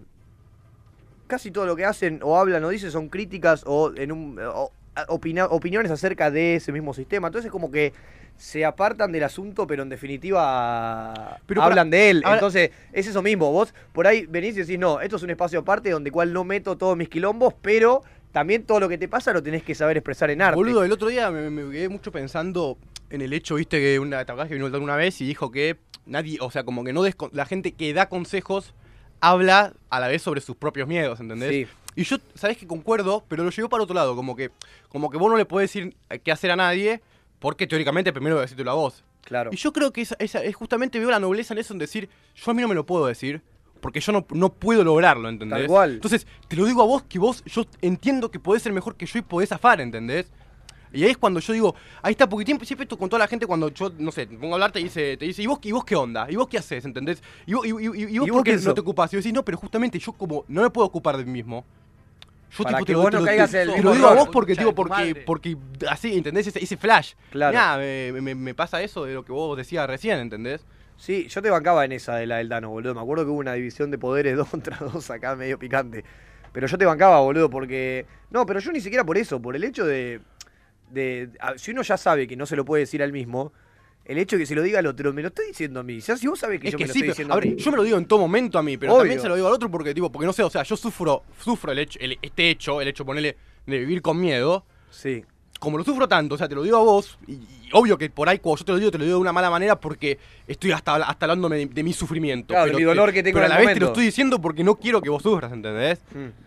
A: casi todo lo que hacen o hablan o dicen son críticas o en un o- a- opina- opiniones acerca de ese mismo sistema. Entonces como que se apartan del asunto, pero en definitiva
G: Pero para-
A: hablan de él.
G: ahora-
A: Entonces es eso mismo. Vos por ahí venís y decís, no, esto es un espacio aparte donde cual no meto todos mis quilombos, pero también todo lo que te pasa lo tenés que saber expresar en arte.
G: Boludo, el otro día me, me quedé mucho pensando en el hecho, viste, que una tabla que vino el Tano una vez y dijo que nadie, o sea, como que no desco- la gente que da consejos habla a la vez sobre sus propios miedos, ¿entendés?
A: Sí.
G: Y yo, sabes que concuerdo, pero lo llevo para otro lado, como que, como que vos no le podés decir eh, qué hacer a nadie, porque teóricamente primero debe decírtelo a vos.
A: Claro.
G: Y yo creo que esa, esa- es justamente veo la nobleza en eso, en decir, yo a mí no me lo puedo decir, porque yo no, no puedo lograrlo, ¿entendés?
A: Tal cual.
G: Entonces, te lo digo a vos, que vos, yo entiendo que podés ser mejor que yo y podés zafar, ¿entendés? Y ahí es cuando yo digo, ahí está, porque siempre, siempre esto con toda la gente cuando yo, no sé, te pongo a hablar, te dice, te dice, ¿y vos, qué- y vos qué onda? ¿Y vos qué haces? ¿Entendés? ¿Y vos, y, y- y- y vos
A: ¿Y vos
G: por qué
A: qué
G: no
A: sos?
G: te ocupás? Y vos decís, no, pero justamente yo como no me puedo ocupar de mí mismo. Yo
A: Para
G: tipo,
A: que
G: te, lo-
A: vos
G: te
A: no
G: lo- te-
A: caigas en el
G: te
A: mismo
G: lo digo a
A: error.
G: vos porque,
A: Concha
G: digo,
A: de tu
G: porque,
A: madre.
G: porque así, ¿entendés? Ese, ese flash.
A: Claro.
G: Nada, me, me- me pasa eso de lo que vos decías recién, ¿entendés?
A: Sí, yo te bancaba en esa de la del Dano, boludo. Me acuerdo que hubo una división de poderes [laughs] dos contra dos acá medio picante. Pero yo te bancaba, boludo, porque. No, pero yo ni siquiera por eso, por el hecho de. de- a- si uno ya sabe que no se lo puede decir al mismo, el hecho de que se lo diga al otro, me lo está diciendo a mí. Ya si vos sabés que
G: Es
A: yo
G: que
A: me lo
G: sí,
A: estoy
G: pero-
A: diciendo
G: a
A: a
G: ver,
A: mí.
G: yo me lo digo en todo momento a mí, pero
A: Obvio.
G: también se lo digo al otro porque, tipo, porque no sé, o sea, yo sufro, sufro el hecho, el- este hecho, el hecho, ponele, de vivir con miedo.
A: Sí.
G: Como lo sufro tanto, o sea, te lo digo a vos, y, y obvio que por ahí cuando yo te lo digo, te lo digo de una mala manera porque estoy hasta, hasta hablándome de, de mi sufrimiento.
A: Claro, de mi dolor
G: te-
A: que tengo
G: pero
A: en
G: a la
A: el
G: vez te lo
A: momento. Mm.
G: estoy diciendo porque no quiero que vos sufras, ¿entendés?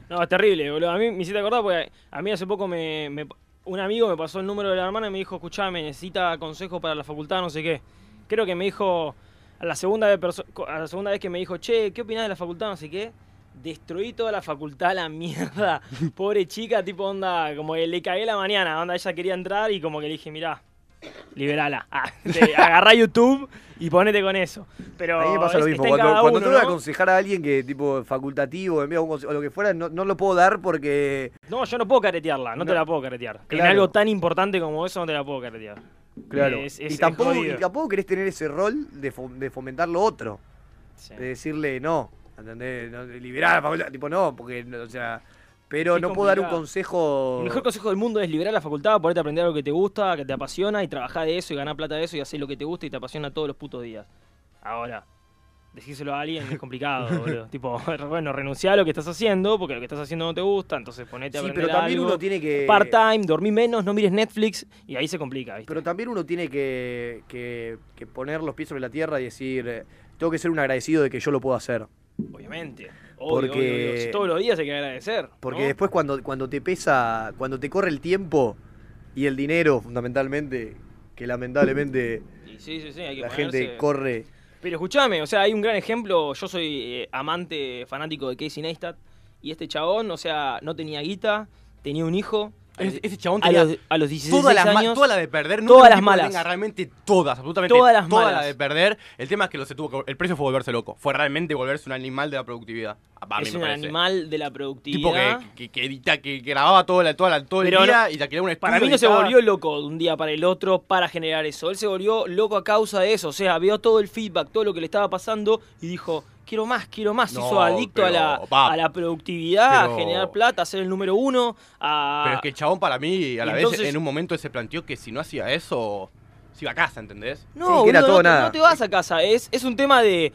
R: No, es terrible, boludo. A mí me hiciste acordar porque a mí hace poco me, me- un amigo me pasó el número de la hermana y me dijo, escuchame, necesita consejo para la facultad, no sé qué. Creo que me dijo, a la segunda vez, perso- co- a la segunda vez que me dijo, che, ¿qué opinás de la facultad, no sé qué? Destruí toda la facultad a la
A: [laughs]
R: mierda. Pobre chica, tipo onda, como que le cagué la mañana, onda, ella quería entrar y como que le dije, mirá, liberala. [laughs] Ah, te- agarrá YouTube y ponete con eso. Pero
A: a mí me pasa lo
R: es-
A: mismo.
R: está en
A: Cuando,
R: cada
A: cuando
R: uno,
A: tengo que
R: ¿no?
A: aconsejar a alguien que, tipo, facultativo, envía un consejo, o lo que fuera, no, no lo puedo dar porque.
R: No, yo no puedo caretearla, Ah, no, te
A: No.
R: la puedo caretear. En
A: Claro.
R: algo tan importante como eso no te la puedo caretear.
A: Claro.
R: Es- es-
A: y,
R: es
A: tampoco,
R: jodido.
A: y tampoco querés tener ese rol de, fo- de fomentar lo otro. De decirle no, ¿entendés? No, de liberar a la facultad. Tipo, no, porque, no, o sea. Pero
R: Es
A: no puedo dar un
R: complicado.
A: consejo.
R: El mejor consejo del mundo es liberar la facultad, ponerte a aprender algo que te gusta, que te apasiona y trabajar de eso y ganar plata de eso y hacer lo que te gusta y te apasiona todos los putos días. Ahora, decírselo a alguien es
A: [laughs]
R: complicado, boludo. tipo, bueno, renunciar a lo que estás haciendo, porque lo que estás haciendo no te gusta, entonces ponete a
A: Sí,
R: aprender
A: pero también
R: algo.
A: uno tiene que-
R: Part-time, dormí menos, no mires Netflix, y ahí se complica, ¿viste?
A: Pero también uno tiene que, que- que poner los pies sobre la tierra y decir, eh, tengo que ser un agradecido de que yo lo puedo hacer.
R: Obviamente. Obvio,
A: Porque-
R: obvio, obvio. Si todos los días hay que agradecer.
A: Porque
R: ¿no?
A: después cuando, cuando te pesa, cuando te corre el tiempo y el dinero fundamentalmente, que lamentablemente
R: Y sí, sí, sí, hay que
A: la
R: ponerse-
A: gente corre...
R: Pero escúchame, o sea, hay un gran ejemplo. Yo soy eh, amante, fanático de Casey Neistat. Y este chabón, o sea, no tenía guita, tenía un hijo. a los-
G: Ese chabón
R: a
G: tenía
R: los, a los 16
G: todas las ma-
R: años.
G: todas las de perder, nunca
R: Todas
G: un
R: las
G: tipo que
R: malas.
G: tenga realmente todas, absolutamente
R: Todas las malas.
G: las de perder. El tema es que lo se tuvo que- el precio fue volverse loco. Fue realmente volverse un animal de la productividad. Ah, para mí
R: es
G: me
R: un
G: parece.
R: animal de la
G: Tipo
R: productividad.
G: que, que, que edita, que grababa todo, la, toda la- todo el
R: Pero
G: día
R: no-
G: y te alquilaba un estudio.
R: Para mí no se
G: editaba.
R: volvió loco de un día para el otro para generar eso. Él se volvió loco a causa de eso. O sea, vio todo el feedback, todo lo que le estaba pasando y dijo, quiero más, quiero más. Se
G: No,
R: hizo adicto a,
G: pero,
R: la,
G: pa.
R: a la productividad,
G: Pero-
R: a generar plata, a ser el número uno, a...
G: Pero es que el chabón para mí, a
R: Y
G: la
R: entonces-
G: vez, en un momento se planteó que si no hacía eso, se iba a casa, ¿entendés?
R: No, boludo, no, te- no te vas a casa. Es, es un tema de.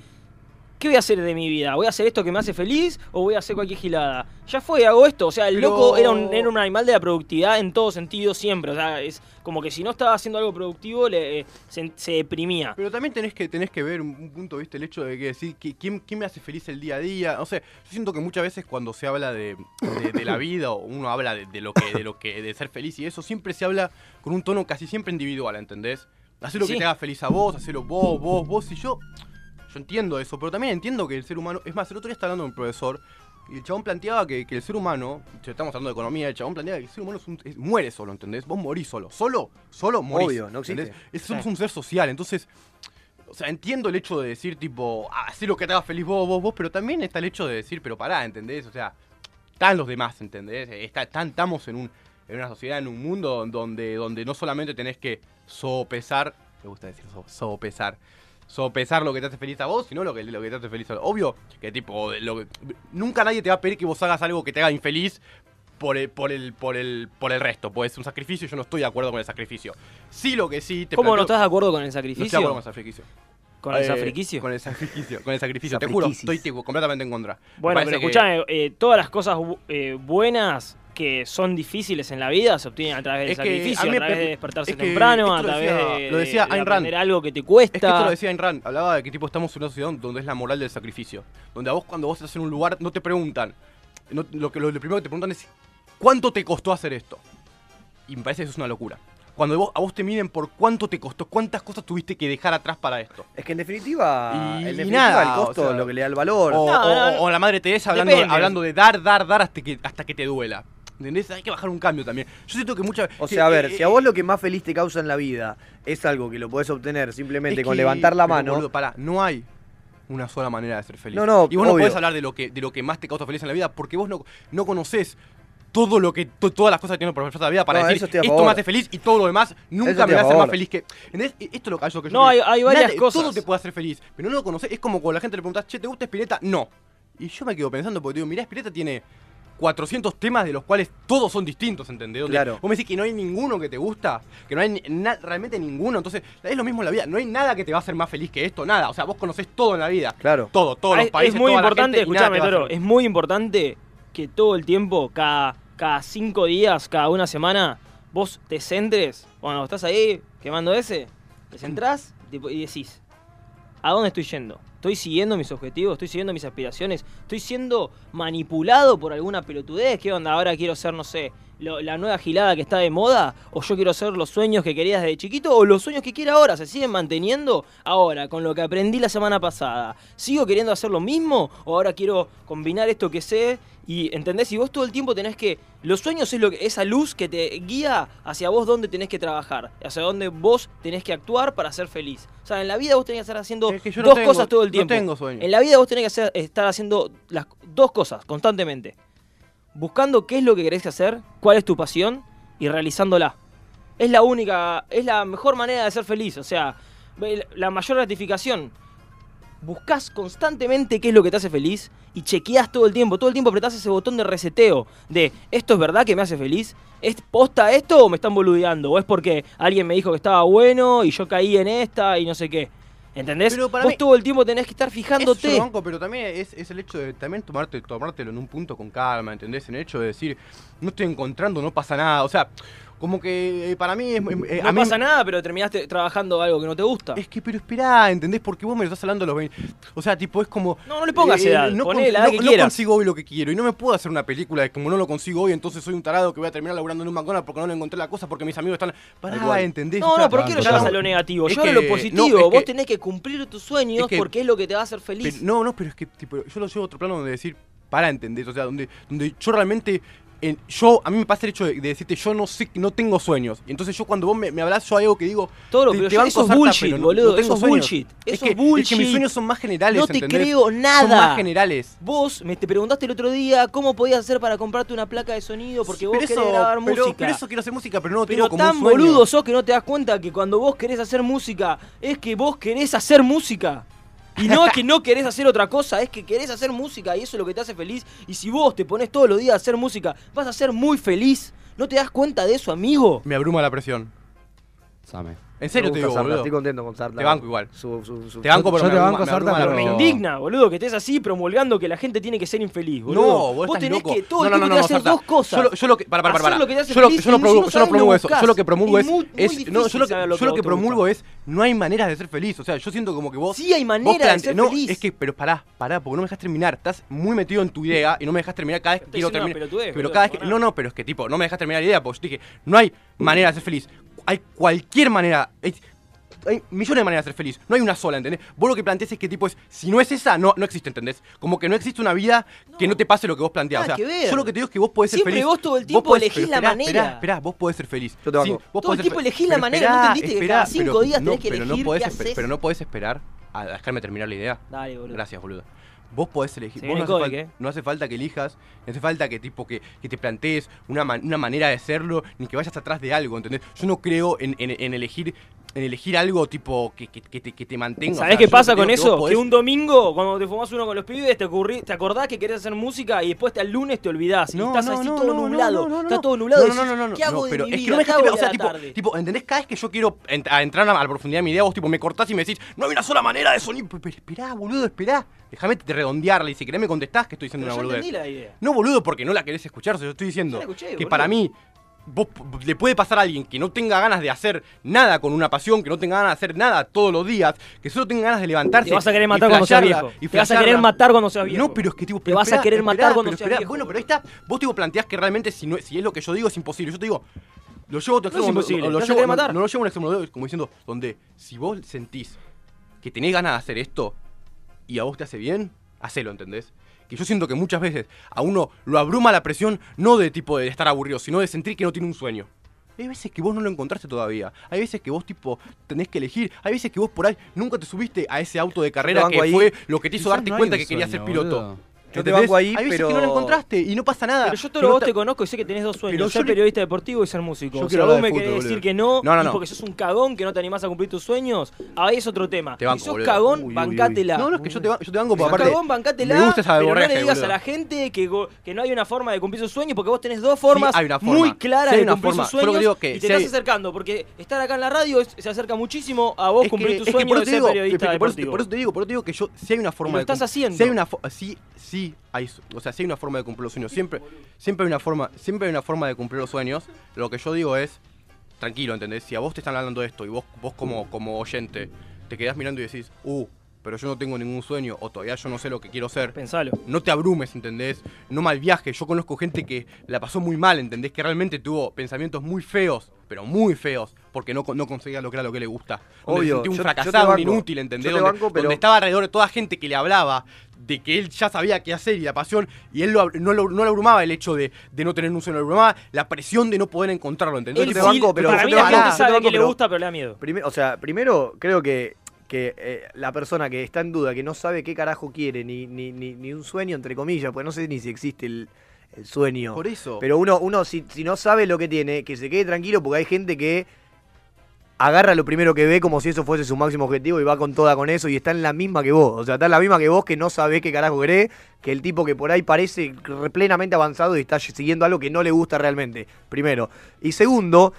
R: ¿Qué voy a hacer de mi vida? ¿Voy a hacer esto que me hace feliz o voy a hacer cualquier gilada? Ya fue, hago esto. O sea, el
G: Pero-
R: loco era un, era un animal de la productividad en todo sentido siempre. O sea, es como que si no estaba haciendo algo productivo, le, eh, se, se deprimía.
G: Pero también tenés que, tenés que ver un un punto, viste, el hecho de que decir que, ¿quién, quién me hace feliz el día a día. No sé, yo siento que muchas veces cuando se habla de, de- de la vida o uno habla de, de lo que, de lo que, de ser feliz y eso, siempre se habla con un tono casi siempre individual, ¿entendés? Hacer lo
R: Sí.
G: que te haga feliz a vos, hacerlo vos, vos, vos y yo. Yo entiendo eso, pero también entiendo que el ser humano. Es más, el otro día estaba hablando con un profesor y el chabón planteaba que, que el ser humano. Estamos hablando de economía, el chabón planteaba que el ser humano es un- es- muere solo, ¿entendés? Vos morís solo. Solo, solo morís.
A: Obvio, no existe.
G: ¿entendés? Es, somos
A: Sí.
G: un ser social, entonces. O sea, entiendo el hecho de decir, tipo, ah, hacé lo que te haga feliz vos, vos, vos, pero también está el hecho de decir, pero pará, ¿entendés? O sea, están los demás, ¿entendés? Está, están- estamos en, un, en una sociedad, en un mundo donde, donde no solamente tenés que sopesar, me gusta decir so- sopesar, sopesar lo que te hace feliz a vos, sino lo que, lo que te hace feliz a Obvio que tipo, lo que- nunca nadie te va a pedir que vos hagas algo que te haga infeliz por el, por el, por el, por el resto, pues es un sacrificio y yo no estoy de acuerdo con el sacrificio. Sí, lo que sí te
R: ¿Cómo no
G: planteo-
R: estás de acuerdo con el
G: No
R: sacrificio?
G: estoy de acuerdo con el sacrificio.
R: ¿Con el
G: Eh,
R: sacrificio?
G: Con el sacrificio, con el sacrificio, te juro,
R: Sacrificis.
G: estoy tipo, completamente en contra. Me
R: Bueno, pero
G: parece que-
R: escuchame, eh, todas las cosas bu- eh, buenas que son difíciles en la vida se obtienen a través del
G: Es que a
R: sacrificio,
G: mí
R: a
G: me
R: través de
G: pre-
R: despertarse
G: es que
R: temprano, a
G: esto lo
R: través
G: decía-
R: de,
G: lo decía
R: de
G: Ayn Rand.
R: aprender algo que te cuesta.
G: Es que esto lo decía Ayn Rand, hablaba de que tipo estamos en una sociedad donde es la moral del sacrificio. Donde a vos cuando vos estás en un lugar no te preguntan. no- lo, que, lo, lo primero que te preguntan es ¿cuánto te costó hacer esto? Y me parece que eso es una locura. Cuando vos- a vos te miden por cuánto te costó, cuántas cosas tuviste que dejar atrás para esto.
A: Es que en definitiva,
G: Y-
A: en
G: y
A: definitiva
G: nada,
A: el costo
G: o sea,
A: es lo que le da el valor.
G: O, o- o la madre Teresa hablando,
A: Depende.
G: hablando de dar, dar, dar hasta que, hasta que te duela. ¿Entendés? Hay que bajar un cambio también. Yo siento que muchas
A: O sea, a
R: eh,
A: ver, si a vos lo que más feliz te causa en la vida es algo que lo podés obtener simplemente
G: Es
A: con
G: que-
A: levantar la
G: pero,
A: mano.
G: boludo, pará, no hay una sola manera de ser feliz.
A: No, no,
G: y vos no
A: obvio.
G: podés hablar de lo que de lo que más te causa feliz en la vida porque vos no, no conocés todo lo que to- todas las cosas que tiene por de la vida para
A: No, eso
G: decir
A: estoy a
G: esto
A: favor.
G: me hace feliz y todo lo demás
A: Eso
G: nunca
A: estoy
G: me
A: a
G: va a hacer más
A: favor.
G: feliz que ¿entendés? E- esto es lo que yo, que yo
R: No, hay-
G: creo.
R: hay varias
G: Nada-
R: cosas.
G: todo te puede hacer feliz pero no lo conocés es como cuando la gente le preguntás che ¿te gusta Spinetta? no y yo me quedo pensando porque digo mirá Spinetta tiene 400 temas de los cuales todos son distintos, ¿entendés? Donde
A: Claro.
G: Vos me decís que no hay ninguno que te gusta, que no hay ni- na- realmente ninguno, entonces es lo mismo en la vida, no hay nada que te va a hacer más feliz que esto, nada, o sea, vos conocés todo en la vida.
A: Claro.
G: Todo, todos
R: Ah,
G: los
R: es-
G: países,
R: Es muy
G: toda la
R: importante,
G: gente, y nada
R: escúchame,
G: te va a
R: Toro,
G: hacer-
R: es muy importante que todo el tiempo, cada, cada cinco días, cada una semana, vos te centres, cuando estás ahí quemando ese, te centrás tipo, y decís, ¿a dónde estoy yendo? ¿Estoy siguiendo mis objetivos? ¿Estoy siguiendo mis aspiraciones? ¿Estoy siendo manipulado por alguna pelotudez? ¿Qué onda? Ahora quiero ser, no sé, lo- la nueva gilada que está de moda. ¿O yo quiero ser los sueños que quería desde chiquito? ¿O los sueños que quiero ahora? ¿Se siguen manteniendo ahora con lo que aprendí la semana pasada? ¿Sigo queriendo hacer lo mismo? ¿O ahora quiero combinar esto que sé? Y entendés, y vos todo el tiempo tenés que... Los sueños es lo que, esa luz que te guía hacia vos dónde tenés que trabajar, hacia dónde vos tenés que actuar para ser feliz. O sea, en la vida vos tenés que estar haciendo
G: Es que yo no
R: dos
G: tengo-
R: cosas todo el
G: no
R: tiempo.
G: tengo sueños.
R: En la vida vos tenés que hacer- estar haciendo las dos cosas constantemente. Buscando qué es lo que querés hacer, cuál es tu pasión y realizándola. Es la única, es la mejor manera de ser feliz, o sea, ve- la mayor gratificación. Buscás constantemente qué es lo que te hace feliz y chequeás todo el tiempo, todo el tiempo apretás ese botón de reseteo de esto es verdad que me hace feliz, es posta esto o me están boludeando, o es porque alguien me dijo que estaba bueno y yo caí en esta y no sé qué. ¿Entendés?
G: Pero para
R: Vos
G: mí-
R: todo el tiempo tenés que estar fijándote.
G: Eso yo lo banco, pero también es, es el hecho de también tomarte, tomártelo en un punto con calma, ¿entendés? En el hecho de decir, no estoy encontrando, no pasa nada. O sea, como que eh, para mí es. eh,
R: no
G: a mí-
R: pasa nada, pero terminaste trabajando algo que no te gusta.
G: Es que, pero esperá, ¿entendés? Porque vos me lo estás hablando a los 20. O sea, tipo, es como.
R: No, no le pongas edad, poné
G: con-
R: la edad
G: no-
R: que
G: no
R: quieras.
G: consigo hoy lo que quiero. Y no me puedo hacer una película de como no lo consigo hoy, entonces soy un tarado que voy a terminar laburando en un McDonald's porque no le encontré la cosa porque mis amigos están. Pará,
R: Tal cual.
G: ¿entendés?
R: No,
G: O sea,
R: no, pero quiero
G: ya
R: llegar a
G: no-
R: lo negativo.
G: Es
R: Yo hablo
G: que-
R: lo
G: no,
R: positivo.
G: es
R: Vos
G: que-
R: tenés que cumplir tus sueños
G: es que-
R: porque es lo que te va a hacer feliz.
G: Pero- no, no, pero es que tipo, yo lo llevo a otro plano donde decir, para entender, o sea, donde, donde yo realmente, en- yo, a mí me pasa el hecho de, de decirte, yo no sé, no tengo sueños. Y entonces yo cuando vos me, me hablas, yo hay algo que digo,
R: Toro,
G: te-
R: pero
G: te
R: yo-
G: banco
R: eso es
G: sarta,
R: bullshit,
G: pero no-
R: boludo,
G: no tengo
R: eso es
G: sueños.
R: bullshit.
G: Es
R: Eso
G: que-
R: es bullshit.
G: Es que mis sueños son más generales,
R: No te
G: ¿entendés?
R: creo nada.
G: Son más generales.
R: Vos me te preguntaste el otro día cómo podías hacer para comprarte una placa de sonido porque vos
G: pero
R: querés
G: eso-
R: grabar
G: pero-
R: música.
G: pero eso quiero hacer música, pero no lo
R: Pero
G: tengo como
R: tan
G: un sueño.
R: boludo sos que no te das cuenta que cuando vos querés hacer música es que vos querés hacer música. Y no es que no querés hacer otra cosa, es que querés hacer música y eso es lo que te hace feliz. Y si vos te pones todos los días a hacer música, vas a ser muy feliz. ¿No te das cuenta de eso, amigo?
G: Me abruma la presión.
B: Same.
G: En serio
A: Me
G: te
A: gusta
G: digo,
A: Sarta,
G: boludo.
A: estoy contento con Sarta.
G: Te banco igual.
A: Su- su- su-
G: Te banco, pero
A: Yo
G: me
A: te
G: abruma-
A: banco,
G: me
A: Sarta,
G: abruma la
A: pero-
R: Me
G: presión.
R: indigna, boludo, que estés así promulgando que la gente tiene que ser infeliz, boludo.
G: No, vos,
R: vos
G: estás
R: tenés
G: loco.
R: que todo el
G: No, no,
R: tiempo tenés
G: no, no,
R: que hacer
G: Sarta.
R: dos cosas.
G: Yo lo, yo lo que, para, para, para,
R: Hacer lo que te hace
G: yo lo,
R: feliz
G: yo no
R: y
G: promuevo,
R: si
G: yo no
R: sabes,
G: promuevo eso.
R: buscás.
G: Yo lo que promuevo
R: Es
G: es,
R: muy- muy
G: es- no, yo
R: difícil
G: lo que,
R: saber lo
G: yo lo
R: vos
G: que
R: te
G: promuevo es no hay maneras de ser feliz. O sea, yo siento como que vos
R: Sí hay manera
G: vos
R: de
G: plante-
R: ser
G: no,
R: feliz.
G: Es que, pero pará, pará, porque no me dejas terminar. Estás muy metido en tu idea y no me dejas terminar cada vez que
R: Estoy
G: quiero
R: diciendo una
G: terminar.
R: pelotudez,
G: pero
R: boludo,
G: cada vez que, no, no, pero es que tipo, no me dejas terminar la idea, porque yo te dije, no hay manera de ser feliz. Hay cualquier manera. Es- hay millones de maneras de ser feliz, no hay una sola, ¿entendés? Vos lo que planteas es que tipo es, si no es esa, no, no existe, ¿entendés? Como que no existe una vida que no te pase lo que vos planteás.
R: Nada
G: o sea,
R: que ver.
G: yo lo que te digo es que vos podés
R: Siempre
G: ser feliz.
R: vos todo el tiempo elegís
G: pero
R: la
G: esperá,
R: manera.
G: Esperá, esperá, vos podés ser feliz. Sí,
R: banco.
G: vos
R: Todo
G: podés
R: el
G: ser
R: tiempo
G: fe-
R: elegís la
G: pero
R: manera, ¿no entendiste que cada cinco
G: pero
R: días tenés que
G: pero
R: elegir
G: no podés
R: qué
G: esper-
R: haces?
G: Pero no podés esperar a dejarme terminar la idea.
R: Dale, boludo.
G: Gracias, boludo. Vos podés elegir.
R: Se
G: vos
R: viene
G: no, hace
R: el
G: falta,
R: codec, eh.
G: no hace falta que elijas, no hace falta que tipo que, que te plantees una, man- una manera de serlo, ni que vayas atrás de algo, ¿entendés? Yo no creo en, en- en elegir en elegir algo tipo que, que- que te, que te mantenga. o
R: ¿Sabés
G: sea,
R: qué
G: yo
R: pasa
G: creo
R: con
G: que vos
R: eso? Que
G: podés-
R: un domingo, cuando te fumás uno con los pibes, te, ocurrí- te acordás que querés hacer música y después te- al lunes te olvidás. y estás así todo nublado. está todo nublado.
G: No, no, no,
R: decís,
G: no, no,
R: ¿Qué hago
G: no,
R: de
G: pero
R: mi
G: es
R: vida?
G: que no me
R: ¿Qué
G: dejas
R: hago
G: terminar, o sea,
R: de la
G: tipo,
R: tarde?
G: tipo, ¿entendés? Cada vez que yo quiero ent- a entrar a la profundidad de mi idea, vos tipo me cortás y me decís, no hay una sola manera de soñar. Pero, pero esperá, boludo, esperá. Déjame te redondearla y si querés me contestás que estoy diciendo
R: Pero
G: una
R: yo
G: boludez.
R: entendí la idea.
G: No, boludo, porque no la querés escuchar, o sea, yo estoy diciendo
R: Ya la escuché,
G: que
R: boludo.
G: para mí vos p- le puede pasar a alguien que no tenga ganas de hacer nada con una pasión, que no tenga ganas de hacer nada todos los días, que solo tenga ganas de levantarse.
R: Te vas a querer
G: y
R: matar cuando seas
G: flashearla,
R: viejo.
G: y
R: Te vas a
G: flashearla.
R: querer matar cuando seas viejo.
G: No, pero es que tipo,
R: Te vas a querer matar cuando
G: pero
R: seas viejo,
G: Bueno, pero ahí está. Vos tipo planteás que realmente si, no, si es lo que yo digo es imposible. Yo te digo, lo llevo a otro
R: No es
G: extremo.
R: imposible,
G: lo-
R: te
G: lo,
R: vas a
G: llevo,
R: querer
G: no,
R: matar.
G: no lo llevo a un extremo, lo llevo como diciendo, donde si vos sentís que tenés ganas de hacer esto y a vos te hace bien, hacelo, ¿entendés? Que yo siento que muchas veces a uno lo abruma la presión, no de tipo de estar aburrido, sino de sentir que no tiene un sueño. Hay veces que vos no lo encontraste todavía. Hay veces que vos, tipo, tenés que elegir. Hay veces que vos por ahí nunca te subiste a ese auto de carrera
A: banco
G: que
A: ahí.
G: fue lo que te hizo
A: Quizás
G: darte
A: no hay
G: cuenta
A: un
G: que querías ser
A: sueño,
G: piloto.
A: boludo. Yo te
G: ¿Entendés?
A: banco ahí,
G: Hay veces que no
A: pero-
G: lo encontraste y no pasa nada.
R: Pero yo,
G: Que
R: Toro,
G: no
R: vos
G: te-
R: te conozco y sé que tenés dos sueños,
G: Pero
R: ser
G: yo le-
R: periodista deportivo y ser músico.
G: Yo
R: O sea,
G: quiero
R: vos
G: hablar de
R: me querés
G: fútbol,
R: decir
G: boludo.
R: que no,
G: No, no,
R: y
G: no.
R: porque sos un cagón que no te animás a cumplir tus sueños, ahí es otro tema.
G: Te banco,
R: si sos
G: boludo.
R: cagón,
G: Uy, uy, uy.
R: bancátela.
G: No, no, es que yo te, ba- yo te banco
R: Si sos
G: porque aparte.
R: cagón, bancátela,
G: Me gusta esa
R: pero no
G: verborraje,
R: le digas
G: boludo.
R: a la gente que, go- que no hay una forma de cumplir sus sueños porque vos tenés dos formas
G: hay una forma.
R: muy claras
G: Sí hay
R: de
G: una
R: cumplir
G: forma.
R: sus
G: Yo lo que
R: sueños
G: digo que
R: y
G: si
R: te estás
G: hay-
R: acercando porque estar acá en la radio es- se acerca muchísimo a vos
G: Es
R: cumplir
G: que-
R: tus
G: es que por
R: sueños de
G: eso te
R: ser
G: digo-
R: periodista
G: pero- pero por eso te-
R: deportivo.
G: Por eso te digo, por eso te digo que yo, si hay una forma
R: lo
G: de
R: estás
G: cum-
R: haciendo.
G: Si hay una fo- sí, sí hay, su- o sea, si hay una forma de cumplir los sueños, siempre siempre hay una forma, siempre hay una forma de cumplir los sueños. Lo que yo digo es tranquilo, ¿entendés? Si a vos te están hablando de esto y vos vos
A: Mm.
G: como como oyente te quedás mirando y decís, "Uh, pero yo no tengo ningún sueño o todavía yo no sé lo que quiero ser."
R: Pensalo.
G: No te abrumes, ¿entendés? No mal viajes. Yo conozco gente que la pasó muy mal, ¿entendés? Que realmente tuvo pensamientos muy feos, pero muy feos, porque no, co- no conseguía lograr lo que le gusta. Donde
A: Obvio,
G: se sentía un
A: yo- yo te
G: fracasado, un
A: banco.
G: inútil, ¿entendés?
A: Yo te
G: donde,
A: banco, pero-
G: donde estaba alrededor de toda gente que le hablaba de que él ya sabía qué hacer y la pasión, y él lo ab- no, lo, no lo abrumaba el hecho de, de no tener un sueño, lo abrumaba la presión de no poder encontrarlo, ¿entendés?
R: Él
G: Tipo,
R: sí, para mí la gente sabe que le gusta, pero le da miedo.
A: Prime- o sea, primero creo que, que eh, la persona que está en duda, que no sabe qué carajo quiere, ni, ni, ni, ni un sueño, entre comillas, porque no sé ni si existe el, el sueño.
G: Por eso.
A: Pero uno, uno si, si no sabe lo que tiene, que se quede tranquilo porque hay gente que agarra lo primero que ve como si eso fuese su máximo objetivo y va con toda con eso y está en la misma que vos. O sea, está en la misma que vos que no sabés qué carajo querés, que el tipo que por ahí parece re- plenamente avanzado y está siguiendo algo que no le gusta realmente, primero. Y segundo,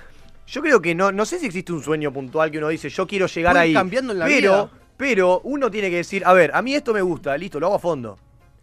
A: yo creo que no, no sé si existe un sueño puntual que uno dice, yo quiero llegar
G: Puede ir
A: ahí.
G: cambiando en la
A: pero
G: vida.
A: Pero uno tiene que decir, a ver, a mí esto me gusta, listo, lo hago a fondo.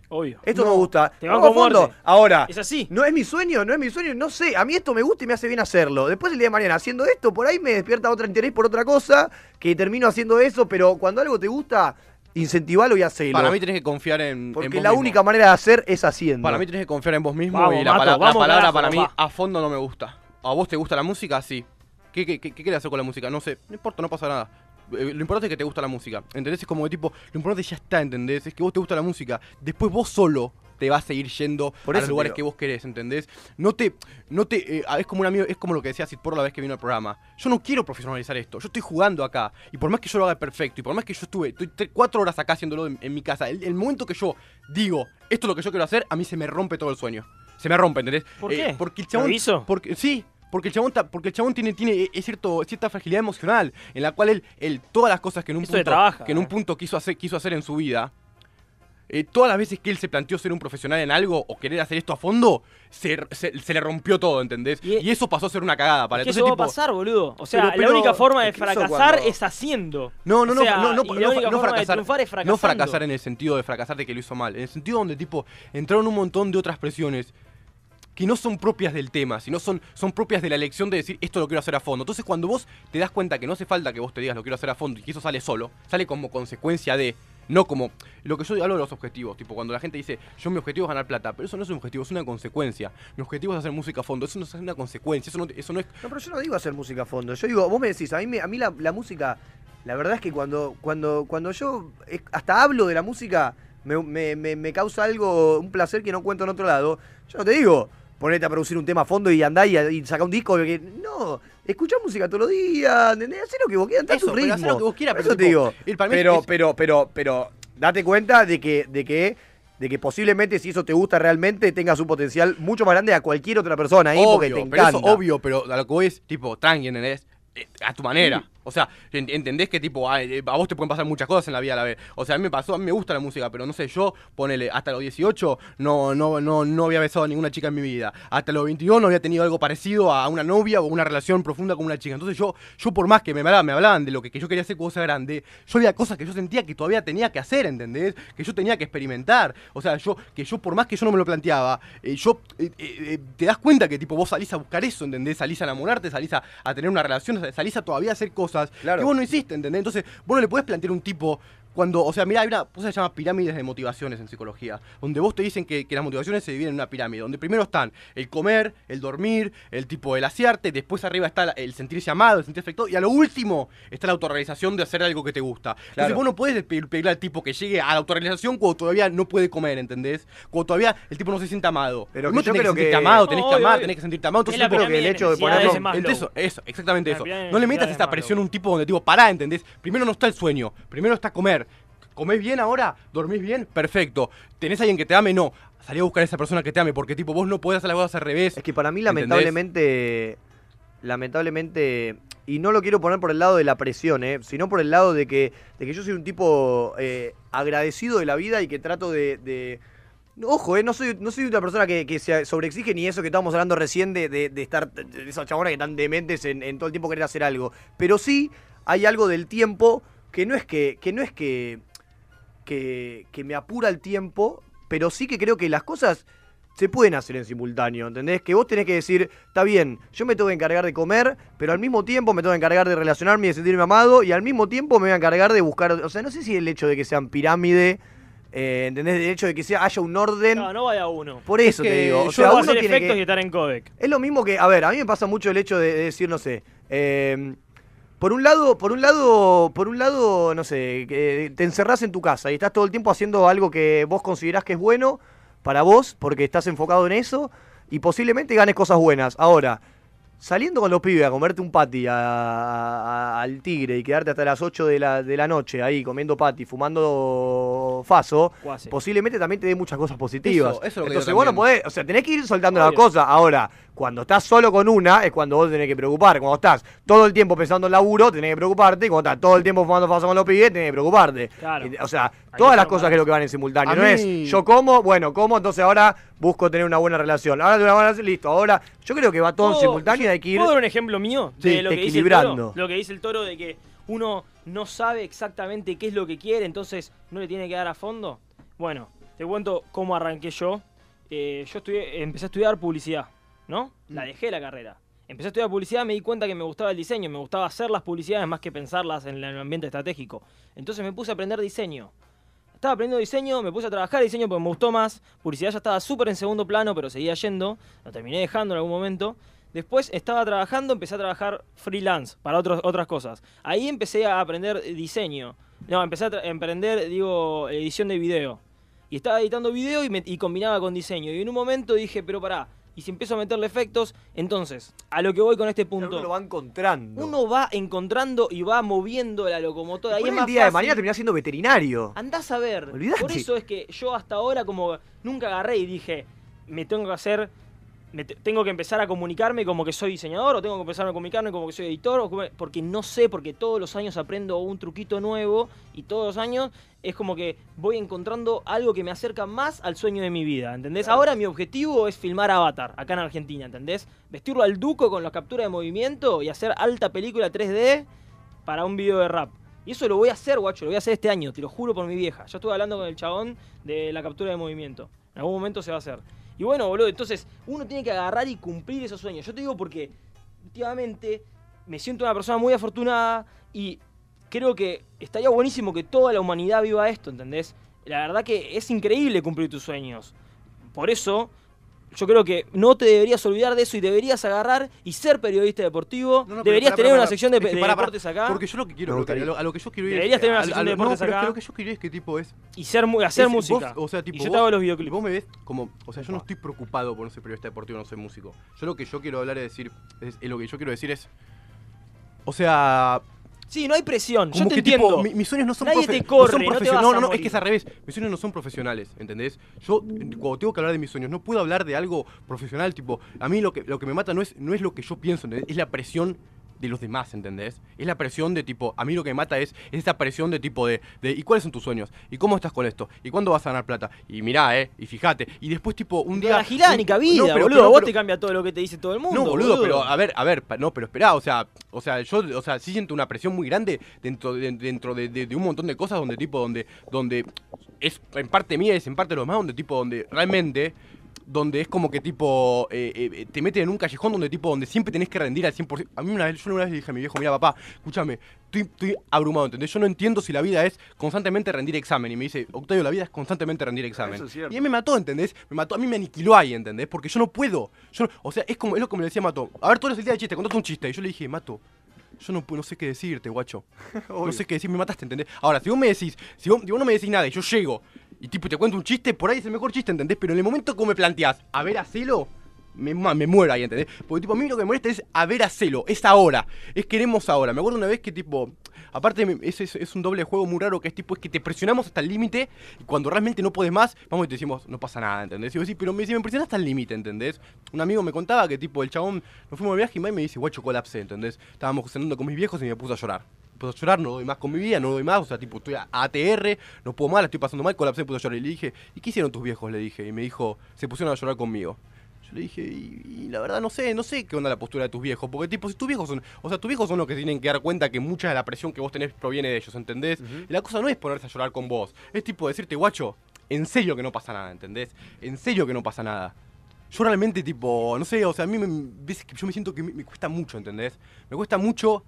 R: Obvio.
A: Esto me gusta.
R: Te
A: lo
R: van
A: hago a
R: con
A: fondo.
R: muerte.
A: Ahora.
R: Es así.
A: No es mi sueño, no es mi sueño, no sé. A mí esto me gusta y me hace bien hacerlo. Después el día de mañana haciendo esto, por ahí me despierta otro interés por otra cosa, que termino haciendo eso, pero cuando algo te gusta, incentivalo y hacelo.
G: Para mí tenés que confiar en. en
A: Porque
G: vos
A: la
G: mismo.
A: única manera de hacer es haciendo.
G: Para mí tenés que confiar en vos mismo
A: Vamos,
G: y la,
A: Mato,
G: pala- la
A: vamos,
G: palabra
A: carajo,
G: para mí
A: va.
G: a fondo no me gusta. ¿A vos te gusta la música? Sí. ¿Qué, qué, qué, qué querés hacer con la música? No sé, no importa, no pasa nada. Eh, Lo importante es que te gusta la música. ¿Entendés? Es como que tipo, lo importante ya está, ¿entendés? Es que vos te gusta la música. Después vos solo te vas a seguir yendo
A: Por
G: a
A: eso
G: los
A: te
G: lugares
A: digo.
G: que vos querés, ¿entendés? No te, no te, eh, es como un amigo, es como lo que decía Sid por la vez que vino al programa. Yo no quiero profesionalizar esto, yo estoy jugando acá. Y por más que yo lo haga perfecto, y por más que yo estuve estoy tre- cuatro horas acá haciéndolo en, en mi casa, el, el momento que yo digo, esto es lo que yo quiero hacer, a mí se me rompe todo el sueño. Se me rompe, ¿entendés? Eh,
R: ¿Por qué?
G: Porque el
R: ¿Lo
G: chabón.
R: hizo?
G: Porque, sí, porque el chabón, ta- porque el chabón tiene, tiene eh, cierto, cierta fragilidad emocional, en la cual él, él todas las cosas que en un
R: Eso de
G: punto,
R: trabaja, eh.
G: que en un punto quiso, hacer, quiso hacer en su vida, eh, todas las veces que él se planteó ser un profesional en algo o querer hacer esto a fondo, se, se- se le rompió todo, ¿entendés? Y, eso pasó a ser una cagada para
R: Es que
G: él.
R: eso va a
G: Entonces, tipo,
R: pasar, boludo. O sea,
G: Pero-
R: la
G: pero-
R: única forma de
G: es que eso
R: fracasar
G: cuando-
R: es haciendo.
G: No, no,
R: O
G: no,
R: sea,
G: no, no,
R: y la
G: no,
R: única
G: no
R: forma de
G: fracasar.
R: triunfar es fracasando.
G: no fracasar en el sentido de fracasar de que lo hizo mal. En el sentido donde, tipo, entraron un montón de otras presiones que no son propias del tema, sino son, son propias de la elección de decir esto lo quiero hacer a fondo. Entonces, cuando vos te das cuenta que no hace falta que vos te digas lo quiero hacer a fondo y que eso sale solo, sale como consecuencia de. No como lo que yo hablo de los objetivos, tipo cuando la gente dice, yo mi objetivo es ganar plata, pero eso no es un objetivo, es una consecuencia. Mi objetivo es hacer música a fondo, eso no es una consecuencia, eso no, eso no es
A: No, pero yo no digo hacer música a fondo. Yo digo, vos me decís, a mí, me- a mí la, la música, la verdad es que cuando, cuando, cuando yo eh, hasta hablo de la música, me, me- me- me causa algo, un placer que no cuento en otro lado. Yo no te digo, ponete a producir un tema a fondo y andá y, y saca un disco. que- no, escuchá música todos los días, ¿entendés? Hacé lo que vos quieras, andá a tu
G: Eso, pero
A: ritmo.
G: hacé lo que vos quieras,
A: Por
G: pero
A: eso te
G: tipo,
A: digo.
G: el- para mí
A: pero,
G: es-
A: pero, pero, pero, date cuenta de que, de que, de que posiblemente si eso te gusta realmente tengas un potencial mucho más grande a cualquier otra persona, ¿eh? porque te
G: pero
A: encanta.
G: eso obvio, pero a lo que voy es, tipo, tranqui, ¿entendés? Eh, A tu manera. O sea, en- entendés que, tipo, ay, eh, a vos te pueden pasar muchas cosas en la vida a la vez. O sea, a mí me pasó, a mí me gusta la música, pero no sé, yo, ponele, hasta los 18 no, no, no, no había besado a ninguna chica en mi vida. Hasta los 22 no había tenido algo parecido a una novia o una relación profunda con una chica. Entonces yo, yo por más que me hablaban, me hablaban de lo que, que yo quería hacer cuando sea grande, yo había cosas que yo sentía que todavía tenía que hacer, ¿entendés? Que yo tenía que experimentar. O sea, yo, que yo por más que yo no me lo planteaba, eh, yo eh, eh, eh, te das cuenta que tipo vos salís a buscar eso, ¿entendés? Salís a enamorarte, salís a, a tener una relación, sal- salís a todavía hacer cosas que vos no hiciste, ¿entendés? Entonces, vos no le podés plantear a un tipo cuando, o sea, mira, hay una cosa que se llama pirámides de motivaciones en psicología, donde vos te dicen que, que las motivaciones se dividen en una pirámide, donde primero están el comer, el dormir, el tipo, el asearte, después arriba está la- el sentirse amado, el sentirse afectado, y a lo último está la autorrealización de hacer algo que te gusta.
A: Claro.
G: Entonces vos no podés pedir- pedirle al tipo que llegue a la autorrealización cuando todavía no puede comer, ¿entendés? Cuando todavía el tipo no se siente amado.
A: Pero
G: no
A: que yo
G: tenés
A: creo
G: que sentirte
A: que-
G: amado, tenés
A: No,
G: que
A: obvio,
G: amar,
A: obvio.
G: tenés que sentirte amado. Entonces,
A: Es la
G: tipo,
A: pirámide de necesidades de Maslow.
G: Entonces, eso, exactamente
A: La
G: eso.
A: pirámide de
G: No le metas
A: necesidades de
G: esa presión a un tipo donde, tipo, pará, ¿entendés? Primero no está el sueño, primero está comer. ¿Comés bien ahora? ¿Dormís bien? Perfecto. ¿Tenés a alguien que te ame? No. Salí a buscar a esa persona que te ame, porque, tipo, vos no podés hacer las cosas al revés. Es
A: que para mí, lamentablemente, lamentablemente, y no lo quiero poner por el lado de la presión, eh, sino por el lado de que, de que yo soy un tipo eh, agradecido de la vida y que trato de... de- Ojo, eh, no soy, no soy una persona que, que se sobreexige ni eso que estábamos hablando recién de, de- de estar, de esas chabonas que están dementes en, en todo el tiempo querer hacer algo. Pero sí hay algo del tiempo que no es que, que no es que, que, que me apura el tiempo, pero sí que creo que las cosas se pueden hacer en simultáneo, ¿entendés? Que vos tenés que decir, está bien, yo me tengo que encargar de comer, pero al mismo tiempo me tengo que encargar de relacionarme y de sentirme amado, y al mismo tiempo me voy a encargar de buscar... O sea, no sé si el hecho de que sean pirámide, eh, ¿entendés? El hecho de que sea, haya un orden...
R: No, no vaya uno.
A: Por eso te digo, o
R: yo
A: sea,
R: puedo
A: uno
R: hacer
A: tiene
R: efectos
A: que-
R: y estar en codec.
A: Es lo mismo que, a ver, a mí me pasa mucho el hecho de, de decir, no sé, eh, por un lado, por un lado, por un lado, no sé, que te encerrás en tu casa y estás todo el tiempo haciendo algo que vos considerás que es bueno para vos, porque estás enfocado en eso y posiblemente ganes cosas buenas. Ahora, saliendo con los pibes a comerte un patty a- a- al tigre y quedarte hasta las 8 de la, de la noche ahí comiendo patty, fumando faso,
R: Cuasi.
A: posiblemente también te dé muchas cosas positivas.
G: Eso, eso es lo que
A: Entonces
G: yo
A: vos no
G: también.
A: podés, o sea, tenés que ir soltando las
G: Obvio.
A: cosas. Ahora, cuando estás solo con una, es cuando vos tenés que preocupar. Cuando estás todo el tiempo pensando en laburo, tenés que preocuparte. Y Cuando estás todo el tiempo fumando faso con los pibes, tenés que preocuparte.
R: Claro.
A: Y, O sea, todas las cosas creo que van en simultáneo.
G: A
A: no
G: mí-
A: es yo como, bueno, como, entonces ahora busco tener una buena relación. Ahora tengo una buena relación, listo. Ahora, yo creo que va todo en
R: ¿Puedo-
A: simultáneo y hay que ir.
R: ¿Puedo dar un ejemplo mío?
A: Sí,
R: de lo que dice el
A: equilibrando.
R: toro? lo que dice el toro de que uno no sabe exactamente qué es lo que quiere, entonces no le tiene que dar a fondo. Bueno, te cuento cómo arranqué yo. Eh, yo estudié- empecé a estudiar publicidad, ¿no? La
A: Mm.
R: dejé la carrera. Empecé a estudiar publicidad, me di cuenta que me gustaba el diseño, me gustaba hacer las publicidades más que pensarlas en el ambiente estratégico. Entonces me puse a aprender diseño. Estaba aprendiendo diseño, me puse a trabajar diseño porque me gustó más. Publicidad ya estaba súper en segundo plano, pero seguía yendo. Lo terminé dejando en algún momento. Después estaba trabajando, empecé a trabajar freelance para otros- otras cosas. Ahí empecé a aprender diseño. No, empecé a tra- a emprender, digo, edición de video. Y estaba editando video y, me- y combinaba con diseño. Y en un momento dije, pero pará, y si empiezo a meterle efectos, entonces, a lo que voy con este punto. Uno lo
A: va encontrando.
R: Uno va encontrando y va moviendo la locomotora.
A: Por
R: Y es
A: ahí
R: más
A: el día de
R: fácil.
A: mañana terminás siendo veterinario. [laughs]
R: Andás a ver.
A: Olvidate.
R: Por eso es que yo hasta ahora como nunca agarré y dije, me tengo que hacer, me te- tengo que empezar a comunicarme como que soy diseñador o tengo que empezar a comunicarme como que soy editor, o como- porque no sé, porque todos los años aprendo un truquito nuevo y todos los años es como que voy encontrando algo que me acerca más al sueño de mi vida, ¿entendés? Ahora mi objetivo es filmar Avatar acá en Argentina, ¿entendés? Vestirlo al duco con la captura de movimiento y hacer alta película 3D para un video de rap. Y eso lo voy a hacer, guacho, lo voy a hacer este año, te lo juro por mi vieja. Ya estuve hablando con el chabón de la captura de movimiento. En algún momento se va a hacer. Y bueno, boludo, entonces uno tiene que agarrar y cumplir esos sueños. Yo te digo porque últimamente me siento una persona muy afortunada y creo que estaría buenísimo que toda la humanidad viva esto, ¿entendés? La verdad que es increíble cumplir tus sueños. Por eso, yo creo que no te deberías olvidar de eso y deberías agarrar y ser periodista deportivo.
G: No, no, pero
R: deberías
G: pará,
R: tener
G: pará,
R: una
G: pará.
R: sección de,
G: Es que
R: de
G: pará, pará.
R: deportes acá.
G: Porque yo lo que quiero,
R: Me
G: lo que-
R: gustaría.
G: a lo, a lo que yo quiero ir es-
R: Deberías tener una
G: a- a-
R: sección de
G: no,
R: deportes
G: pero es que
R: acá.
G: lo que yo quiero ir es que tipo es.
R: Y ser mu- hacer
G: es-
R: música.
G: vos- o sea,
R: Y
G: tipo.
R: yo te
G: vos-
R: hago los videoclips.
G: Vos me ves como. O sea, yo no estoy preocupado por no ser periodista deportivo, no soy músico. Yo lo que yo quiero hablar es decir. es- es lo que yo quiero decir es. O sea.
R: Sí, no hay presión.
G: Como
R: yo te
G: que, tipo,
R: entiendo.
G: mi- mis sueños no son,
R: Nadie
G: profe-
R: te
G: no
R: corre,
G: son
R: no te
G: profesio-
R: vas
G: No,
R: a
G: no, es
R: morir.
G: que es al revés. Mis sueños no son profesionales, ¿entendés? Yo, eh, cuando tengo que hablar de mis sueños, no puedo hablar de algo profesional. Tipo, a mí lo que, lo que me mata no es, no es lo que yo pienso, ¿entendés? Es la presión de los demás, ¿entendés? Es la presión de tipo, a mí lo que me mata es, es esa presión de tipo de, de, ¿y cuáles son tus sueños? ¿Y cómo estás con esto? ¿Y cuándo vas a ganar plata? Y mirá, eh, y fíjate. Y después tipo, un día...
R: la gilánica,
G: un-
R: vida,
G: no, pero-
R: boludo.
G: pero-
R: vos
G: pero-
R: te cambia todo lo que te dice todo el mundo.
G: no, boludo, pero a ver, a ver, pa- no, pero esperá, o sea, o sea, yo, o sea, sí siento una presión muy grande dentro de, dentro de, de- de un montón de cosas donde tipo, donde, donde es en parte mía, es en parte de los más, donde tipo, donde realmente, donde es como que tipo, eh, eh, te meten en un callejón donde tipo, donde siempre tenés que rendir al 100%. A mí una vez, yo una vez le dije a mi viejo, mira papá, escúchame, estoy, estoy abrumado, ¿entendés? Yo no entiendo si la vida es constantemente rendir examen. Y me dice, Octavio, la vida es constantemente rendir examen.
L: Eso es cierto.
G: Y él me mató, ¿entendés? Me mató, a mí me aniquiló ahí, ¿entendés? Porque yo no puedo. Yo no- o sea, es como es lo que me decía Mato. A ver, tú eres el día de chiste, contate un chiste. Y yo le dije, Mato, yo no, pu- no sé qué decirte, guacho. no
A: [laughs]
L: Obvio.
G: sé qué decir, me mataste, ¿entendés? Ahora, si vos me decís, si vos, si vos no me decís nada y yo llego y tipo te cuento un chiste, por ahí es el mejor chiste, ¿entendés? Pero en el momento como me planteás, a ver, hacelo. Me, ma- me muero ahí, ¿entendés? Porque, tipo, a mí lo que me molesta es a ver, hacelo. Es ahora. Es queremos ahora. Me acuerdo una vez que, tipo, aparte me- es, es- es un doble juego muy raro que es, tipo, es que te presionamos hasta el límite y cuando realmente no podés más, vamos y te decimos, no pasa nada, ¿entendés? Y vos decís, pero me, si me presionás hasta el límite, ¿entendés? Un amigo me contaba que, tipo, el chabón, nos fuimos de viaje y me dice, guacho, colapsé, ¿entendés? Estábamos cenando con mis viejos y me puse a llorar puedo llorar, no doy más con mi vida, no doy más, o sea, tipo, estoy a ATR, no puedo más, la estoy pasando mal, colapsé, puedo llorar. Y le dije, ¿y qué hicieron tus viejos? Le dije, y me dijo, se pusieron a llorar conmigo. Yo le dije, y, y la verdad no sé, no sé qué onda la postura de tus viejos, porque tipo, si tus viejos son, o sea, tus viejos son los que tienen que dar cuenta que mucha de la presión que vos tenés proviene de ellos, ¿entendés? Y la cosa no es ponerse a llorar con vos, es tipo decirte, guacho, en serio que no pasa nada, ¿entendés? En serio que no pasa nada. Yo realmente, tipo, no sé, o sea, a mí me, veces que yo me siento que me- me cuesta mucho, ¿entendés? Me cuesta mucho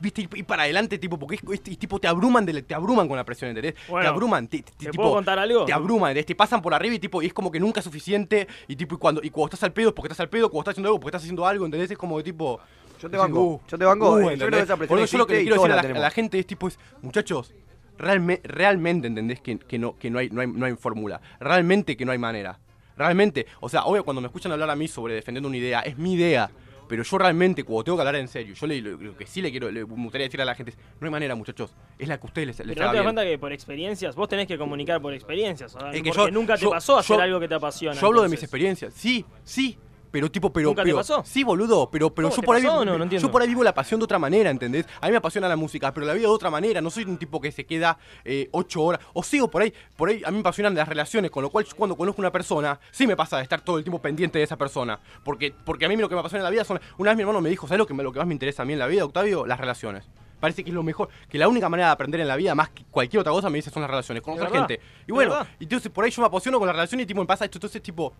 G: viste, y, y para adelante, tipo, porque es, es- y, tipo te abruman, de la- te abruman con la presión, ¿entendés?
R: Bueno,
G: te abruman, te, te-
R: ¿te
G: tipo,
R: puedo contar algo?
G: Te abruman, ¿entendés? Te pasan por arriba y tipo, y es como que nunca es suficiente, y tipo, y cuando, y cuando estás al pedo es porque estás al pedo, cuando estás haciendo algo, porque estás haciendo algo, ¿entendés? Es como de tipo. Yo
A: te banco, yo te banco, eh, yo creo que esa presión
G: Por eso yo lo que le
A: existe y
G: quiero
A: todos
G: decir a la, a
A: la
G: la
A: tenemos.
G: gente es tipo, es, muchachos, realme- realmente entendés que, que no, que no hay, no hay, no hay fórmula, realmente que no hay manera. Realmente, o sea, obvio cuando me escuchan hablar a mí sobre defendiendo una idea, es mi idea. Pero yo realmente, cuando tengo que hablar en serio, yo le- lo, lo que sí le quiero, le me gustaría decir a la gente es, no hay manera, muchachos, es la que a ustedes les, les
R: Pero no
G: haga
R: te das
G: bien.
R: cuenta que por experiencias, vos tenés que comunicar por experiencias. o sea,
G: Es que
R: Ah, porque
G: yo-
R: nunca te
G: yo-
R: pasó hacer
G: yo-
R: algo que te apasiona.
G: Yo hablo de mis
R: entonces.
G: experiencias, sí, sí. Pero tipo, pero.
R: ¿Nunca te
G: pero-
R: pasó?
G: Sí, boludo, pero, pero
R: ¿Cómo,
G: yo
R: te
G: por ahí.
R: pasó
G: vi-
R: o no? No entiendo.
G: Yo por ahí vivo la pasión de otra manera, ¿entendés? A mí me apasiona la música, pero la vida de otra manera. No soy un tipo que se queda eh, ocho horas. O sigo por ahí. Por ahí a mí me apasionan las relaciones, con lo cual yo cuando conozco una persona, sí me pasa de estar todo el tiempo pendiente de esa persona. Porque, porque a mí lo que me apasiona en la vida son. Una vez mi hermano me dijo, ¿sabes lo que, me- lo que más me interesa a mí en la vida, Octavio? Las relaciones. Parece que es lo mejor, que la única manera de aprender en la vida, más que cualquier otra cosa, me dice, son las relaciones, conocer
R: verdad,
G: gente. Y
R: es
G: bueno,
R: verdad.
G: y entonces por ahí yo me apasiono con las relaciones y tipo me pasa esto, entonces tipo,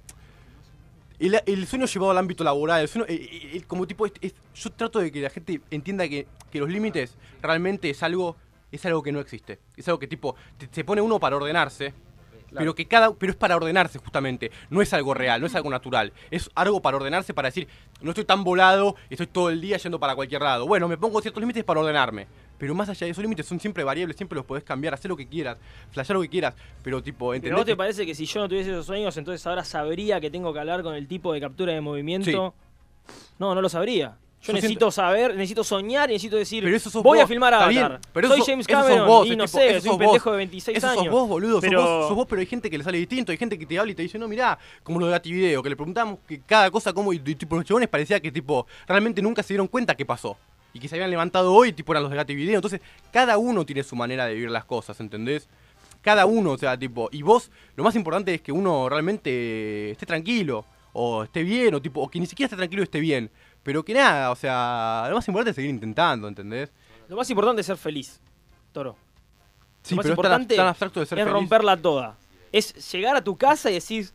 G: el, el sueño llevado al ámbito laboral, el sueño- el- el- el- como tipo, es- es- yo trato de que la gente entienda que, que los límites realmente es algo, es algo que no existe. Es algo que tipo, te- se pone uno para ordenarse, pero que cada, pero es para ordenarse justamente. No es algo real, no es algo natural. Es algo para ordenarse, para decir, no estoy tan volado, estoy todo el día yendo para cualquier lado. Bueno, me pongo ciertos límites para ordenarme. Pero más allá de esos límites son siempre variables, siempre los podés cambiar, hacer lo que quieras, flashear lo que quieras, pero tipo,
R: Pero vos
G: entendés
R: te parece que si yo no tuviese esos sueños, entonces ahora sabría que tengo que hablar con el tipo de captura de movimiento. No, no lo sabría. Yo,
G: Yo
R: necesito saber, necesito soñar y necesito decir,
G: Pero eso sos
R: voy a
G: vos,
R: filmar
G: está
R: Avatar.
G: bien, pero
R: soy
G: eso-
R: James
G: eso sos
R: Cameron
G: vos,
R: y
G: es
R: no
G: tipo,
R: sé,
G: eso
R: soy un
G: sos vos.
R: pendejo de 26
G: Eso
R: años.
G: sos vos, boludo.
R: Pero
G: Sos, vos, sos vos, pero hay gente que le sale distinto. Hay gente que te habla y te dice, no, mirá, como lo de Ativideo, que le preguntamos que cada cosa como... Y, y, tipo, los chabones parecía que, tipo, realmente nunca se dieron cuenta que pasó. Y que se habían levantado hoy, tipo, eran los de Ativideo. Entonces, cada uno tiene su manera de vivir las cosas, ¿entendés? Cada uno, o sea, tipo... Y vos, lo más importante es que uno realmente esté tranquilo. O esté bien, o tipo... O que ni siquiera esté tranquilo y esté bien. Pero que nada, o sea... Lo más importante es seguir intentando, ¿entendés?
R: Lo más importante es ser feliz, Toro.
G: Sí,
R: lo más
G: pero es tan ab-
R: importante
G: tan abstracto de ser
R: es
G: feliz.
R: romperla toda. Es llegar a tu casa y decir,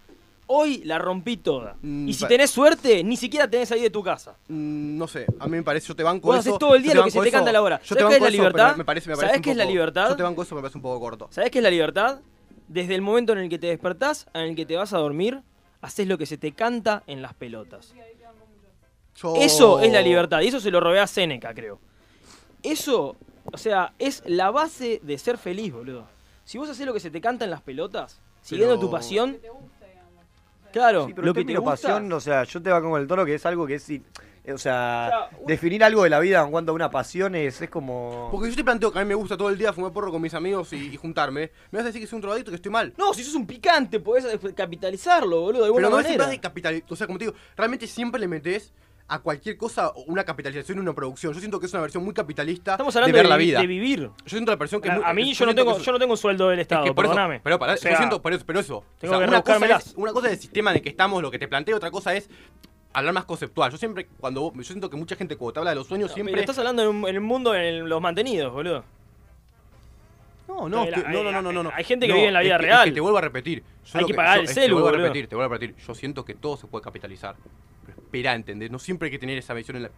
R: hoy la rompí toda.
G: Mm,
R: y si
G: pa-
R: tenés suerte, ni siquiera tenés ahí de tu casa.
G: Mm, No sé, a mí me parece, yo te banco
R: Vos
G: eso.
R: haces todo el
G: yo
R: día
G: te
R: lo que se
G: banco
R: te
G: eso,
R: canta la hora. ¿Sabés
G: Yo te
R: qué es
G: banco
R: la
G: eso, pero
R: libertad?
G: Me parece, me
R: ¿Sabés
G: parece un
R: qué es la
G: poco-
R: libertad?
G: Yo te banco eso, me parece un poco corto.
R: ¿Sabés qué es la libertad? Desde el momento en el que te despertás, en el que te vas a dormir, haces lo que se te canta en las pelotas.
G: Yo-
R: Eso es la libertad, y eso se lo robé a Seneca, creo. Eso, o sea, es la base de ser feliz, boludo. Si vos haces lo que se te canta en las pelotas, siguiendo
A: Pero-
R: tu pasión. Claro,
A: Sí, pero
R: lo que te
A: término
R: gusta.
A: pasión, o sea, yo te va con el toro que es algo que es. in- eh, O sea, definir algo de la vida en cuanto a una pasión es, es como.
G: Porque yo te planteo que a mí me gusta todo el día fumar porro con mis amigos y, y juntarme. Me vas a decir que soy un drogadicto, que estoy mal.
R: No, si sos un picante, podés capitalizarlo, boludo, de alguna
G: Pero no
R: manera.
G: es de capital. O sea, como te digo, realmente siempre le metes a cualquier cosa una capitalización y una producción. Yo siento que es una versión muy capitalista
R: Estamos hablando
G: de ver
R: de,
G: la
R: vi-
G: vida.
R: de vivir.
G: Yo siento la presión que. es
R: A,
G: muy-
R: a mí yo, no
G: siento que
R: tengo,
G: es-
R: yo no tengo un sueldo del Estado,
G: que por eso-
R: perdóname.
G: pero pará,
R: Ah, O
G: yo
R: sea,
G: siento- pero eso, pero eso.
R: tengo que
G: una, cosa
R: rebuscármelas.
G: es, una cosa es el sistema en el que estamos, lo que te planteo, otra cosa es hablar más conceptual. Yo siempre, cuando vos- yo siento que mucha gente cuando te habla de los sueños,
R: pero
G: siempre.
R: estás hablando en un, en un mundo en los mantenidos, boludo.
G: No, no,
R: Hay-
G: te- no, no, no, no, no.
R: hay gente que
G: No,
R: vive en la
G: es
R: vida
G: que- es
R: real.
G: que te vuelvo a repetir. Yo
R: Hay
G: lo
R: que pagar
G: yo-
R: el
G: es- Te
R: celu,
G: vuelvo a
R: boludo.
G: repetir, te vuelvo a repetir. Yo siento que todo se puede capitalizar. Pero espera, ¿entendés? No siempre hay que tener esa visión en la.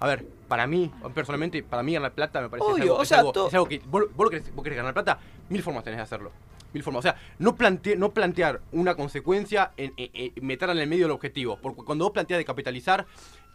G: A ver, para mí, personalmente, para mí ganar plata me parece es
R: Obvio,
G: algo,
R: o
G: es
R: sea,
G: algo-
R: to-
G: es algo que vos, vos lo querés, vos querés ganar plata, mil formas tenés de hacerlo. Mil formas. O sea, no, plante, no plantear una consecuencia, en, en- en- meterla en el medio del objetivo. Porque cuando vos planteas de capitalizar,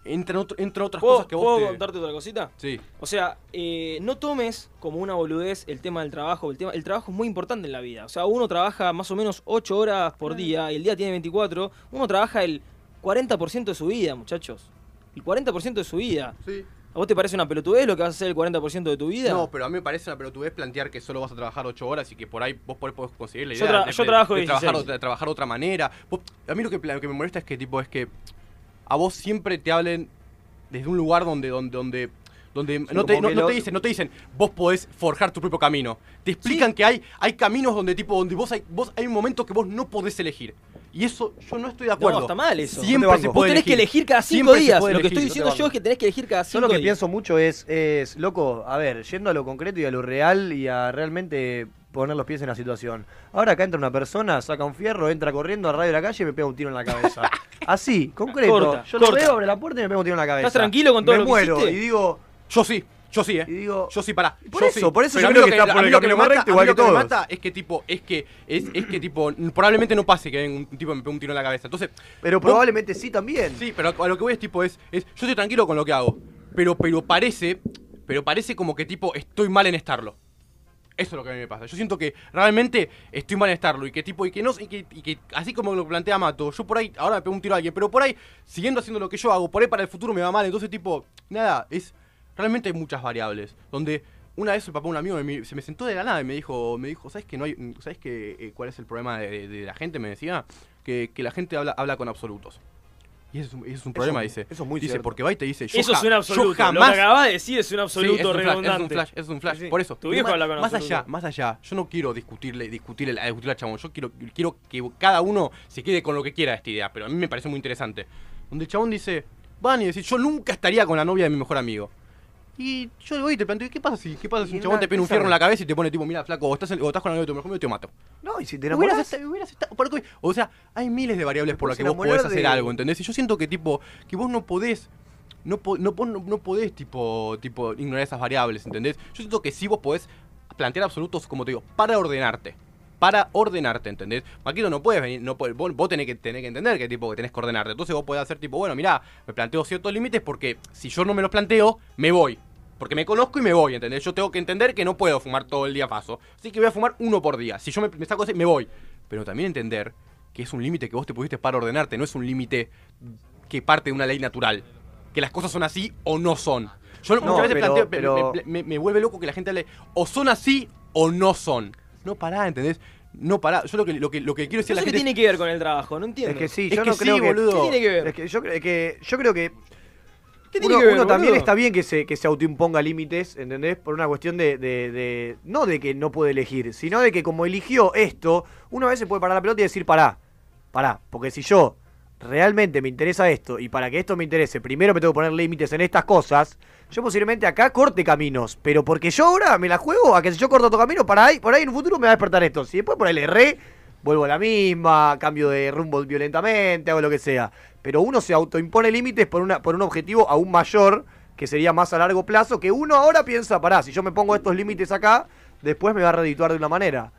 G: entran, otro- entran otras
R: ¿Puedo,
G: cosas que vos
R: puedo
G: te-
R: contarte otra cosita?
G: Sí.
R: O sea, eh, no tomes como una boludez el tema del trabajo. El, tema, el trabajo es muy importante en la vida. O sea, uno trabaja más o menos 8 horas por día y el día tiene 24. Uno trabaja el 40% de su vida, muchachos. El 40% de su vida.
G: Sí.
R: ¿A vos te parece una pelotudez lo que vas a hacer el 40% de tu vida?
G: No, pero a mí me parece una pelotudez plantear que solo vas a trabajar 8 horas y que por ahí vos por ahí podés conseguir la
R: Yo
G: idea
R: tra-
G: de,
R: yo
G: de-
R: trabajo
G: de trabajar,
R: 16.
G: de trabajar de otra manera. Vos- a mí lo que, pla- lo que me molesta es que tipo es que a vos siempre te hablen desde un lugar donde donde donde donde no, te,
L: como
G: no,
L: que
G: no
L: lo-
G: te dicen no te dicen vos podés forjar tu propio camino te explican que hay hay caminos donde tipo donde vos hay vos hay un momento que vos no podés elegir y eso yo no estoy de acuerdo
R: está mal eso.
G: siempre
A: Yo te
G: se
A: banco.
G: puede
R: Vos tenés que elegir cada 5
G: Siempre se
R: días.
G: puede
R: Lo que
G: elegir,
R: estoy
G: te
R: diciendo
G: banco.
R: yo es que tenés que elegir cada 5
A: Yo
R: días.
A: lo que pienso mucho es, es, loco, a ver, yendo a lo concreto y a lo real y a realmente poner los pies en la situación. Ahora acá entra una persona, saca un fierro, entra corriendo a radio de la calle y me pega un tiro en la cabeza.
R: [laughs]
A: Así, concreto.
R: Corta,
A: yo lo
R: corta.
A: veo, abre la puerta y me pega un tiro en la cabeza.
R: ¿Estás tranquilo con todo
A: me
R: lo que
A: muero
R: hiciste?
A: y digo...
G: Yo sí, yo sí, eh.
A: Y digo...
G: Yo sí, pará.
A: Por
G: yo
A: eso,
G: sí.
A: por eso
G: Pero a
A: yo
G: mí
A: creo
G: lo
A: que está
G: a
A: por
G: mí
A: el
G: lo que me
A: camino
G: mata-
A: correcto,
G: a mí
A: igual
G: lo
A: que
G: me
A: todos.
G: mata es que tipo, es que, es, es que tipo, probablemente no pase que venga un tipo y me pegue un tiro en la cabeza. Entonces.
A: Pero
G: vos-
A: probablemente sí también.
G: Sí, pero a lo que voy es tipo, es, es. Yo estoy tranquilo con lo que hago. Pero, pero parece. Pero parece como que tipo, estoy mal en estarlo. Eso es lo que a mí me pasa. Yo siento que realmente estoy mal en estarlo y que tipo y que no y que, y que así como lo plantea Mato, yo por ahí ahora me pego un tiro a alguien, pero por ahí siguiendo haciendo lo que yo hago, por ahí para el futuro me va mal, entonces tipo, nada, es realmente hay muchas variables donde una vez el papá de un amigo me mi- se me sentó de la nada y me dijo, me dijo, ¿sabes que no hay sabes que eh, cuál es el problema de, de- de la gente? Me decía que, que la gente habla habla con absolutos. Y eso es un, eso es un problema, dice. Eso es muy dice, porque va y te dice, yo,
R: Eso es
G: ja-
R: un
G: yo
R: absoluto. Lo
G: jamás...
R: que acabas de decir es un
G: Sí,
R: absoluto
G: es un flash,
R: redundante.
G: Es un flash, es un flash.
R: Sí, sí.
G: Por eso.
R: Tu viejo
G: Más-
R: habla con
G: Más
R: absoluto.
G: allá, más allá. Yo no quiero discutirle, discutirle, a discutirle al chabón. Yo quiero, quiero que cada uno se quede con lo que quiera de esta idea. Pero a mí me parece muy interesante. Donde el chabón dice, van y decir, yo nunca estaría con la novia de mi mejor amigo. Y yo voy y te planteo, ¿qué pasa si, qué pasa si
A: Y
G: un chabón
A: una-
G: te pega un
A: esa-
G: fierro en la cabeza y te pone tipo, mira, flaco, o estás, en- o estás con la novia de tu mejor amigo, te mato?
A: No, y si te
G: Hubieras
A: enamorás.
G: esta- hubieras esta- por lo que- o sea, hay miles de variables por las que
A: puedes
G: vos podés
A: enamorar
G: hacer
A: de-
G: algo, ¿entendés? Y yo siento que tipo, que vos no podés, no, po- no, po- no- no podés tipo, tipo, ignorar esas variables, ¿entendés? Yo siento que sí vos podés plantear absolutos, como te digo, para ordenarte. Para ordenarte, ¿entendés? Maquito no puedes venir, no podés- vos, vos tenés que tenés que entender que tipo que tenés que ordenarte. Entonces vos podés hacer tipo, bueno, mirá, me planteo ciertos límites porque si yo no me los planteo, me voy. Porque me conozco y me voy, ¿entendés? Yo tengo que entender que no puedo fumar todo el día paso. Así que voy a fumar uno por día. Si yo me, me saco ese, me voy. Pero también entender que es un límite que vos te pusiste para ordenarte, no es un límite que parte de una ley natural. Que las cosas son así o no son. Yo
A: No,
G: muchas veces
A: pero-
G: planteo,
A: pero-
G: me- me, me vuelve loco que la gente le o son así o no son. No pará, ¿entendés? No pará. Yo lo que, lo que, lo que quiero decir
R: ¿Eso
G: a la
R: qué
G: gente
R: tiene que ver con el trabajo? No entiendo.
A: Es que sí, yo no creo que.
R: boludo. ¿Qué tiene que ver?
A: Es que yo, cre- es que yo creo que.
R: ¿Qué tiene
A: Uno,
R: que ver,
A: uno también
R: boludo?
A: está bien que se, que se autoimponga límites, ¿entendés? Por una cuestión de, de- de- No de que no puede elegir, sino de que como eligió esto, uno a veces puede parar la pelota y decir, pará, pará, porque si yo realmente me interesa esto y para que esto me interese, primero me tengo que poner límites en estas cosas, yo posiblemente acá corte caminos, pero porque yo ahora me la juego a que si yo corto otro camino, para ahí, por ahí en un futuro me va a despertar esto. Si después por ahí le erré, vuelvo a la misma, cambio de rumbo violentamente, hago lo que sea. Pero uno se autoimpone límites por, una, por un objetivo aún mayor, que sería más a largo plazo, que uno ahora piensa, pará, si yo me pongo estos límites acá, después me va a redituar de una manera.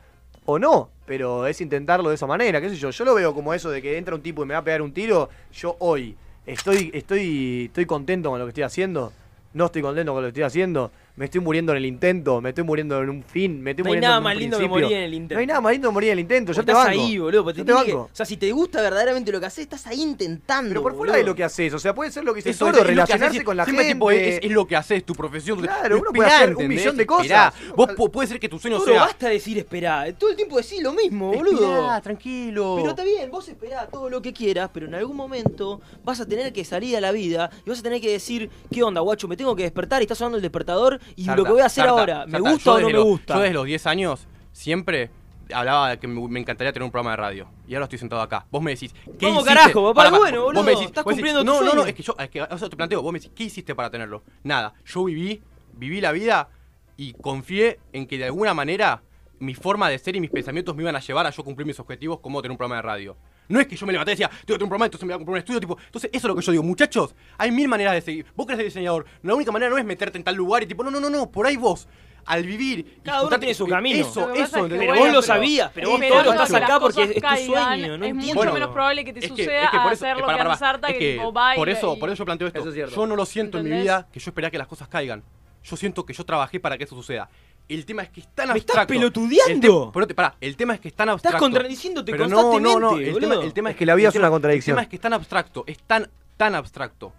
A: O no, pero es intentarlo de esa manera, qué sé yo. Yo lo veo como eso de que entra un tipo y me va a pegar un tiro, yo hoy estoy, estoy, estoy contento con lo que estoy haciendo. No estoy contento con lo que estoy haciendo. Me estoy muriendo en el intento, me estoy muriendo en un fin, me estoy
R: No hay
A: muriendo
R: nada
A: en un
R: más lindo que
A: principio.
R: morir en el intento.
A: No hay nada más lindo que morir en el intento. Yo te
R: estás
A: banco.
R: ahí, boludo. porque
A: Yo
R: te
A: te
R: tiene que-
A: banco.
R: o sea, si te gusta verdaderamente lo que haces, estás ahí intentando.
A: Pero por fuera
R: boludo.
A: de lo que haces, o sea, puede ser lo que dice
G: Eso
A: Toro,
G: es lo que haces,
A: relacionarse
G: es-
A: con la
G: siempre,
A: gente.
G: tipo, es, es lo que haces, tu profesión. tu-
A: Claro, uno puede
G: esperá,
A: hacer un
G: ¿entendés?
A: millón de cosas.
G: Esperá. Vos po- puede ser que tu sueño
R: Toro,
G: sea.
R: basta de decir esperá. Todo el tiempo decís lo mismo, boludo.
G: Esperá, tranquilo.
R: Pero está bien, vos esperá todo lo que quieras, pero en algún momento vas a tener que salir a la vida y vas a tener que decir, ¿qué onda, guacho? Me tengo que despertar y está sonando el despertador y
G: Sarta,
R: lo que voy a hacer
G: Sarta,
R: ahora, ¿me
G: Sarta,
R: gusta
G: yo
R: o no
G: desde
R: me
G: los-
R: gusta?
G: Yo desde los 10 años siempre hablaba de que me, me encantaría tener un programa de radio. Y ahora estoy sentado acá. Vos me decís, ¿qué
R: ¿Cómo
G: hiciste?
R: carajo, papá?
G: Pará, pará.
R: Bueno, boludo, estás
G: vos decís,
R: cumpliendo tu
G: No, no, no,
R: sueño.
G: es que yo, es que, o sea, te planteo, vos me decís, ¿qué hiciste para tenerlo? Nada, yo viví, viví la vida y confié en que de alguna manera mi forma de ser y mis pensamientos me iban a llevar a yo cumplir mis objetivos como tener un programa de radio. No es que yo me levanté y decía, tengo que tener un programa, entonces me voy a comprar un estudio, tipo, entonces eso es lo que yo digo, muchachos, hay mil maneras de seguir. Vos querés ser diseñador, la única manera no es meterte en tal lugar y tipo, no, no, no, no, por ahí vos, al vivir.
R: Cada uno tiene su camino.
G: Eso,
R: Lo que pasa es que,
G: eso, ¿entendés?
R: bueno, Pero vos lo pero- sabías, pero vos
G: Pero
R: todo lo
G: claro.
R: estás acá porque
E: cosas
R: es tu
E: caigan,
R: sueño, no
E: es mucho
R: entiendo.
E: menos probable que te
G: Es que-
E: suceda
G: es que por eso-
E: hacer
G: eh,
E: lo
G: pará,
E: que
G: pará,
E: hace Sarta,
G: es
E: que,
G: que
E: tipo baila
G: por eso,
E: y-
G: por eso yo planteo esto.
A: Eso es cierto.
G: yo no lo siento en mi
E: ¿Entendés?
G: vida que yo esperé a que las cosas caigan. Yo siento que yo trabajé para que eso suceda. El tema es que es tan
R: Me estás
G: abstracto.
R: pelotudeando.
G: El te- pero te- pará, el tema es que es tan abstracto.
R: contradiciéndote
G: Pero
R: constantemente,
G: No, no, no. El tema,
R: boludo.
G: el tema
A: Es que la vida
G: el
A: es una
G: tema-
A: contradicción.
G: El tema es que es tan abstracto, es tan, tan abstracto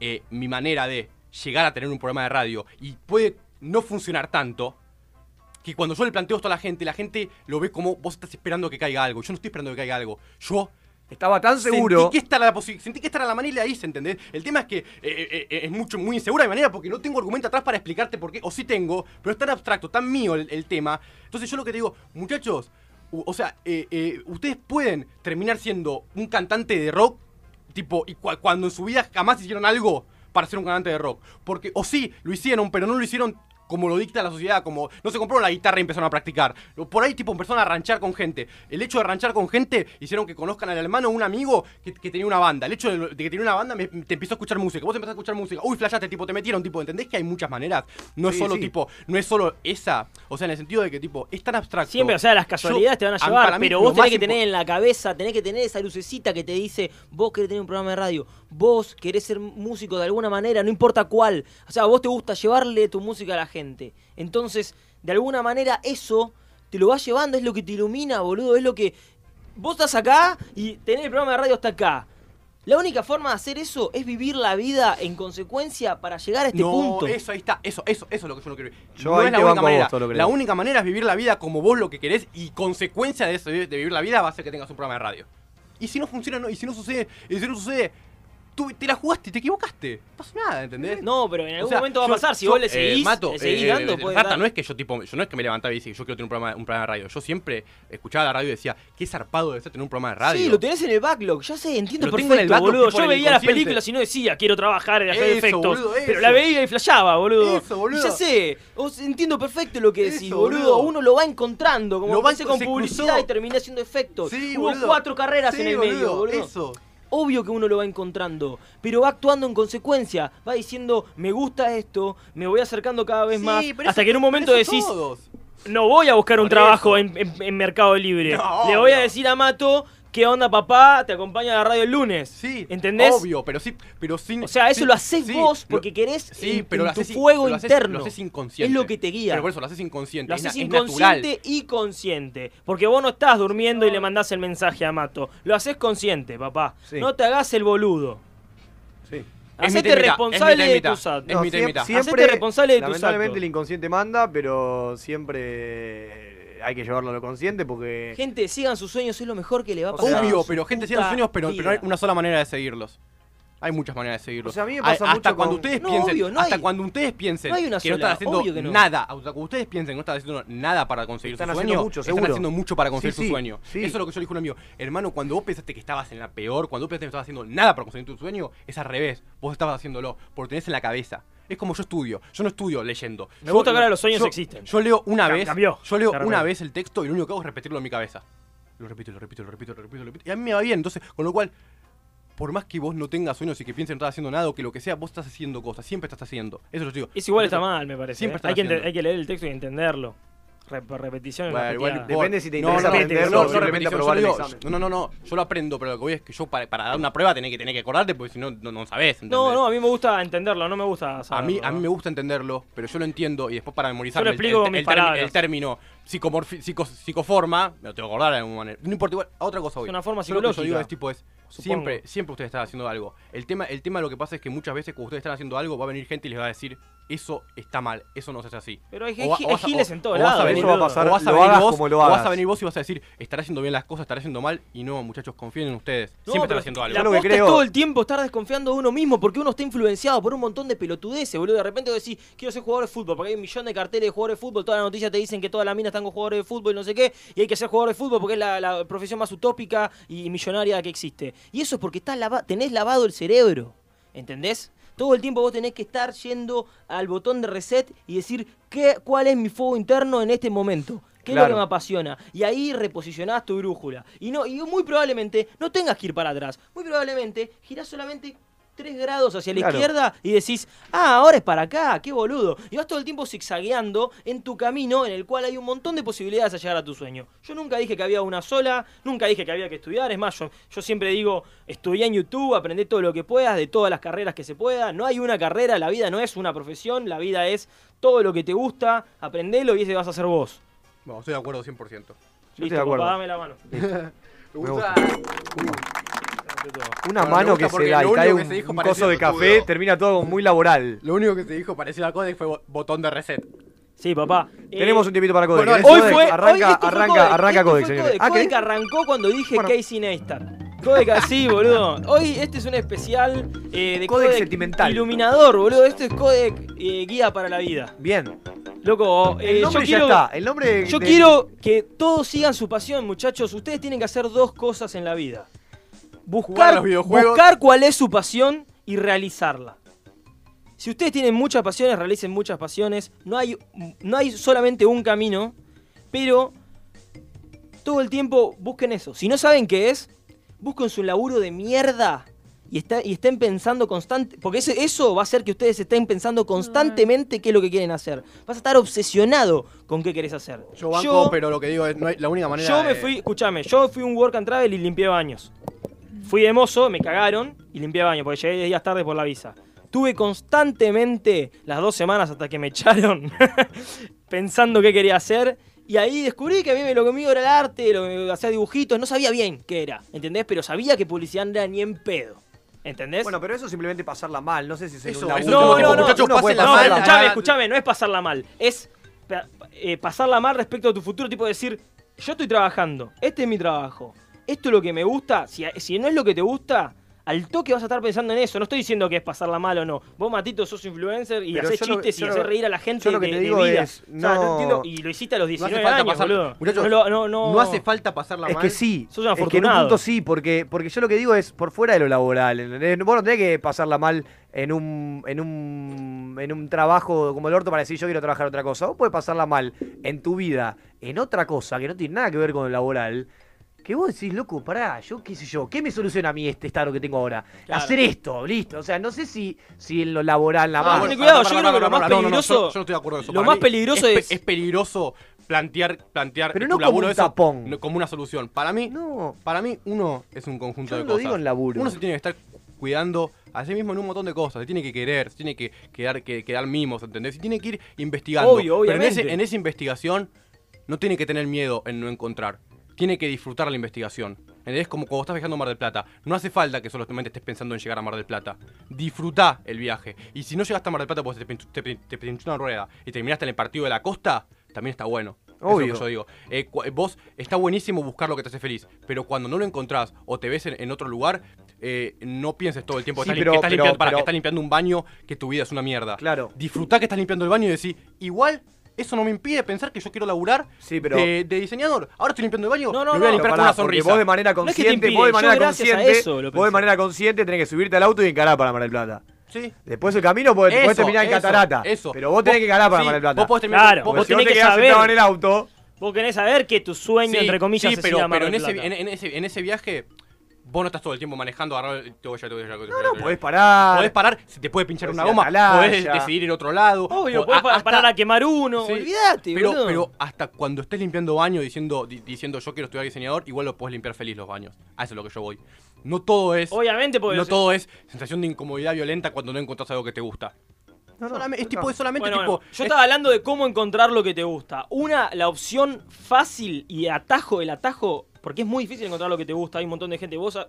G: eh, mi manera de llegar a tener un programa de radio y puede no funcionar tanto que cuando yo le planteo esto a la gente, la gente lo ve como vos estás esperando que caiga algo. Yo no estoy esperando que caiga algo. Yo
A: estaba tan seguro.
G: Sentí que esta era la, posi- sentí que esta era la manera y la hice, ¿entendés? El tema es que eh, eh, eh, es mucho, muy insegura mi manera porque no tengo argumento atrás para explicarte por qué. O sí tengo, pero es tan abstracto, tan mío el, el tema. Entonces yo lo que te digo, muchachos, u- o sea, eh, eh, ustedes pueden terminar siendo un cantante de rock Tipo, y cua- cuando en su vida jamás hicieron algo para ser un cantante de rock. Porque, o sí, lo hicieron, pero no lo hicieron como lo dicta la sociedad, como no se compraron la guitarra y empezaron a practicar. Lo- Por ahí, tipo, empezaron a ranchar con gente. El hecho de ranchar con gente hicieron que conozcan al hermano o un amigo que, que tenía una banda. El hecho de, lo- de que tenía una banda me- te empezó a escuchar música. Vos empezás a escuchar música. Uy, flashaste, tipo, te metieron, tipo, ¿entendés que hay muchas maneras? No es
R: Sí,
G: solo,
R: sí.
G: tipo, no es solo esa. O sea, en el sentido de que, tipo, es tan abstracto.
R: Siempre, o sea, las
G: Yo-
R: casualidades te van a
G: mí,
R: llevar,
G: para mí,
R: pero
G: lo
R: vos tenés
G: más
R: que
G: impo-
R: tener en la cabeza, tenés que tener esa lucecita que te dice, vos querés tener un programa de radio, vos querés ser músico de alguna manera, no importa cuál. O sea, a vos te gusta llevarle tu música a la gente. Entonces, de alguna manera eso te lo va llevando, es lo que te ilumina, boludo, es lo que... Vos estás acá y tenés el programa de radio hasta acá. La única forma de hacer eso es vivir la vida en consecuencia para llegar a este
G: no,
R: punto.
G: Eso ahí está, eso, eso, eso es lo que yo no quiero.
A: Yo
G: no
A: ahí
G: es la única
A: te banco a vos,
G: manera.
A: todo lo que
G: la
A: digo.
G: única manera es vivir la vida como vos lo que querés y consecuencia de, eso, de vivir la vida va a ser que tengas un programa de radio. Y si no funciona, no. Y si no sucede, y si no sucede, tú te la jugaste, te equivocaste. No pasa nada, ¿entendés?
R: No, pero en algún momento va a pasar. Si vos le
G: eh,
R: seguís, le seguís dando, puede
G: Rata,
R: dar.
G: no es que yo tipo, yo no es que me levantaba y decía, yo quiero tener un programa, un programa de radio. Yo siempre escuchaba la radio y decía, qué zarpado debe ser tener un programa de radio.
R: Sí, lo tenés en el backlog, ya sé, entiendo
G: Lo tengo
R: perfecto,
G: en el backlog,
R: boludo.
G: tipo,
R: Yo
G: en el
R: veía las
G: inconsciente.
R: películas y no decía, quiero trabajar en hacer
G: Eso,
R: efectos.
G: boludo, eso.
R: pero la veía y flasheaba, boludo.
G: Eso, boludo.
R: Y ya sé, os entiendo perfecto lo que
G: Eso,
R: decís, boludo.
G: boludo.
R: Uno lo va encontrando, como
G: Lo va-
R: empecé con
G: se
R: publicidad
G: cruzó.
R: y terminé haciendo efectos.
G: Sí,
R: Hubo
G: boludo.
R: cuatro carreras
G: Sí,
R: en el
G: boludo,
R: medio, boludo.
G: eso.
R: Obvio que uno lo va encontrando, pero va actuando en consecuencia. Va diciendo, me gusta esto, me voy acercando cada vez
G: Sí,
R: más.
G: pero
R: Hasta
G: eso-
R: que en un
G: pero
R: momento
G: eso
R: decís,
G: todos.
R: no voy a buscar un
G: Por
R: trabajo en, en- en Mercado Libre.
G: No,
R: Le voy a
G: obvio.
R: decir a Mato, ¿qué onda papá? Te acompaña a la radio el lunes.
G: Sí.
R: ¿Entendés?
G: Obvio, pero sí, pero sin.
R: O sea, eso
G: sí,
R: lo haces
G: sí,
R: vos
G: lo-
R: porque querés
G: sí,
R: en,
G: pero
R: en
G: lo haces
R: tu
G: in-
R: fuego
G: lo haces-
R: interno.
G: Lo haces inconsciente.
R: Es lo que te guía.
G: Pero por eso lo haces inconsciente.
R: Lo
G: es na-
R: haces
G: es natural.
R: inconsciente y consciente. Porque vos no estás durmiendo y le mandás el mensaje a Mato. Lo haces consciente, papá.
G: Sí.
R: No te hagas el boludo.
A: Sí.
R: Hacete responsable de tus actos.
A: No, siem-
R: Hacete responsable de tus
A: Lamentablemente
R: actos.
A: el inconsciente manda, pero siempre hay que llevarlo a lo consciente porque.
R: Gente, sigan sus sueños, es lo mejor que le va a
A: O sea,
R: pasar.
A: obvio,
R: en su
G: Pero gente, sean
R: puta
G: sueños, pero, pero no hay
R: vida.
G: una sola manera de seguirlos. Hay muchas maneras de seguirlos.
R: O sea, a mí me
G: Hay-
R: pasa
G: hasta
R: mucho
G: cuando
R: con-
G: ustedes
R: No,
G: piensen,
R: obvio, no
G: hasta
R: hay-
G: cuando ustedes piensen
R: no hay una
G: que no
R: sola,
G: están haciendo
R: obvio que no.
G: nada, hasta cuando ustedes piensen que no están haciendo nada para conseguir
A: Están
G: su
A: haciendo
G: sueño,
A: mucho,
G: están
A: seguro.
G: haciendo mucho para conseguir
A: Sí,
G: su
A: sí,
G: sueño.
A: sí.
G: Eso es lo que yo le dije a un amigo. Hermano, cuando vos pensaste que estabas en la peor, cuando vos pensaste que no estabas haciendo nada para conseguir tu sueño, es al revés. Vos estabas haciéndolo, porque tenés en la cabeza. Es como yo estudio, yo no estudio leyendo.
R: Me
G: Yo-
R: gusta que ahora los sueños
G: yo-
R: existen.
G: Yo leo una
R: Cam-
G: vez,
R: cambió,
G: yo leo
R: se
G: una
R: arregló.
G: vez el texto y lo único que hago es repetirlo en mi cabeza. Lo repito, lo repito, lo repito, lo repito, lo repito. Y a mí me va bien, entonces, con lo cual, por más que vos no tengas sueños y que pienses que no estás haciendo nada o que lo que sea, vos estás haciendo cosas, siempre estás haciendo. Eso lo digo.
R: Es igual está mal, me parece. ¿eh?
G: Siempre estás
R: hay, que ente-
G: haciendo.
R: hay que leer el texto y entenderlo. Re- por repeticiones.
G: Bueno,
R: más
G: igual
R: peteadas.
G: no importa. No, no, no, no, repetición, yo digo, yo- No, no, no, yo lo aprendo, pero lo que voy es que yo para, para dar una prueba tenés que, tenés que acordarte porque si no, no, no sabés. ¿entendés?
R: No, no, a mí me gusta entenderlo, no me gusta
G: A
R: saberlo.
G: mí, a mí me gusta entenderlo, pero yo lo entiendo y después para memorizar
R: Yo lo explico con
G: el,
R: mis
G: termi-
R: palabras.
G: el término psicomorfi- psico- psicoforma, me lo tengo que acordar de alguna manera. No importa, igual, a otra cosa voy.
R: Es una forma
G: Yo lo que yo
R: psicológica,
G: digo es tipo es,
R: supongo.
G: siempre, siempre ustedes están haciendo algo. El tema, el tema lo que pasa es que muchas veces cuando ustedes están haciendo algo va a venir gente y les va a decir, eso está mal, eso no se hace así.
R: Pero hay
G: O va-
R: gi-
G: o
R: hay
G: vas a-
R: giles
G: o-
R: en todos
G: o vas
R: lados,
G: venir-
R: boludo.
G: o vas a
A: Lo
G: venir
A: hagas
G: vos-
A: como lo
G: o vas a
A: hagas.
G: venir vos y vas a decir, estará haciendo bien las cosas, estará haciendo mal. Y no, muchachos, confíen en ustedes.
R: No,
G: siempre
R: pero
G: están haciendo algo.
R: La posta es todo el tiempo estar desconfiando de uno mismo porque uno está influenciado por un montón de pelotudeces, boludo. De repente vos decís, quiero ser jugador de fútbol, porque hay un millón de carteles de jugadores de fútbol, todas las noticias te dicen que todas las minas están con jugadores de fútbol, no sé qué, y hay que ser jugador de fútbol porque es la, la profesión más utópica y millonaria que existe. Y eso es porque estás lava- tenés lavado el cerebro, ¿entendés? Todo el tiempo vos tenés que estar yendo al botón de reset y decir qué, cuál es mi fuego interno en este momento. ¿Qué es lo
A: Claro.
R: que me apasiona? Y ahí reposicionás tu brújula. Y no, y muy probablemente no tengas que ir para atrás. Muy probablemente girás solamente 3 grados hacia la
A: Claro.
R: izquierda y decís, ah, ahora es para acá, qué boludo. Y vas todo el tiempo zigzagueando en tu camino en el cual hay un montón de posibilidades a llegar a tu sueño. Yo nunca dije que había una sola, nunca dije que había que estudiar. Es más, yo, yo siempre digo, estudia en YouTube, aprende todo lo que puedas, de todas las carreras que se pueda. No hay una carrera, la vida no es una profesión, la vida es todo lo que te gusta, aprendelo y ese vas a ser vos.
G: No, estoy de acuerdo 100%.
R: Yo estoy de acuerdo. papá, dame la mano.
G: [laughs]
R: [laughs]
G: Me
A: gusta.
G: Uy.
A: Una
G: Bueno, me
A: mano
G: gusta
A: que
G: porque
A: se da
G: lo
A: y
G: único
A: cae
G: que
A: un,
G: se dijo
A: un
G: parecía
A: coso de café,
G: pelotudo.
A: termina todo muy laboral.
G: Lo único que se dijo parecido a Codex fue bo- botón de reset.
R: Sí, papá.
A: Eh, Tenemos un tiempito para Codex.
G: bueno,
A: ¿Querés
G: hoy
A: Codex?
G: fue-
A: arranca,
R: hoy esto este fue
A: arranca,
R: Codex,
A: arranca
R: esto
A: Codex,
R: fue
A: señores.
R: Codex.
A: Ah, ¿querés?
R: Codex arrancó cuando dije Casey Neistat. Codex así, boludo. Hoy este es un especial eh, de
A: Codex
R: Codex,
A: sentimental.
R: iluminador, boludo. Este es Codex eh, guía para la vida.
A: Bien.
R: Loco, eh,
A: El
R: yo
A: nombre ya
R: quiero,
A: está, el nombre
R: yo
A: de-
R: quiero que todos sigan su pasión, muchachos. Ustedes tienen que hacer dos cosas en la vida.
G: Jugar a
R: Buscar,
G: los videojuegos.
R: buscar cuál es su pasión y realizarla. Si ustedes tienen muchas pasiones, realicen muchas pasiones. No hay, no hay solamente un camino, pero todo el tiempo busquen eso. Si no saben qué es, busquen su laburo de mierda y, está- y estén pensando constante, porque ese- eso va a hacer que ustedes estén pensando constantemente qué es lo que quieren hacer. Vas a estar obsesionado con qué querés hacer.
G: Yo banco, pero lo que digo es, no hay- la única manera
R: Yo me
G: de-
R: fui, escúchame, yo fui a un work and travel y limpié baños. Fui de mozo, me cagaron y limpié baños porque llegué 10 días tarde por la visa. Tuve constantemente las dos semanas hasta que me echaron pensando qué quería hacer. Y ahí descubrí que a mí me- lo que mío era el arte, lo que hacía dibujitos, no sabía bien qué era, ¿entendés? Pero sabía que publicidad no era ni en pedo. ¿Entendés?
A: Bueno, pero eso simplemente pasarla mal, no sé si se
R: Eso-
A: un
R: eso
A: laburo.
R: no, no, no,
A: Uno
R: no,
A: puede
R: no,
A: pasarla mal.
R: escuchame, escuchame, no es pasarla mal, es pa- eh, pasarla mal respecto a tu futuro, tipo decir, yo estoy trabajando, este es mi trabajo, esto es lo que me gusta, si, si no es lo que te gusta, al toque vas a estar pensando en eso. No estoy diciendo que es pasarla mal o no. Vos, Matito, sos influencer y
A: Pero
R: haces
A: yo lo-
R: chistes
A: yo
R: y
A: lo-
R: haces reír a la gente
A: yo lo que
R: de,
A: te
R: de
A: digo
R: vida.
A: es,
R: O sea,
A: no-
R: entiendo- y lo hiciste a los 19
S: falta
R: años,
S: pasar-
R: boludo.
S: Muchachos,
R: no, lo- no, no-
S: no hace falta pasarla
A: Es
S: mal.
A: que sí.
R: Sos un
A: es que en un
R: afortunado.
A: punto sí, porque, porque yo lo que digo es por fuera de lo laboral. ¿entendés? Vos no tenés que pasarla mal en un, en un, en un trabajo como el orto para decir yo quiero trabajar otra cosa. Vos podés pasarla mal en tu vida, en otra cosa que no tiene nada que ver con lo laboral. Que vos decís, loco, pará, yo qué sé yo, ¿qué me soluciona a mí este estado que tengo ahora?
R: Claro.
A: Hacer esto, listo. O sea, no sé si, si en lo laboral la
G: Ah,
A: mano.
G: bueno,
R: cuidado,
G: pará,
R: yo creo
G: pará,
R: que
G: pará,
R: lo más
G: pará, no, no, no,
R: peligroso-
G: yo, yo no estoy de acuerdo con eso.
R: lo
G: Para
R: más
G: mí
R: peligroso
G: pe-
R: es-
G: peligroso plantear, plantear
A: Pero
G: tu
A: no como
G: laburo
A: un
G: eso
A: tapón.
G: no- como una solución. Para mí, para mí uno es un conjunto
A: Yo
G: de
A: no lo
G: cosas.
A: digo en laburo.
G: Uno se tiene que estar cuidando a sí mismo en un montón de cosas. Se tiene que querer, se tiene que quedar, que, que dar mimos, ¿entendés? Y tiene que ir investigando.
R: Obvio,
G: Pero en,
R: obviamente.
G: ese- en esa investigación no tiene que tener miedo en no encontrar. Tiene que disfrutar la investigación. Es como cuando estás viajando a Mar del Plata. No hace falta que solamente estés pensando en llegar a Mar del Plata. Disfrutá el viaje. Y si no llegaste a Mar del Plata porque te, pin- te, pin- te pinchó una rueda y terminaste en el partido de la costa, también está bueno. Eso es lo
A: Obvio.
G: que yo digo. Eh, cu- vos, está buenísimo buscar lo que te hace feliz. Pero cuando no lo encontrás o te ves en, en otro lugar, eh, no pienses todo el tiempo
A: Sí,
G: que, estás, lim-
A: pero-
G: que estás
A: pero-
G: limpiando, pará,
A: pero-
G: que estás limpiando un baño, que tu vida es una mierda.
A: Claro.
G: Disfrutá que estás limpiando el baño y decís, igual eso no me impide pensar que yo quiero laburar
A: pero-
G: de, de diseñador. Ahora estoy limpiando el baño,
R: No, no,
G: lo voy a
R: no.
G: limpiar
A: Pero
G: con
A: pará,
G: una
A: porque
G: sonrisa.
A: Vos de manera
R: No es que te
A: consciente,
R: impide,
A: vos de
R: yo
A: manera
R: gracias a
A: consciente,
R: eso lo
A: vos de
R: pensé.
A: manera consciente tenés que subirte al auto y encarar para Mar del Plata.
G: Sí.
A: Después el camino podés, podés
G: Eso,
A: terminar en
G: eso,
A: Catarata.
G: eso.
A: Pero vos tenés
G: Vos-
A: que encarar para
G: sí,
A: Mar del Plata.
G: vos podés terminar-
R: Claro,
G: Porque
R: vos
G: si no
R: tenés
G: te
R: que
G: quedás
R: saber.
G: sentado en el auto-
R: Vos querés saber que tu sueño,
G: Sí,
R: entre comillas,
G: sí,
R: es
G: pero,
R: ir a Mar
G: pero en,
R: del
G: ese,
R: Plata.
G: en, en ese, en ese viaje, vos no estás todo el tiempo manejando, agarrar el- te voy a- te voy a- te voy a- te voy a- te voy a-
A: podés parar.
G: Podés parar, se te puede pinchar
A: Podés
G: una
A: ir a
G: goma,
A: Atalaya.
G: podés decidir ir a otro lado.
R: Obvio,
G: po-
R: podés
G: a-
R: pa-
G: hasta-
R: parar a quemar uno,
G: Sí.
R: olvidate,
G: pero,
R: boludo.
G: pero hasta cuando estés limpiando baño diciendo, di- diciendo yo quiero estudiar diseñador, igual lo podés limpiar feliz los baños. A eso es lo que yo voy. No todo es.
R: Obviamente, porque-
G: No todo es sensación de incomodidad violenta cuando no encontrás algo que te gusta. Solamente- es tipo, es solamente
R: Bueno,
G: tipo.
R: bueno, yo
G: es-
R: estaba hablando de cómo encontrar lo que te gusta. Una, la opción fácil y atajo, el atajo, porque es muy difícil encontrar lo que te gusta. Hay un montón de gente. Vos, a-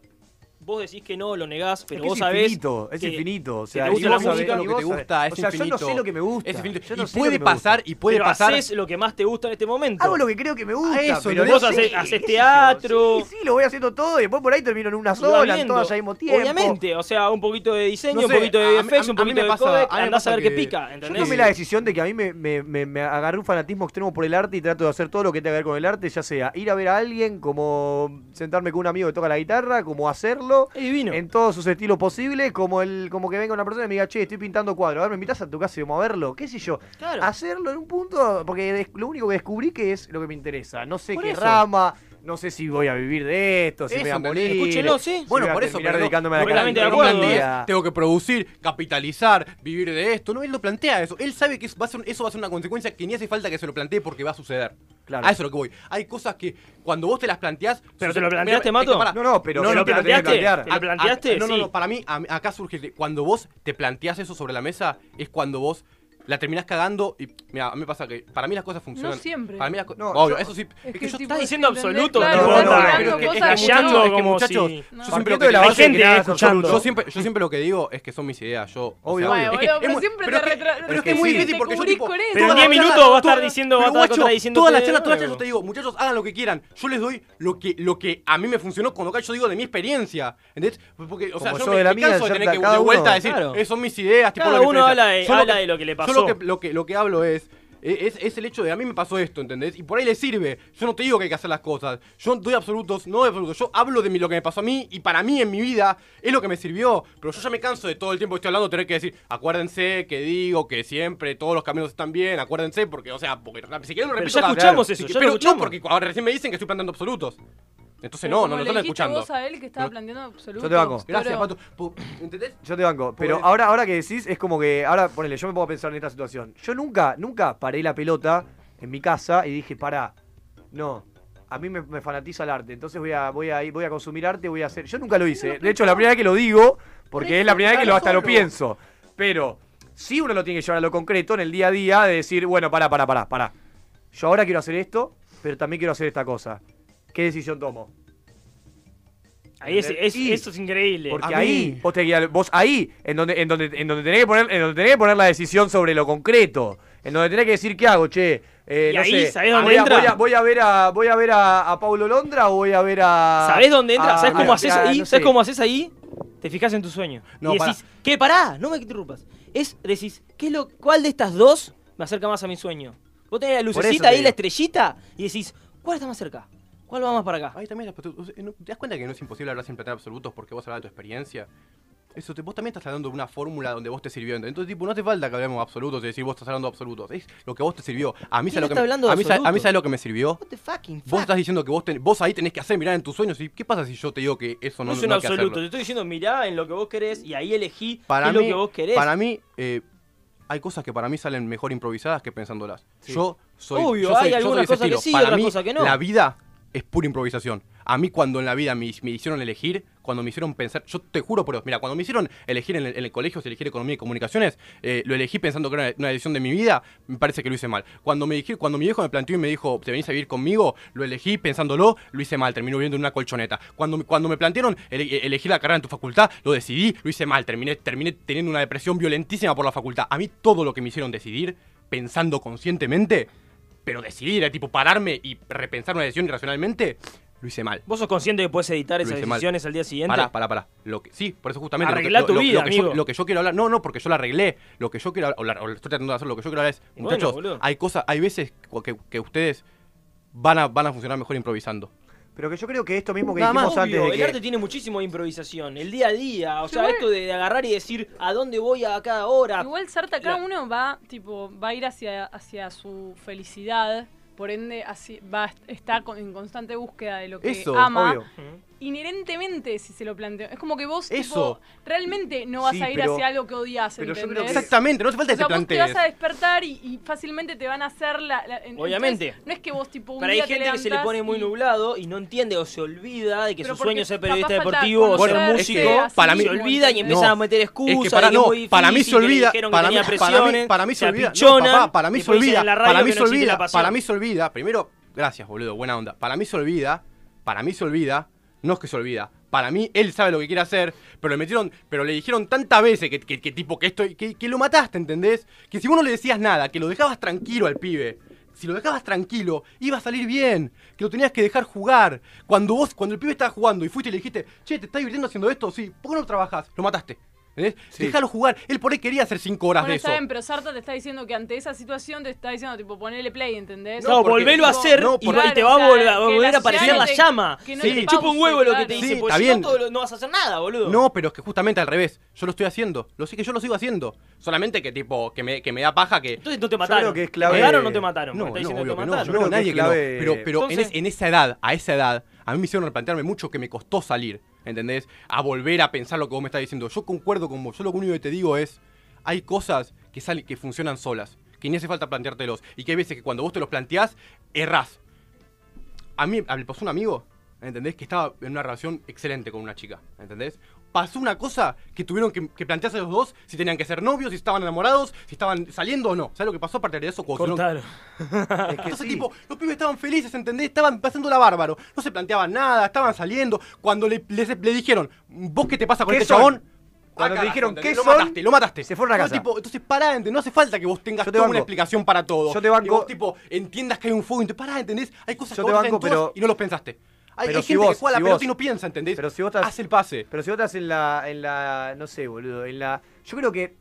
R: vos decís que no, lo negás, pero
A: es que
R: vos
A: es
R: sabés.
A: infinito, es
R: que-
A: infinito. O
R: que
A: sea,
R: te
A: y
R: gusta la
A: vos
R: música,
A: sabés
G: lo que
A: y
G: te
A: vos
G: gusta,
A: sabés.
G: es
A: o sea, yo no sé
G: infinito.
A: lo que me gusta.
G: Es infinito.
A: Yo no
G: Y
A: sé lo
G: puede
A: que me gusta.
G: pasar, y puede
R: pero
G: pasar-
R: haces lo que más te gusta en este momento.
A: Hago lo que creo que me gusta.
R: A eso,
A: pero
R: vos
A: no
R: haces-
A: sé,
R: haces
A: qué sé yo.
R: teatro.
A: Sí, sí, lo voy haciendo todo y después por ahí termino en una
R: Y va
A: [laughs] sola, en
R: viendo.
A: todas al mismo tiempo.
R: Obviamente, o sea, un poquito de diseño,
A: No sé,
R: un poquito
A: a-
R: de
A: a mí- a
R: effects,
A: mí
R: un poquito
A: me
R: de
A: pasa-
R: codec,
A: a mí me
R: andás a
A: pasa
R: ver qué
A: que-
R: pica,
A: Yo
R: ¿entendés?
A: tomé la decisión de que a mí me, me- me- me agarré un fanatismo extremo por el arte y trato de hacer todo lo que tenga que ver con el arte, ya sea ir a ver a alguien, como sentarme con un amigo que toca la guitarra, como hacerlo en todos sus estilos posibles, como el como que venga una persona y me diga, che, estoy pintando cuadros, a ver, me invitas a tu casa y vamos a verlo, qué sé yo. Hacerlo en un punto, porque des- lo único que descubrí que es lo que me interesa. No sé
G: Por
A: qué
G: eso.
A: rama. No sé si voy a vivir de esto, si
G: Eso,
A: me voy a
G: ¿entendés?
A: morir.
G: Escúchenlo, sí.
A: si voy
G: Bueno,
A: a
G: por eso,
A: terminar
G: pero no-
A: dedicándome a la
G: completamente de
A: carpintería.
G: acuerdo, ¿eh? Tengo que producir, capitalizar, vivir de esto. No, él lo plantea eso. Él sabe que eso va a ser, eso va a ser una consecuencia que ni hace falta que se lo plantee porque va a suceder.
A: Claro.
G: A eso es lo que voy. Hay cosas que cuando vos te las planteás.
R: ¿Pero te
G: sucede-
R: lo planteaste,
G: Mira, es que
R: Mato?
G: pará.
R: No, no, pero ¿te lo
G: te
R: planteaste?
G: tenés que
R: ¿Te lo
G: A- a-
R: planteaste?
G: No, no,
R: Sí.
G: no. Para mí, a- acá surge. que Cuando vos te planteás eso sobre la mesa, es cuando vos. La terminás cagando y. Mira, a mí me pasa que. Para mí las cosas funcionan.
E: siempre.
G: Para mí las cosas.
A: No,
G: obvio,
A: yo-
G: eso sí.
A: es
G: Es,
E: que
G: que yo
E: tipo,
G: estaba
E: diciendo
G: ¿entendés?
E: absoluto,
G: No,
E: tipo,
G: no, no,
E: hablando
G: pero que- es que
E: cosas
G: muchachos,
E: como
G: es que
E: si- No.
G: muchachos, yo siempre
A: Partiendo
G: lo
A: de
G: que
A: la
G: digo-
A: base Hay gente, que nada eh, son escuchando. sólidos.
G: Yo siempre, yo siempre lo que digo es que son mis ideas. Yo, o
A: Obvio,
G: sea,
A: obvio.
G: es que-
E: Boludo,
G: es
E: pero
G: muy-
E: siempre
G: pero
E: te
G: es que-
E: retra-
G: Pero es que
E: te-
G: es muy
E: te
G: difícil porque yo
E: cubrís
G: tipo,
E: con eso.
R: Pero en
G: todas
R: 10
G: las
R: minutos
G: charlas-
R: va a estar
G: todas-
R: diciendo- va a
G: pero,
R: estar
G: guacho,
R: contradiciéndote
G: Todas las
R: de
G: charlas, todas las
R: nuevo.
G: charlas yo te digo, muchachos, hagan lo que quieran. Yo les doy lo que, lo que a mí me funcionó cuando acá yo digo de mi experiencia. ¿Entendés? Porque, o sea,
A: Como
G: yo
A: yo
G: me,
A: de la
G: me
A: mía,
G: canso de
A: ya
G: tener
A: está,
G: que
A: cada
G: de vuelta
A: uno-
G: a decir,
A: Claro.
G: "Eh, son mis ideas, tipo
R: Cada
G: lo que
R: uno
G: piensa".
R: habla de-
G: Yo lo
R: habla
G: que-
R: de lo que le
G: Yo lo
R: pasó.
G: que, lo que, lo que hablo es. e, Es, es el hecho de a mí me pasó esto, ¿entendés? Y por ahí le sirve. Yo no te digo que hay que hacer las cosas. Yo doy absolutos, no doy absolutos. Yo hablo de mi- lo que me pasó a mí y para mí en mi vida es lo que me sirvió. Pero yo ya me canso de todo el tiempo que estoy hablando tener que decir, acuérdense que digo que siempre todos los caminos están bien, acuérdense porque, o sea, porque si quieren lo
R: Pero
G: repito.
R: ya
G: cada-
R: escuchamos eso,
G: Si-
R: ya lo
G: pero
R: escuchamos.
G: no, porque ahora recién me dicen que estoy planteando absolutos. Entonces
E: Como
G: no, no lo
E: le
G: están
E: dijiste
G: escuchando.
E: vos a él que estaba
G: No-
E: planteando absoluto.
A: Yo te banco.
G: Gracias,
E: Toro.
G: Pato. Pu- ¿Entendés?
A: Yo te banco. Pero
G: Pobre-
A: ahora, ahora que decís, es como que. Ahora, ponele, yo me puedo pensar en esta situación. Yo nunca, nunca paré la pelota en mi casa y dije, pará, no. A mí me, me fanatiza el arte, entonces voy a, voy a ir- voy a consumir arte, voy a hacer. Yo nunca lo hice. De hecho, es la primera vez que lo digo, porque es la primera vez que lo hasta lo pienso. Pero sí uno lo tiene que llevar a lo concreto en el día a día de decir, bueno, pará, pará, pará, pará. Yo ahora quiero hacer esto, pero también quiero hacer esta cosa. ¿Qué decisión tomo?
R: Ahí es, es-
A: Y-
R: eso es increíble.
A: Porque ahí, vos, te guía- vos ahí, en donde, en donde, en donde tenés que poner, en donde tenés que poner la decisión sobre lo concreto. En donde tenés que decir qué hago, che, eh,
R: Y
A: no
R: ahí,
A: sé,
R: ¿sabés dónde
A: voy a-
R: entra?
A: Voy a, voy a ver a voy a ver a, a Paulo Londra o voy a ver a
R: ¿Sabés dónde entra?
A: a-
R: ¿Sabés cómo
A: a-
R: haces
A: a-
R: ahí?
A: Ah, no sé.
R: ¿Sabés cómo haces ahí? Te fijas en tu sueño.
A: No,
R: y decís, ¿qué? Pará, no me interrumpas. Es, decís, ¿qué es lo, ¿cuál de estas dos me acerca más a mi sueño? Vos tenés la
G: Por eso
R: lucecita
G: te
R: ahí, la
G: digo.
R: estrellita, y decís, ¿cuál está más cerca? ¿Cuál va más para acá?
G: Ahí también, pero tú- o sea, no- ¿te das cuenta que no es imposible hablar sin plantear absolutos porque vos hablas de tu experiencia? Eso, te- vos también estás hablando de una fórmula donde vos te sirvió. Entonces, tipo, no hace falta que hablemos de absolutos y decir vos estás hablando de absolutos. Es lo que vos te sirvió. A mí,
R: ¿Quién
G: sabe lo que
R: está
G: me-
R: hablando de
G: a mí, sabe- a mí
R: absolutos?
G: sabe lo que me sirvió.
R: What the fucking
G: Vos
R: fuck?
G: estás diciendo que vos, ten- vos ahí tenés que hacer, mirar en tus sueños. y ¿Qué pasa si yo te digo que eso no,
R: No es
G: no
R: un
G: hay que
R: absoluto.
G: hacerlo?
R: Te estoy diciendo, mirá en lo que vos querés y ahí elegí
G: Para
R: qué
G: mí,
R: es lo que vos querés.
G: Para mí, eh, hay cosas que para mí salen mejor improvisadas que pensándolas.
R: Sí.
G: Yo soy.
R: Obvio,
G: yo soy-
R: hay
G: yo soy
R: algunas
G: ese
R: cosas que
G: estilo.
R: sí y
G: para
R: otras
G: mí,
R: cosas que no.
G: La vida es pura improvisación. A mí, cuando en la vida me, me hicieron elegir, cuando me hicieron pensar, yo te juro, pero mira, cuando me hicieron elegir en el, en el colegio, si elegir economía y comunicaciones, eh, lo elegí pensando que era una, una decisión de mi vida, me parece que lo hice mal. Cuando me dije, cuando mi viejo me planteó y me dijo, ¿te venís a vivir conmigo? Lo elegí pensándolo, lo hice mal, terminó viviendo en una colchoneta. Cuando, me- cuando me plantearon ele- eh, elegir la carrera en tu facultad, lo decidí, lo hice mal, terminé, terminé teniendo una depresión violentísima por la facultad. A mí todo lo que me hicieron decidir, pensando conscientemente, pero decidir, eh, tipo pararme y repensar una decisión irracionalmente, lo hice mal.
R: ¿Vos sos consciente que puedes editar
G: Lo
R: esas
G: hice mal.
R: decisiones al día siguiente?
G: Pará, pará, pará. Lo que, sí, por eso justamente. lo que-
R: Arreglá
G: lo-
R: tu
G: lo-
R: vida,
G: lo que yo-
R: amigo.
G: lo que yo quiero hablar. No, no, porque yo la arreglé. Lo que yo quiero hablar, o lo estoy tratando de hacer, lo que yo quiero hablar es,
R: Bueno,
G: muchachos,
R: boludo.
G: hay cosas, hay veces cu- que, que ustedes van a, van a funcionar mejor improvisando.
A: Pero que yo creo que esto mismo que
G: Nada más. Obvio,
A: dijimos antes de
R: el
A: que
R: arte tiene muchísimo de improvisación, el día a día, o sea, esto de agarrar y decir a dónde voy a cada hora.
E: Igual Sarta, cada uno va, tipo, va a ir hacia, hacia su felicidad, por ende así, va a estar con- en constante búsqueda de lo que
A: Eso,
E: ama.
A: obvio.
E: Inherentemente, si se lo planteo. Es como que vos,
G: Eso.
E: tipo, realmente no vas
G: Sí,
E: a ir
G: pero-
E: hacia algo que odias,
G: pero yo creo
E: ¿entendés?
G: que- Exactamente, no hace
E: O
G: falta que
E: sea,
G: te
E: vos te
G: plantees.
E: vas a despertar y, y fácilmente te van a hacer la... la- en-
R: Obviamente.
E: entonces, no es que vos, tipo, un
R: Pero hay
E: día
R: gente
E: te
R: que se le
E: levantás
R: pone muy
E: y-
R: nublado y no entiende o se olvida de que
E: Pero
R: su
E: porque
R: sueño es ser
E: capaz
R: periodista
E: falta
R: deportero o
G: Bueno,
R: ser
G: es
R: músico.
G: que así
R: para mí, se
G: mismo,
R: olvida y
G: ¿entendés?
R: empiezan a meter
G: Es que
R: excusas.
G: para-
R: que
G: no,
R: es muy
G: para mí
R: difícil,
G: se
R: que le
G: olvida,
R: dijeron que
G: para
R: tenía
G: mí- para mí-
R: presiones,
G: para mí se
R: la
G: olvida, no,
R: pichonan,
G: papá, para mí se
R: después dicen
G: olvida,
R: en la radio
G: para
R: que
G: mí
R: no
G: se
R: existe la
G: olvida,
R: pasión.
G: para mí se olvida, primero, gracias boludo, buena onda, para mí se olvida, para mí se olvida, no es que se olvida, para mí él sabe lo que quiere hacer, pero le metieron, pero le dijeron tantas veces que, que- que tipo que esto, que, que lo mataste, ¿entendés? Que si vos no le decías nada, que lo dejabas tranquilo al pibe. Si lo dejabas tranquilo, iba a salir bien. Que lo tenías que dejar jugar. Cuando vos, cuando el pibe estaba jugando y fuiste y le dijiste, che, te estás divirtiendo haciendo esto, sí, ¿por qué no lo trabajás? Lo mataste. ¿Entendés? Déjalo jugar. Él por ahí quería hacer cinco horas
E: Bueno,
G: de
E: está
G: eso.
E: bien, pero Sarta te está diciendo que ante esa situación te está diciendo, tipo, ponele play, ¿entendés?
R: No,
E: Tipo,
R: volvelo a hacer
E: tipo,
R: y, va- y te
E: claro,
R: va a
E: o sea,
R: volver, a-
E: que
R: volver a aparecer
E: ansiedad
R: la
E: no te-
R: llama.
E: que no
G: Sí.
E: te
G: Te
R: Chupa un
E: pause,
R: huevo lo que te
E: claro.
R: dice,
G: Sí,
R: porque
G: está
R: si no,
G: bien.
R: todo lo- no vas a hacer nada, boludo.
G: No, pero es que justamente al revés. Yo lo estoy haciendo. Lo sé que yo lo sigo haciendo. Solamente que tipo, que me, que me da paja que.
R: Entonces no te mataron.
G: creo que es clave-
R: ¿Pegaron o no te mataron?
G: No,
R: Porque
G: no,
R: está diciendo
G: obvio
R: que
G: que
R: te
G: no,
R: mataron.
G: no, nadie que no.
A: clave-
G: Pero, pero
R: Entonces-
G: en, es- en esa edad, a esa edad, a mí me hicieron replantearme mucho que me costó salir, ¿entendés? A volver a pensar lo que vos me estás diciendo. Yo concuerdo con vos, yo lo único que te digo es, hay cosas que, salen, que funcionan solas, que ni hace falta planteártelos, y que hay veces que cuando vos te los planteás, errás. A mí a- le pasó un amigo, ¿entendés? Que estaba en una relación excelente con una chica, ¿entendés? Pasó una cosa que tuvieron que, que plantearse los dos si tenían que ser novios, si estaban enamorados, si estaban saliendo o no. ¿Sabes lo que pasó a partir de eso? Cuando tuvieron-
R: Cortaron.
A: [laughs]
G: entonces, tipo, los pibes estaban felices, ¿entendés? Estaban pasándola bárbaro. No se planteaban nada, estaban saliendo. Cuando le, les- le dijeron, ¿vos qué te pasa con
A: ¿Qué
G: este
A: son?
G: chabón?
A: Cuando
G: Ah,
A: te
G: carajo,
A: dijeron,
G: ¿entendés?
A: ¿qué
G: lo
A: son?
G: mataste, lo mataste.
A: Se fueron a
G: Yo,
A: casa.
G: tipo, entonces pará, ¿entendés? no hace falta que vos tengas
A: Yo te
G: toda una
A: banco.
G: explicación para todo.
A: Yo te banco.
G: Que vos, tipo, entiendas que hay un fuego y te pará, ¿entendés? Hay cosas
A: Yo
G: que
A: te
G: vos
A: banco,
G: hacen todas
A: pero-
G: y no los pensaste. Hay,
A: pero
G: hay
A: si
G: gente
A: vos-
G: que juega a
A: si
G: la pelota
A: vos-
G: y no piensa, ¿entendés?
A: Pero si vos estás,
G: Hace el pase.
A: Pero si vos estás en la, en la. No sé, boludo. En la. Yo creo que.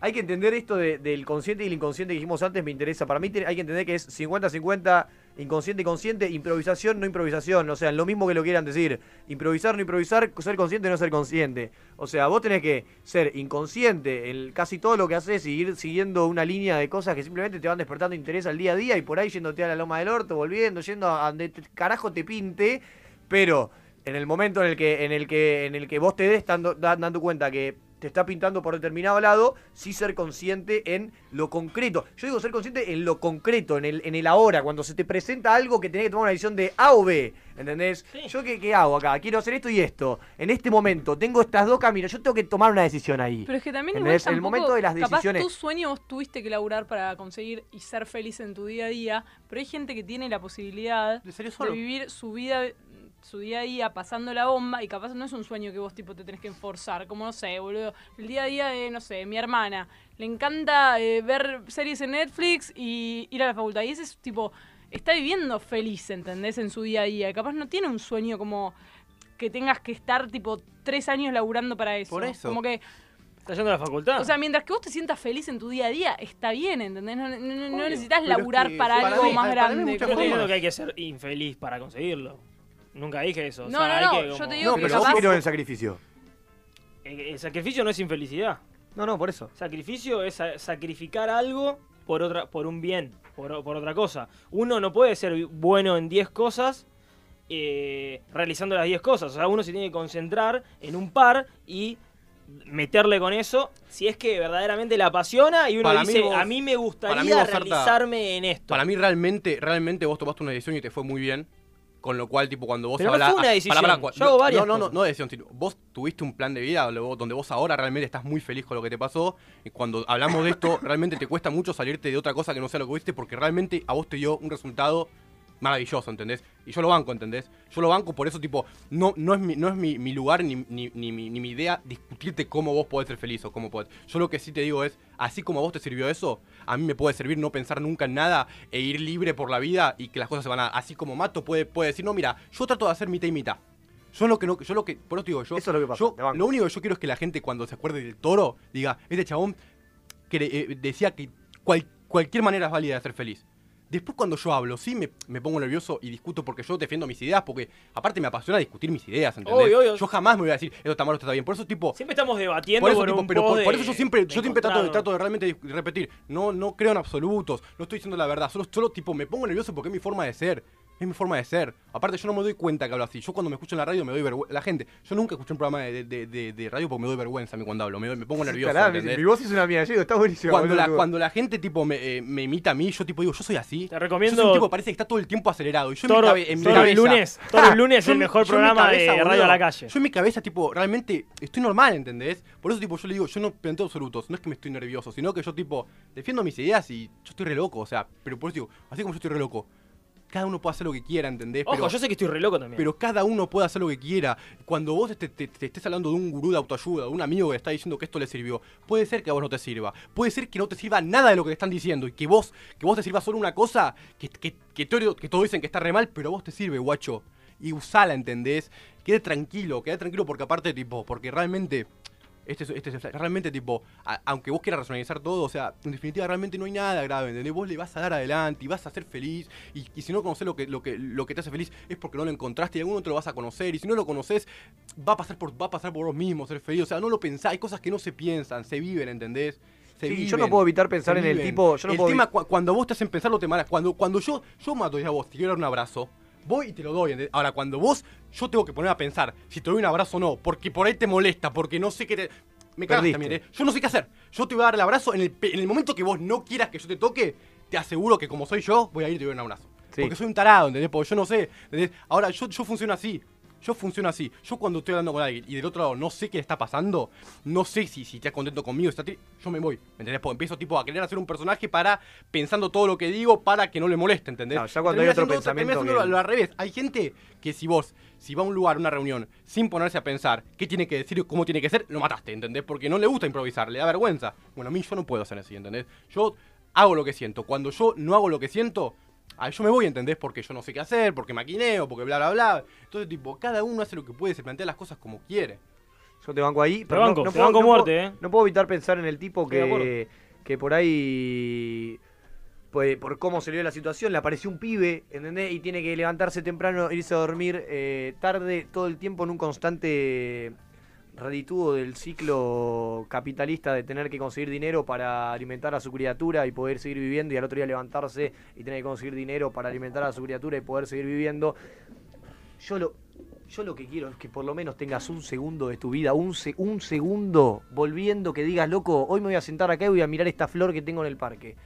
A: Hay que entender esto de- del consciente y el inconsciente que dijimos antes, me interesa. Para mí te- hay que entender que es 50-50, inconsciente y consciente, improvisación, no improvisación. O sea, lo mismo que lo quieran decir. Improvisar, no improvisar, ser consciente, no ser consciente. O sea, vos tenés que ser inconsciente en casi todo lo que haces y ir siguiendo una línea de cosas que simplemente te van despertando interés al día a día y por ahí yéndote a la loma del orto, volviendo, yendo a donde te- carajo te pinte. Pero en el momento en el que, en el que, en el que vos te des dando, da- dando cuenta que te está pintando por determinado lado, sí ser consciente en lo concreto. Yo digo ser consciente en lo concreto, en el, en el ahora, cuando se te presenta algo que tenés que tomar una decisión de A o B, ¿entendés? Yo qué, qué hago acá, quiero hacer esto y esto, en este momento, tengo estas dos caminos, yo tengo que tomar una decisión ahí.
E: Pero es que también
A: ¿Entendés?
E: igual
A: En el
E: tampoco-
A: momento de las decisiones.
E: Capaz tu sueño vos tuviste que laburar para conseguir y ser feliz en tu día a día, pero hay gente que tiene la posibilidad de,
G: solo.
E: vivir su vida su día a día pasando la bomba y capaz no es un sueño que vos tipo te tenés que enforzar, como no sé, boludo, el día a día de, no sé, mi hermana, le encanta eh, ver series en Netflix y ir a la facultad y ese es tipo, está viviendo feliz, ¿entendés? En su día a día, y capaz no tiene un sueño como que tengas que estar tipo tres años laburando para eso.
R: Por eso.
E: Como que
R: Está yendo a la facultad.
E: o sea, mientras que vos te sientas feliz en tu día a día, está bien, ¿entendés? No, no- no- no
R: Obvio,
E: necesitas
R: pero es
E: laburar
R: que
E: para,
R: para
E: algo
R: mí-
E: más
R: para mí
E: grande.
R: muchas
E: como-
R: Yo digo que hay que ser infeliz para conseguirlo. Nunca dije eso. o
E: No,
R: sea,
E: no,
R: hay
E: no,
R: que
E: yo
R: como-
E: te
A: No, pero vos quiero el sacrificio.
R: El, el Eh, sacrificio no es infelicidad.
A: No, no, por eso.
R: Sacrificio es sa- sacrificar algo por otra, por un bien, por, o- por otra cosa. Uno no puede ser bueno en 10 cosas eh, realizando las 10 cosas. O sea, uno se tiene que concentrar en un par y meterle con eso si es que verdaderamente le apasiona y uno
G: Para mí
R: dice,
G: vos-
R: a mí me gustaría
G: para mí vos, Sarta,
R: realizarme en esto.
G: Para mí realmente, realmente vos tomaste una decisión y te fue muy bien. Con lo cual, tipo, cuando vos
R: Pero no
G: hablas-
R: fue una
G: ah,
R: decisión,
G: pará, pará, cua-
R: yo hago
G: no,
R: varias
G: No, no, no,
R: cosas.
G: no decisión. sino vos tuviste un plan de vida lo- donde vos ahora realmente estás muy feliz con lo que te pasó. Y cuando hablamos de esto, realmente te cuesta mucho salirte de otra cosa que no sea lo que viste porque realmente a vos te dio un resultado maravilloso, ¿entendés? Y yo lo banco, ¿entendés? Yo lo banco, por eso, tipo, no, no es mi, no es mi, mi lugar ni, ni, ni mi- ni mi idea discutirte cómo vos podés ser feliz o cómo podés. Yo lo que sí te digo es, así como a vos te sirvió eso, a mí me puede servir no pensar nunca en nada e ir libre por la vida y que las cosas se van a... Así como Mato puede, puede decir, no, mira, yo trato de hacer mitad y mitad. Yo lo que no, yo lo que, por eso te digo, yo,
A: Eso es lo que pasa,
G: yo-
A: te banco.
G: lo único que yo quiero es que la gente cuando se acuerde del toro diga, este chabón que eh, decía que cual- cualquier manera es válida de ser feliz. Después cuando yo hablo, sí me, me pongo nervioso y discuto porque yo defiendo mis ideas, porque aparte me apasiona discutir mis ideas, ¿entendés?
R: Obvio, obvio.
G: Yo jamás me voy a decir, esto está mal, esto está bien. Por eso tipo...
R: Siempre estamos debatiendo
G: por eso,
R: por
G: tipo,
R: un
G: pero
R: pos
G: por, por
R: de-
G: eso yo siempre,
R: de
G: yo siempre trato, de,
R: encontrarnos.
G: trato de realmente dis- repetir. No, no creo en absolutos, no estoy diciendo la verdad, solo, solo tipo me pongo nervioso porque es mi forma de ser. Es mi forma de ser. Aparte, yo no me doy cuenta que hablo así. Yo cuando me escucho en la radio me doy vergüenza. La gente, yo nunca escuché un programa de, de- de- de radio porque me doy vergüenza a mí cuando hablo. Me, doy- me pongo
A: Sí,
G: nervioso.
A: pará, mi,
G: ¿entendés?
A: mi voz es una mía, llego, está buenísimo.
G: Cuando
A: boludo,
G: la,
A: tipo.
G: cuando la gente tipo me, eh, me imita a mí, yo tipo digo, yo soy así. Te
R: recomiendo-
G: Yo soy un tipo que parece que está todo el tiempo acelerado. Y yo en mi
R: Toro-
G: cabe- en mi
R: Toro el
G: cabeza-
R: lunes, Toro el lunes es
G: yo
R: el
G: en-
R: mejor
G: yo en mi
R: programa de
G: cabeza,
R: Radio a la Calle.
G: Yo en mi cabeza, tipo, realmente estoy normal, ¿entendés? Por eso, tipo, yo le digo, yo no planteo absolutos. No es que me estoy nervioso, sino que yo, tipo, defiendo mis ideas y yo estoy re loco. O sea, pero por eso digo, así como yo estoy re loco, cada uno puede hacer lo que quiera, ¿entendés?
R: Ojo,
G: Pero-
R: yo sé que estoy re loco también.
G: pero cada uno puede hacer lo que quiera. Cuando vos te, te- te estés hablando de un gurú de autoayuda, de un amigo que está diciendo que esto le sirvió, puede ser que a vos no te sirva. Puede ser que no te sirva nada de lo que te están diciendo y que vos, que vos te sirva solo una cosa que, que, que todo- que todos dicen que está re mal, pero a vos te sirve, guacho. Y usala, ¿entendés? Quede tranquilo, quede tranquilo porque aparte, tipo, porque realmente... Este es, este es el flash. realmente tipo, a- aunque vos quieras racionalizar todo, o sea, en definitiva realmente no hay nada grave, ¿entendés? Vos le vas a dar adelante y vas a ser feliz. Y, y si no conoces lo que, lo, que, lo que te hace feliz es porque no lo encontraste y alguno te lo vas a conocer. Y si no lo conoces, va a pasar por, va a pasar por vos mismo ser feliz. O sea, no lo pensás, hay cosas que no se piensan, se viven, ¿entendés? Se
A: Sí, yo
G: viven,
A: no puedo evitar pensar
G: se
A: en el
G: viven.
A: tipo- yo no
G: el
A: puedo
G: tema cu- cuando vos te hacen pensarlo te malas. Cuando, cuando yo, yo mato y a vos, te quiero dar un abrazo. Voy y te lo doy. ¿entendés? Ahora, cuando vos, yo tengo que poner a pensar si te doy un abrazo o no, porque por ahí te molesta, porque no sé qué te. Me cagaste,
A: Perdiste.
G: mire. ¿eh? Yo no sé qué hacer. Yo te voy a dar el abrazo. En el, pe- en el momento que vos no quieras que yo te toque, te aseguro que como soy yo, voy a ir y te doy un abrazo. Porque soy un tarado, ¿entendés? Porque yo no sé. ¿entendés? Ahora, yo, yo funciono así. Yo funciono así. Yo cuando estoy hablando con alguien y del otro lado no sé qué le está pasando, no sé si, si está contento conmigo, si está tri- yo me voy. ¿Me entendés? Porque empiezo tipo a querer hacer un personaje para pensando todo lo que digo para que no le moleste, ¿entendés?
A: Claro, ya cuando hay
G: Termina
A: otro
G: haciendo termina
A: pensamiento
G: haciendo
A: que-
G: lo- lo al revés. Hay gente que si vos, si va a un lugar, una reunión, sin ponerse a pensar qué tiene que decir y cómo tiene que ser, lo mataste, ¿entendés? Porque no le gusta improvisar, le da vergüenza. Bueno, a mí yo no puedo hacer así, ¿entendés? Yo hago lo que siento. Cuando yo no hago lo que siento, ah, yo me voy, ¿entendés? Porque yo no sé qué hacer, porque maquineo, porque bla, bla, bla. Entonces, tipo, cada uno hace lo que puede, se plantea las cosas como quiere.
A: Yo te banco ahí,
G: Te
A: pero no-
G: banco,
A: no,
G: te
A: puedo,
G: banco
A: no puedo-
G: muerte, eh.
A: no puedo evitar pensar en el tipo
G: Estoy de
A: que, que por ahí, pues, por cómo se le dio la situación, le apareció un pibe, ¿entendés? Y tiene que levantarse temprano, irse a dormir eh, tarde, todo el tiempo en un constante raditudo del ciclo capitalista de tener que conseguir dinero para alimentar a su criatura y poder seguir viviendo y al otro día levantarse y tener que conseguir dinero para alimentar a su criatura y poder seguir viviendo. Yo lo, yo lo que quiero es que por lo menos tengas un segundo de tu vida, un, se- un segundo volviendo que digas, loco, hoy me voy a sentar acá y voy a mirar esta flor que tengo en el parque.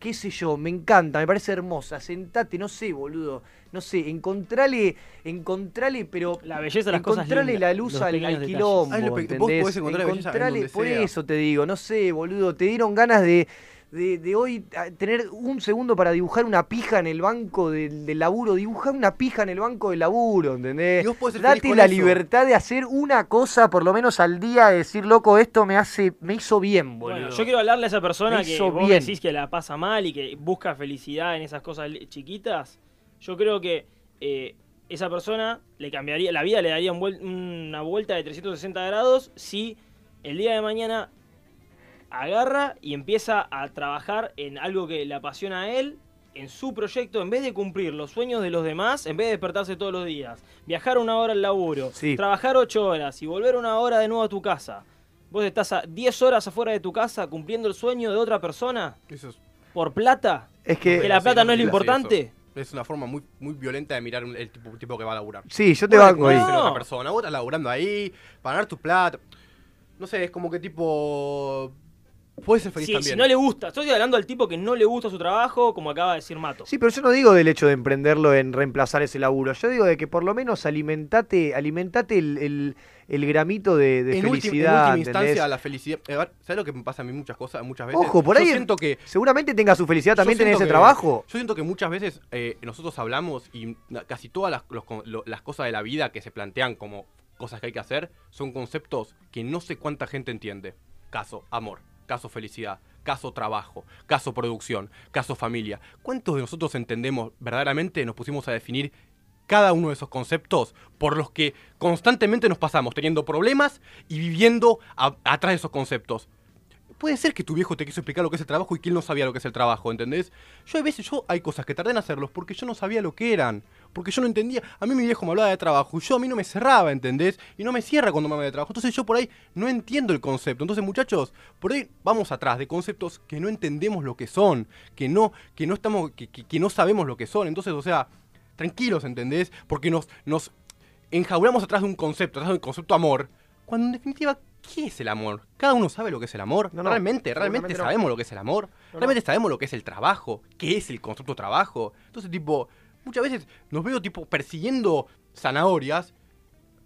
A: Qué sé yo, me encanta, me parece hermosa. Sentate, no sé, boludo. No sé, encontrale, encontrale, pero. La
R: belleza de las cosas
A: Encontrale
R: lindas,
A: la luz
R: los
A: al,
R: pequeños
A: al
R: detalles.
A: quilombo.
R: Ay, lo pe- vos
A: ¿entendés?
R: podés encontrar la belleza en
A: Encontrale-
R: donde
A: Por
R: sea.
A: eso te digo, no sé, boludo. Te dieron ganas de de, de hoy a- tener un segundo para dibujar una pija en el banco del, del laburo. Dibujar una pija en el banco del laburo, ¿entendés?
Q: ser feliz
A: Date
Q: con
A: la
Q: eso.
A: libertad de hacer una cosa por lo menos al día, de decir, loco, esto me hace, me hizo bien, boludo.
R: Bueno, yo quiero hablarle a esa persona
A: Me
R: que
A: hizo
R: vos
A: bien.
R: decís que la pasa mal y que busca felicidad en esas cosas li- chiquitas. Yo creo que eh, esa persona le cambiaría, la vida le daría un vuel- una vuelta de 360 grados si el día de mañana agarra y empieza a trabajar en algo que le apasiona a él, en su proyecto, en vez de cumplir los sueños de los demás, en vez de despertarse todos los días, viajar una hora al laburo,
A: Sí.
R: trabajar ocho horas y volver una hora de nuevo a tu casa. Vos estás a 10 horas afuera de tu casa cumpliendo el sueño de otra persona por plata.
A: Es que-
R: que la
A: Sí,
R: plata
A: no
R: no es lo
A: digas
R: importante.
G: Es una forma muy, muy violenta de mirar un- el tipo, tipo que va a laburar.
A: Sí, yo te
G: Vos
A: banco ahí.
G: desconocés a
A: No.
G: otra persona, vos estás laburando ahí, para ganar tu plata. No sé, es como que tipo. Puedes ser feliz
R: Si,
G: también.
R: si no le gusta, estoy hablando al tipo que no le gusta su trabajo, como acaba de decir Mato.
A: Sí, pero yo no digo del hecho de emprenderlo en reemplazar ese laburo. Yo digo de que por lo menos alimentate, alimentate el, el- el gramito de, de
G: en, ulti- en
A: felicidad.
G: última
A: ¿entendés?
G: instancia, la felicidad. eh, ¿Sabes lo que me pasa a mí muchas cosas, muchas veces?
A: Ojo, por
G: Yo
A: ahí
G: siento que
A: seguramente tenga su felicidad también
G: Yo
A: tenés ese
G: siento que-
A: trabajo.
G: Yo siento que muchas veces eh, nosotros hablamos y na- casi todas las, los con- lo- las cosas de la vida que se plantean como cosas que hay que hacer son conceptos que no sé cuánta gente entiende. Caso amor, caso felicidad, caso trabajo, caso producción, caso familia. ¿Cuántos de nosotros entendemos verdaderamente nos pusimos a definir cada uno de esos conceptos por los que constantemente nos pasamos teniendo problemas y viviendo a- atrás de esos conceptos? Puede ser que tu viejo te quiso explicar lo que es el trabajo y que él no sabía lo que es el trabajo, ¿entendés? Yo a veces yo hay cosas que tardé en hacerlos porque yo no sabía lo que eran, porque yo no entendía. A mí mi viejo me hablaba de trabajo y yo a mí no me cerraba, ¿entendés? Y no me cierra cuando me habla de trabajo. Entonces yo por ahí no entiendo el concepto. Entonces, muchachos, por ahí vamos atrás de conceptos que no entendemos lo que son, que no que no estamos que, que- que no sabemos lo que son. Entonces, o sea, tranquilos, ¿entendés? Porque nos nos enjaulamos atrás de un concepto, atrás del concepto amor, cuando en definitiva, ¿qué es el amor? Cada uno sabe lo que es el amor.
A: no,
G: realmente, realmente
A: seguramente no.
G: sabemos lo que es el amor.
A: No,
G: realmente sabemos lo que es el trabajo. ¿Qué es el concepto trabajo? Entonces, tipo, muchas veces nos veo tipo persiguiendo zanahorias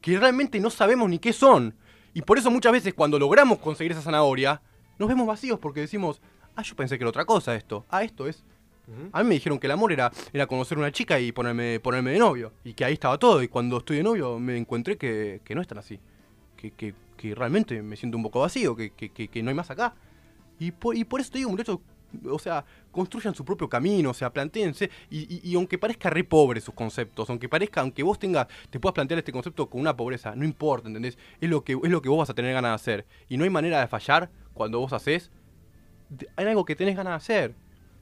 G: que realmente no sabemos ni qué son. Y por eso muchas veces cuando logramos conseguir esa zanahoria, nos vemos vacíos porque decimos, ah, yo pensé que era otra cosa esto. Ah, esto es. A mí me dijeron que el amor era, era conocer una chica y ponerme, ponerme de novio. Y que ahí estaba todo. Y cuando estoy de novio me encontré que, que no es tan así. Que, que- que realmente me siento un poco vacío, que, que- que- que no hay más acá. Y por, y por eso te digo, muchachos, o sea, construyan su propio camino, o sea, planteense. Y, y- y aunque parezca re pobre sus conceptos, aunque parezca, aunque vos tengas, te puedas plantear este concepto con una pobreza, no importa, ¿entendés? Es lo que, es lo que vos vas a tener ganas de hacer. Y no hay manera de fallar cuando vos haces de- en algo que tenés ganas de hacer.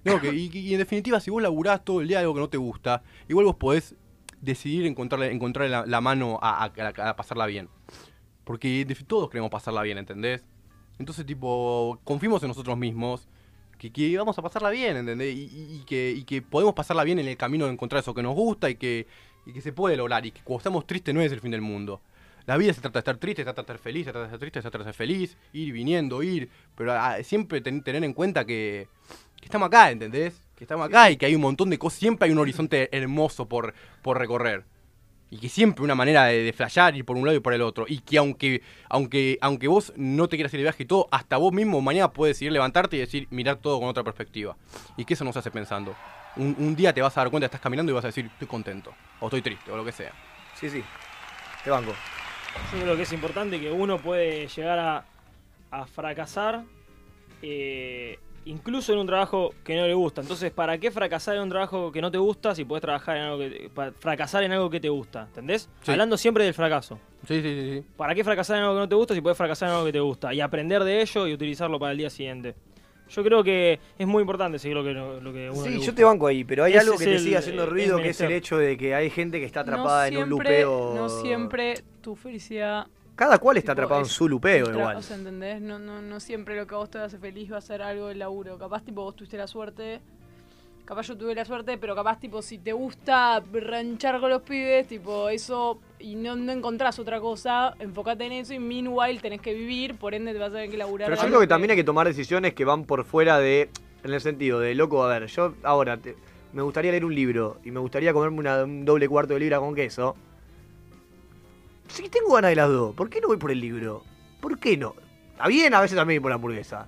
G: No, que- y, y en definitiva, si vos laburás todo el día de algo que no te gusta, igual vos podés decidir encontrarle, encontrarle la, la mano a, a- a pasarla bien. Porque en defi- todos queremos pasarla bien, ¿entendés? Entonces, tipo, confiemos en nosotros mismos que, que vamos a pasarla bien, ¿entendés? Y, y- y que, y que podemos pasarla bien en el camino de encontrar eso que nos gusta y que, y que se puede lograr. Y que cuando estamos tristes no es el fin del mundo. La vida se trata de estar triste, se trata de estar feliz, se trata de estar triste, se trata de ser feliz, ir viniendo, ir. Pero ah, siempre ten- tener en cuenta que, que estamos acá, ¿entendés? Que estamos acá y que hay un montón de cosas. Siempre hay un horizonte hermoso por, por recorrer. Y que siempre una manera de, de flashear, ir por un lado y por el otro. Y que aunque, aunque, aunque vos no te quieras ir de viaje y todo, hasta vos mismo mañana puedes decidir levantarte y decir, mirar todo con otra perspectiva. Y que eso no se hace pensando. Un, un día te vas a dar cuenta, estás caminando y vas a decir, estoy contento, o estoy triste, o lo que sea.
A: Sí, sí. Te banco.
R: Yo creo que es importante que uno puede llegar a, a fracasar eh, incluso en un trabajo que no le gusta. Entonces, ¿para qué fracasar en un trabajo que no te gusta si puedes trabajar en algo que te- pa- fracasar en algo que te gusta? ¿Entendés?
G: Sí.
R: Hablando siempre del fracaso.
G: Sí, sí, sí. sí.
R: ¿Para qué fracasar en algo que no te gusta si puedes fracasar en algo que te gusta? Y aprender de ello y utilizarlo para el día siguiente. Yo creo que es muy importante seguir lo que, lo, lo que a uno
A: Sí,
R: le
A: yo
R: gusta.
A: te banco ahí, pero hay
R: Ese
A: algo que
R: es
A: te
R: el-
A: sigue haciendo
R: el
A: ruido, que es el
R: menester.
A: hecho de que hay gente que está atrapada en un
E: siempre-
A: lupeo.
E: No siempre tu felicidad
A: Cada cual está
E: Tipo,
A: atrapado en
E: es
A: su lupeo
E: Tra-
A: igual.
E: O sea, ¿entendés? No, no, no siempre lo que a vos te hace feliz va a ser algo del laburo. Capaz, tipo, vos tuviste la suerte. Capaz yo tuve la suerte, pero capaz, tipo, si te gusta ranchar con los pibes, tipo, eso, y no, no encontrás otra cosa, enfócate en eso y meanwhile tenés que vivir, por ende te vas a tener que laburar.
A: Pero yo
E: algo
A: creo que también hay que tomar decisiones que van por fuera de. En el sentido de, loco, a ver, yo ahora te- me gustaría leer un libro y me gustaría comerme una- un doble cuarto de libra con queso. Si tengo ganas de las dos, ¿por qué no voy por el libro? ¿Por qué no? Está bien, a veces también voy por la hamburguesa.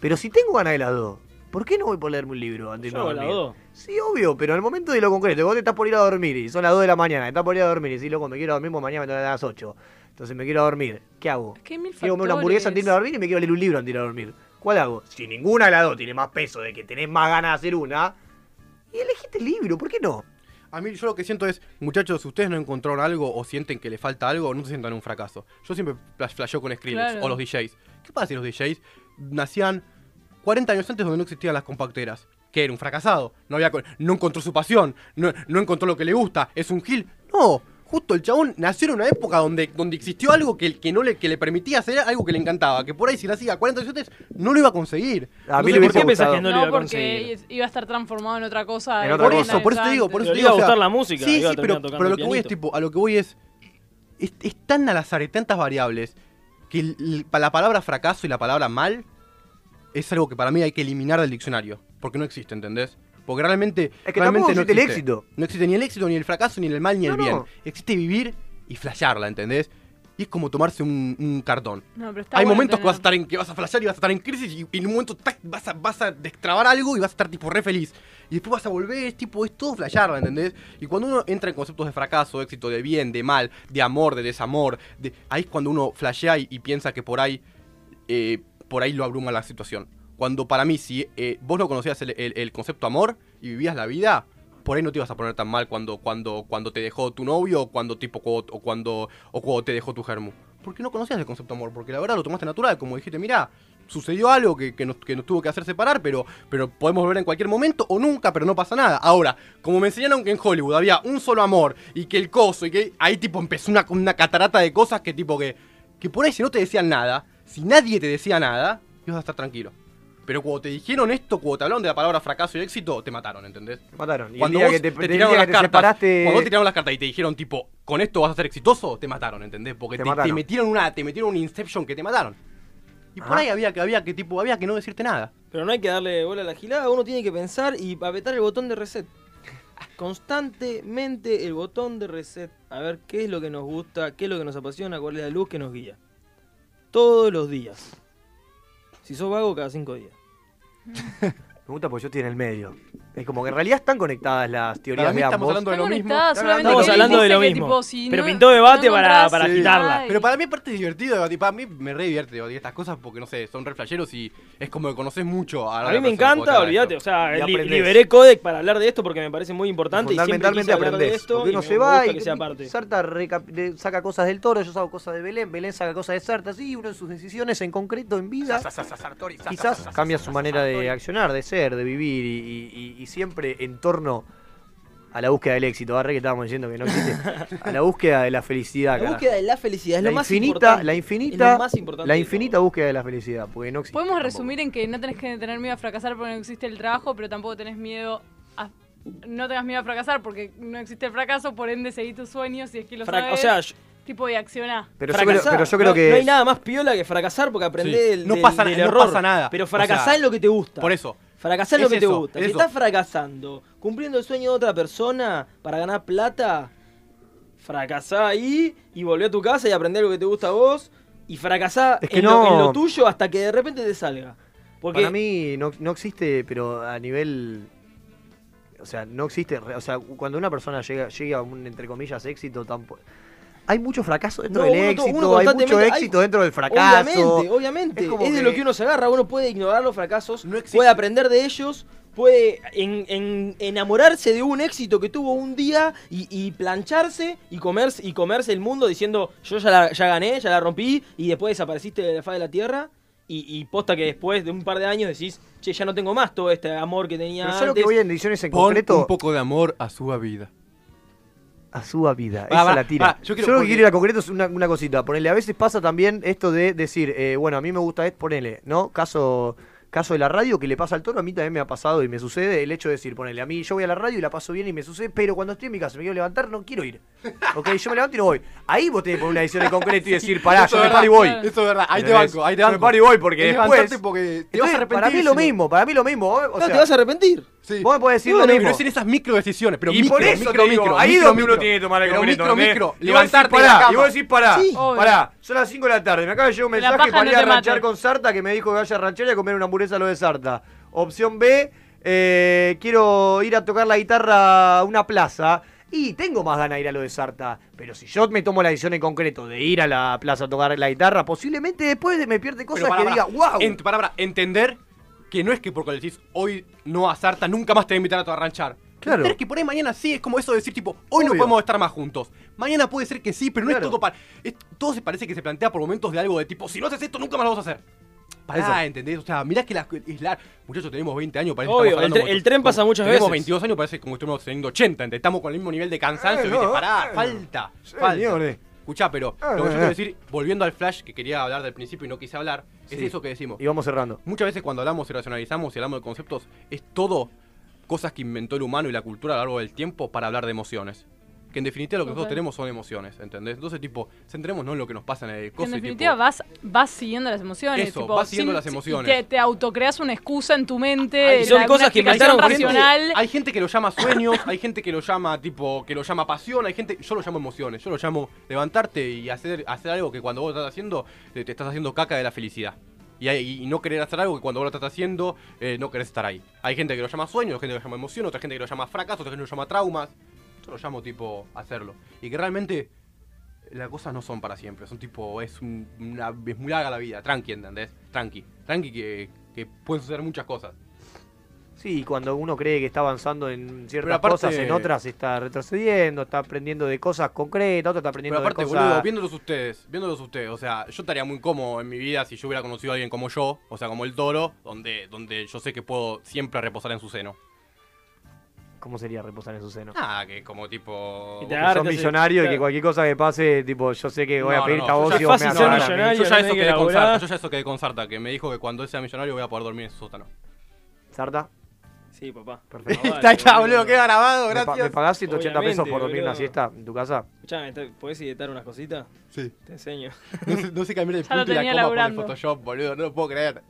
A: Pero si tengo ganas de las dos, ¿Por qué no voy por leerme un libro antes de
R: Yo
A: irme
R: hago
A: a
R: las dos.
A: dormir? Sí, obvio, pero en el momento de lo concreto, vos te estás por ir a dormir y son las 2 de la mañana, estás por ir a dormir y decís, loco, me quiero dormir porque mañana me toca a las 8. Entonces me quiero dormir. ¿Qué hago?
E: que hay mil
A: Quiero comer una hamburguesa antes de irme a dormir y me quiero leer un libro antes de ir a dormir. ¿Cuál hago? Si ninguna de las dos tiene más peso de que tenés más ganas de hacer una, y elegiste el libro, ¿por qué no?
G: A mí yo lo que siento es, muchachos, si ustedes no encontraron algo o sienten que le falta algo, no se sientan un fracaso. Yo siempre flash- flasheo con Skrillex
K: Claro.
G: o los DJs. ¿Qué pasa si los DJs nacían 40 años antes donde no existían las compacteras? Que era un fracasado, no, había, co- no encontró su pasión, no, no encontró lo que le gusta, es un gil. No, justo el chabón nació en una época donde, donde existió algo que, que, no le, que le permitía hacer algo que le encantaba, que por ahí si nacía 40 años antes no lo iba a conseguir.
A: A mí
G: Entonces,
A: le
G: ¿por
A: hubiese
G: qué pensás
A: gustado.
G: que no lo
E: No,
G: iba a conseguir?
E: porque iba a estar transformado en otra cosa.
G: En
E: de
G: otra
E: buena,
G: cosa, por eso te
E: de
G: digo, por eso
E: antes.
G: te
R: Le iba
G: digo.
R: a gustar la música,
G: Sí,
R: iba a
G: sí,
R: terminar
G: pero,
R: tocando
G: pero lo
R: el
G: que voy es
R: pianito.
G: tipo, a lo que voy es. Es, es tan al azar, hay tantas variables, que el- el- pa- la palabra fracaso y la palabra mal es algo que para mí hay que eliminar del diccionario. Porque no existe, ¿entendés? Porque realmente.
A: Es que
G: realmente
A: tampoco
G: no
A: existe el
G: existe.
A: éxito.
G: No existe ni el éxito, ni el fracaso, ni el mal, ni el
A: No,
G: bien.
A: no.
G: Existe vivir y flashearla, ¿entendés? Y es como tomarse un, un cartón.
E: No, pero está
G: Hay
E: bueno
G: momentos que
E: tener-
G: vas a estar en que vas a flashear y vas a estar en crisis y, y en un momento tac, vas, a, vas a destrabar algo y vas a estar tipo re feliz. Y después vas a volver, es tipo, es todo flashearla, ¿entendés? Y cuando uno entra en conceptos de fracaso, de éxito, de bien, de mal, de amor, de desamor, de, ahí es cuando uno flashea y, y piensa que por ahí, eh, por ahí lo abruma la situación. Cuando para mí, si eh, vos no conocías el, el- el concepto amor y vivías la vida, por ahí no te ibas a poner tan mal cuando, cuando, cuando te dejó tu novio o cuando, tipo, cu- o cuando, o cuando te dejó tu germo. Porque no conocías el concepto amor, porque la verdad lo tomaste natural, como dijiste, mirá, sucedió algo que, que nos, que nos tuvo que hacer separar, pero, pero podemos volver en cualquier momento o nunca, pero no pasa nada. Ahora, como me enseñaron que en Hollywood había un solo amor y que el coso, y que ahí tipo empezó una, una catarata de cosas que tipo que, que por ahí si no te decían nada, si nadie te decía nada, ibas a estar tranquilo. Pero cuando te dijeron esto, cuando te hablaron de la palabra fracaso y éxito, te mataron, ¿entendés? Te
A: mataron. Y el
G: Cuando
A: día
G: vos
A: que
G: te,
A: te- el
G: tiraron
A: día
G: las
A: que te
G: cartas,
A: separaste-
G: cuando vos te tiraron las cartas y te dijeron tipo, con esto vas a ser exitoso, te mataron, ¿entendés? Porque
A: Te
G: te, te
A: mataron.
G: metieron una, te metieron un inception que te mataron. Y por
R: Ajá.
G: ahí había que, había que tipo, había que no decirte nada.
R: Pero no hay que darle bola a la gilada, uno tiene que pensar y apretar el botón de reset. Constantemente el botón de reset. A ver qué es lo que nos gusta, qué es lo que nos apasiona, cuál es la luz que nos guía. Todos los días. Si sos vago, cada cinco días.
A: Me gusta porque yo estoy en el medio. Es como que en realidad están conectadas las teorías
G: Para mí
A: de
G: estamos
A: ambos.
G: hablando de lo mismo.
E: conectadas, solamente
R: Estamos que él hablando de dice lo que, mismo. tipo, si Pero no- pintó debate no para- encontrás- para
G: Sí.
R: agitarla.
G: Pero para mí parte es divertido debatir. Para mí me re divierte debatir estas cosas porque, no sé, son re flasheros y es como que conoces mucho a la
R: A mí me
G: persona que
R: encanta,
G: vos te hablas de
R: olvídate. O
G: esto.
R: sea,
G: Y
R: li-
G: aprendés.
R: liberé codec para hablar de esto porque me parece muy importante. Y siempre quise
A: Fundamentalmente
R: hablar de
A: aprendés.
R: esto.
A: porque
R: Y
A: uno
R: me,
A: se
R: me
A: va
R: gusta
A: y
R: que sea parte.
A: Sarta reca- de- saca cosas del toro, yo saco cosas de Belén, Belén saca cosas de Sarta, sí, uno en sus decisiones en concreto, en vida, quizás cambia su manera de accionar, de ser, de vivir y, y- y- y siempre en torno a la búsqueda del éxito, arre que estábamos diciendo que no existe, a la búsqueda de la felicidad.
R: La
A: carajo.
R: búsqueda de la felicidad es
A: La
R: lo más
A: infinita,
R: importante.
A: la
R: Es lo
A: infinita,
R: más importante
A: la
R: de
A: infinita búsqueda de la felicidad, porque no existe.
E: Podemos
A: tampoco.
E: resumir en que no tenés que tener miedo a fracasar porque no existe el trabajo, pero tampoco tenés miedo a... No tengas miedo a fracasar porque no existe el fracaso, por ende seguí tus sueños si es que lo
R: Frac-
E: sabes.
R: o sea, yo-
E: tipo y accioná.
A: Pero yo creo- pero yo creo
R: no,
A: que
R: no hay
A: es-
R: nada más piola que fracasar porque aprendés
G: Sí.
R: del,
G: No
R: del-
G: pasa na-
R: del
G: no
R: error.
G: pasa nada.
R: Pero
G: O sea,
R: fracasar en lo que te gusta.
G: Por eso.
R: Fracasar en lo
G: Es
R: que te
G: eso,
R: gusta.
G: es
R: si
G: eso.
R: estás fracasando, cumpliendo el sueño de otra persona para ganar plata, fracasá ahí y volvé a tu casa y aprendé lo que te gusta a vos. Y fracasá
A: Es que
R: en, lo,
A: no.
R: en lo tuyo hasta que de repente te salga. Porque
A: Para mí no, no existe, pero a nivel. O sea, no existe. re- O sea, cuando una persona llega, llega a un, entre comillas, éxito, tampoco. Hay mucho fracaso dentro
R: No,
A: del
R: uno to-
A: éxito,
R: uno
A: hay mucho
R: constantemente-
A: éxito
R: hay-
A: dentro del fracaso.
R: Obviamente, obviamente.
A: Es
R: Es,
A: como
R: de
A: que-
R: lo que uno se agarra. Uno puede ignorar los fracasos, puede aprender de ellos, puede en- en- enamorarse de un éxito que tuvo un día y, y plancharse y comerse, y comerse el mundo diciendo yo ya, la- ya gané, ya la rompí y después desapareciste de la faz de la tierra. Y, y posta que después de un par de años decís, che, ya no tengo más todo este amor que tenía
A: Pero
R: antes.
A: yo lo que voy en ediciones en
G: Pon
A: concreto
G: un poco de amor a su vida.
A: a su vida.
G: Va,
A: Esa
G: va,
A: la tira.
G: va,
A: yo
G: yo quiero-
A: lo que
G: porque-
A: quiero ir a concreto es una, una cosita. Ponele, a veces pasa también esto de decir, eh, bueno, a mí me gusta esto, ponele, ¿no? Caso, caso de la radio que le pasa al toro, a mí también me ha pasado y me sucede el hecho de decir, ponele, a mí yo voy a la radio y la paso bien y me sucede, pero cuando estoy en mi casa y me quiero levantar, no quiero ir. Ok, yo me levanto y no voy. Ahí vos tenés que poner una edición en concreto
G: [laughs]
A: y decir, pará,
G: Eso
A: yo
G: es
A: me
G: verdad,
A: paro y voy.
G: Eso es verdad, ahí te
A: ¿Entendés?
G: banco, ahí te
A: Yo
G: banco.
A: Me paro y voy porque
G: Es
A: después.
G: levantarte porque te vas a
A: Entonces,
G: arrepentir.
A: para mí es lo mismo, para mí es lo mismo. O
R: No,
A: sea,
R: te vas a arrepentir.
A: Vos me podés decir
G: No,
A: lo
G: no,
A: mismo.
G: pero es en esas micro decisiones, pero
A: Y
G: micro,
A: por eso
G: micro,
A: te digo,
G: micro,
A: ahí es
G: micro,
A: donde uno
G: micro.
A: tiene que tomar el
G: Pero
A: concreto.
G: micro,
A: ¿entendés?
G: micro,
A: Y vos decís,
G: levantarte de
A: pará,
G: la cama.
A: Y vos decís, pará,
G: Sí.
A: pará, son las 5 de la tarde, me acaba de llegar un
E: Que la
A: mensaje
E: paja
A: para
E: no
A: ir a
E: te mata.
A: ranchar con Sarta que me dijo que vaya a ranchar y a comer una hamburguesa a lo de Sarta. Opción B, eh, quiero ir a tocar la guitarra a una plaza. Y tengo más ganas de ir a lo de Sarta. Pero si yo me tomo la decisión en concreto de ir a la plaza a tocar la guitarra, posiblemente después de- me pierde cosas que diga, wow.
G: para, para, entender que no es que porque le decís hoy no a Sarta nunca más te va a invitar a tu arranchar.
A: Claro.
G: Entender que por ahí mañana sí es como eso de decir, tipo, hoy no
A: Obvio.
G: podemos estar más juntos. Mañana puede ser que sí, pero no
A: Claro.
G: es todo para. es- todo se parece que se plantea por momentos de algo de tipo, si no haces esto, nunca más lo vamos a hacer. Pará,
R: Eso.
G: ¿entendés? O sea, mirá que la. es la- Muchachos, tenemos 20 años, parece que
R: Obvio,
G: estamos hablando
R: el tre-
G: como-
R: el tren pasa
G: como-
R: muchas
G: Tenemos
R: veces.
G: 22 años, parece como estuvimos teniendo 80, ¿entendés? Estamos con el mismo nivel de cansancio,
R: Eh,
G: ¿viste?
R: no,
G: Pará,
R: eh.
G: falta.
A: Señores.
G: falta. Escuchá, pero
A: Ah,
G: lo que yo
A: ah,
G: quiero
A: ah.
G: decir, volviendo al flash que quería hablar del principio y no quise hablar, es
A: Sí.
G: eso que decimos.
A: Y vamos cerrando.
G: Muchas veces cuando hablamos y racionalizamos y hablamos de conceptos, es todo cosas que inventó el humano y la cultura a lo largo del tiempo para hablar de emociones. Que en definitiva lo que nosotros
E: Total.
G: tenemos son emociones, ¿entendés? Entonces, tipo, centrémonos en lo que nos pasa en el
E: Que En
G: coso y, tipo,
E: definitiva vas, vas siguiendo las emociones.
G: Eso,
E: tipo,
G: vas siguiendo las emociones.
E: Te, te autocreas una excusa en tu mente.
G: Hay-
E: la- una explicación racional.
G: Hay gente que lo llama sueños, hay gente que lo llama tipo, que lo llama pasión, hay gente, yo lo llamo emociones, yo lo llamo levantarte y hacer, hacer algo que cuando vos lo estás haciendo te, te estás haciendo caca de la felicidad. Y, hay- y no querer hacer algo que cuando vos lo estás haciendo eh, no querés estar ahí. Hay gente que lo llama sueño, hay gente que lo llama emoción, otra gente que lo llama fracaso, otra gente que lo llama traumas. Yo lo llamo tipo hacerlo. Y que realmente las cosas no son para siempre, son tipo, es, un- una, es muy larga la vida, tranqui, ¿entendés? Tranqui, tranqui que, que pueden suceder muchas cosas.
A: Sí, y cuando uno cree que está avanzando en ciertas
G: Pero aparte-
A: cosas, en otras está retrocediendo, está aprendiendo de cosas concretas, otro está aprendiendo
G: Pero aparte,
A: de cosas...
G: boludo, viéndolos ustedes, viéndolos ustedes, o sea, yo estaría muy cómodo en mi vida si yo hubiera conocido a alguien como yo, o sea, como el toro, donde, donde yo sé que puedo siempre reposar en su seno.
A: ¿Cómo sería reposar en su seno?
G: Ah, que como tipo.
A: Que sos millonario y que cualquier cosa que pase, tipo, yo sé que voy a pedir a vos y vos me vas a dar a mí.
G: Yo ya eso quedé con Sarta, yo ya eso quedé con Sarta, que me dijo que cuando él sea millonario voy a poder dormir en su sótano.
A: ¿Sarta?
R: Sí, papá.
G: [laughs]
A: Perfecto.
G: Está ya, boludo, queda grabado,
A: ¿Me pa-
G: gracias.
A: ¿Me pagás 180 pesos por
R: Obviamente,
A: dormir
R: boludo.
A: una siesta en tu casa?
R: Escuchame, ¿te- ¿podés editar unas cositas?
G: Sí.
R: Te enseño.
G: No sé, no sé cambiar
R: [laughs]
G: el
R: Ya lo
G: punto y
R: tenía
G: la coma por el
R: laburando.
G: Photoshop, boludo, no lo puedo
A: [laughs]
G: creer.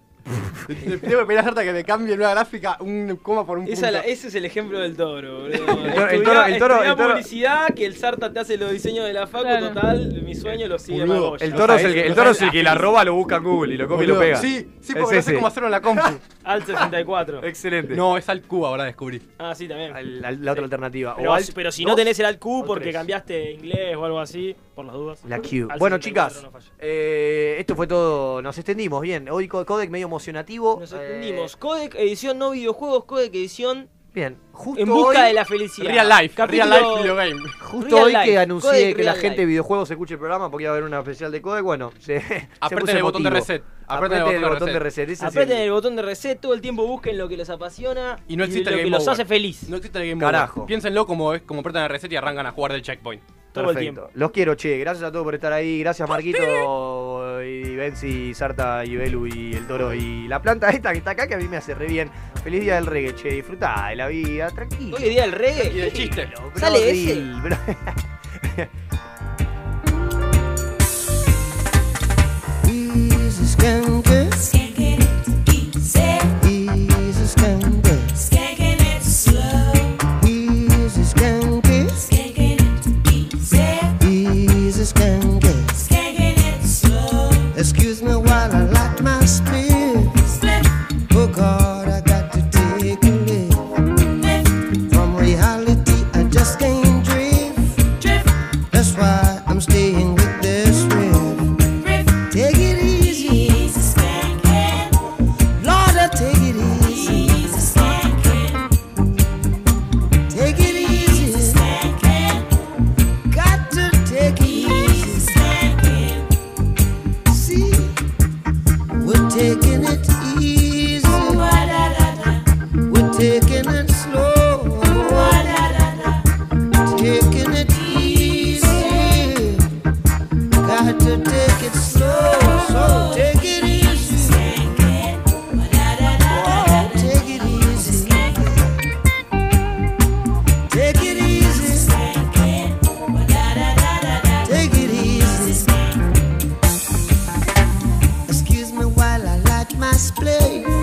G: Le Tengo que pedir a Sarta que me cambie una gráfica, un coma por un punto.
R: Esa la- ese es el ejemplo del toro,
A: [laughs]
R: boludo.
G: toro- el toro- el toro-
R: estudiá
G: el toro-
R: publicidad, que el Sarta te hace los diseños de la facu, total, mi sueño lo sigue
A: Boludo,
R: Magoya.
A: el toro es el que, el toro es el que la roba, lo busca en Google y lo copia y lo
G: Boludo,
A: pega.
G: sí, sí,
A: Es
G: porque no sé
A: ese.
G: cómo hacerlo en
R: [laughs]
G: la compu.
R: Al 64.
A: [laughs] Excelente.
G: No, es al Cuba, ahora descubrí.
R: Ah, sí, también.
A: La, la otra alternativa.
R: Pero,
A: o al-
R: pero si
A: dos
R: no tenés el Alt Q
A: o
R: porque
A: tres.
R: cambiaste inglés o algo así, por las dudas.
A: La Q.
R: Al
A: Bueno,
R: 64
A: chicas,
R: no falla.
A: eh, esto fue todo. Nos extendimos bien. Hoy co- codec medio emocionativo.
R: Nos extendimos. Codec edición no videojuegos, Codec edición
A: Bien, justo
R: en busca
A: hoy-
R: de la felicidad.
G: Real life, real life video game.
A: Justo hoy que anuncié que la gente de videojuegos escuche el programa porque iba a haber una especial de codec. Bueno, [laughs] se, se puso
G: Aprieten el botón de
A: emotivo.
G: reset.
A: Aprieten el botón de reset. ese es el-
R: Aprieten el botón de reset, todo el tiempo busquen lo que les apasiona
G: Y no existe
R: lo
G: el
R: que
G: Game
R: los
G: Over.
R: hace feliz.
G: No existe el Game
A: Carajo.
G: Over. Piénsenlo como es, como apretan el reset y arrancan a jugar del checkpoint.
A: Perfecto. Los quiero, che. Gracias a todos por estar ahí. Gracias, Marquito, y Benzi, y Sarta, y Belu, y el Toro, y la planta esta que está acá, que a mí me hace re bien. Feliz día del reggae, che. Disfrutá de la vida, [laughs] tranquilo.
R: Hoy es día del reggae.
G: Y el chiste.
R: Sale ese.
J: Excuse me while I light my spirit. Oh God, I got to take a lift from reality. I just can't drift. That's why I'm staying with this riff. Take it easy. Lord, I take it easy. Take it easy. Got to take it easy. See, we're taking it easy. We're taking it slow. Taking it easy. Got to take it slow. So take it easy. Oh, take it easy. Take it easy. Take it easy. Excuse me while I light my spliff. Oh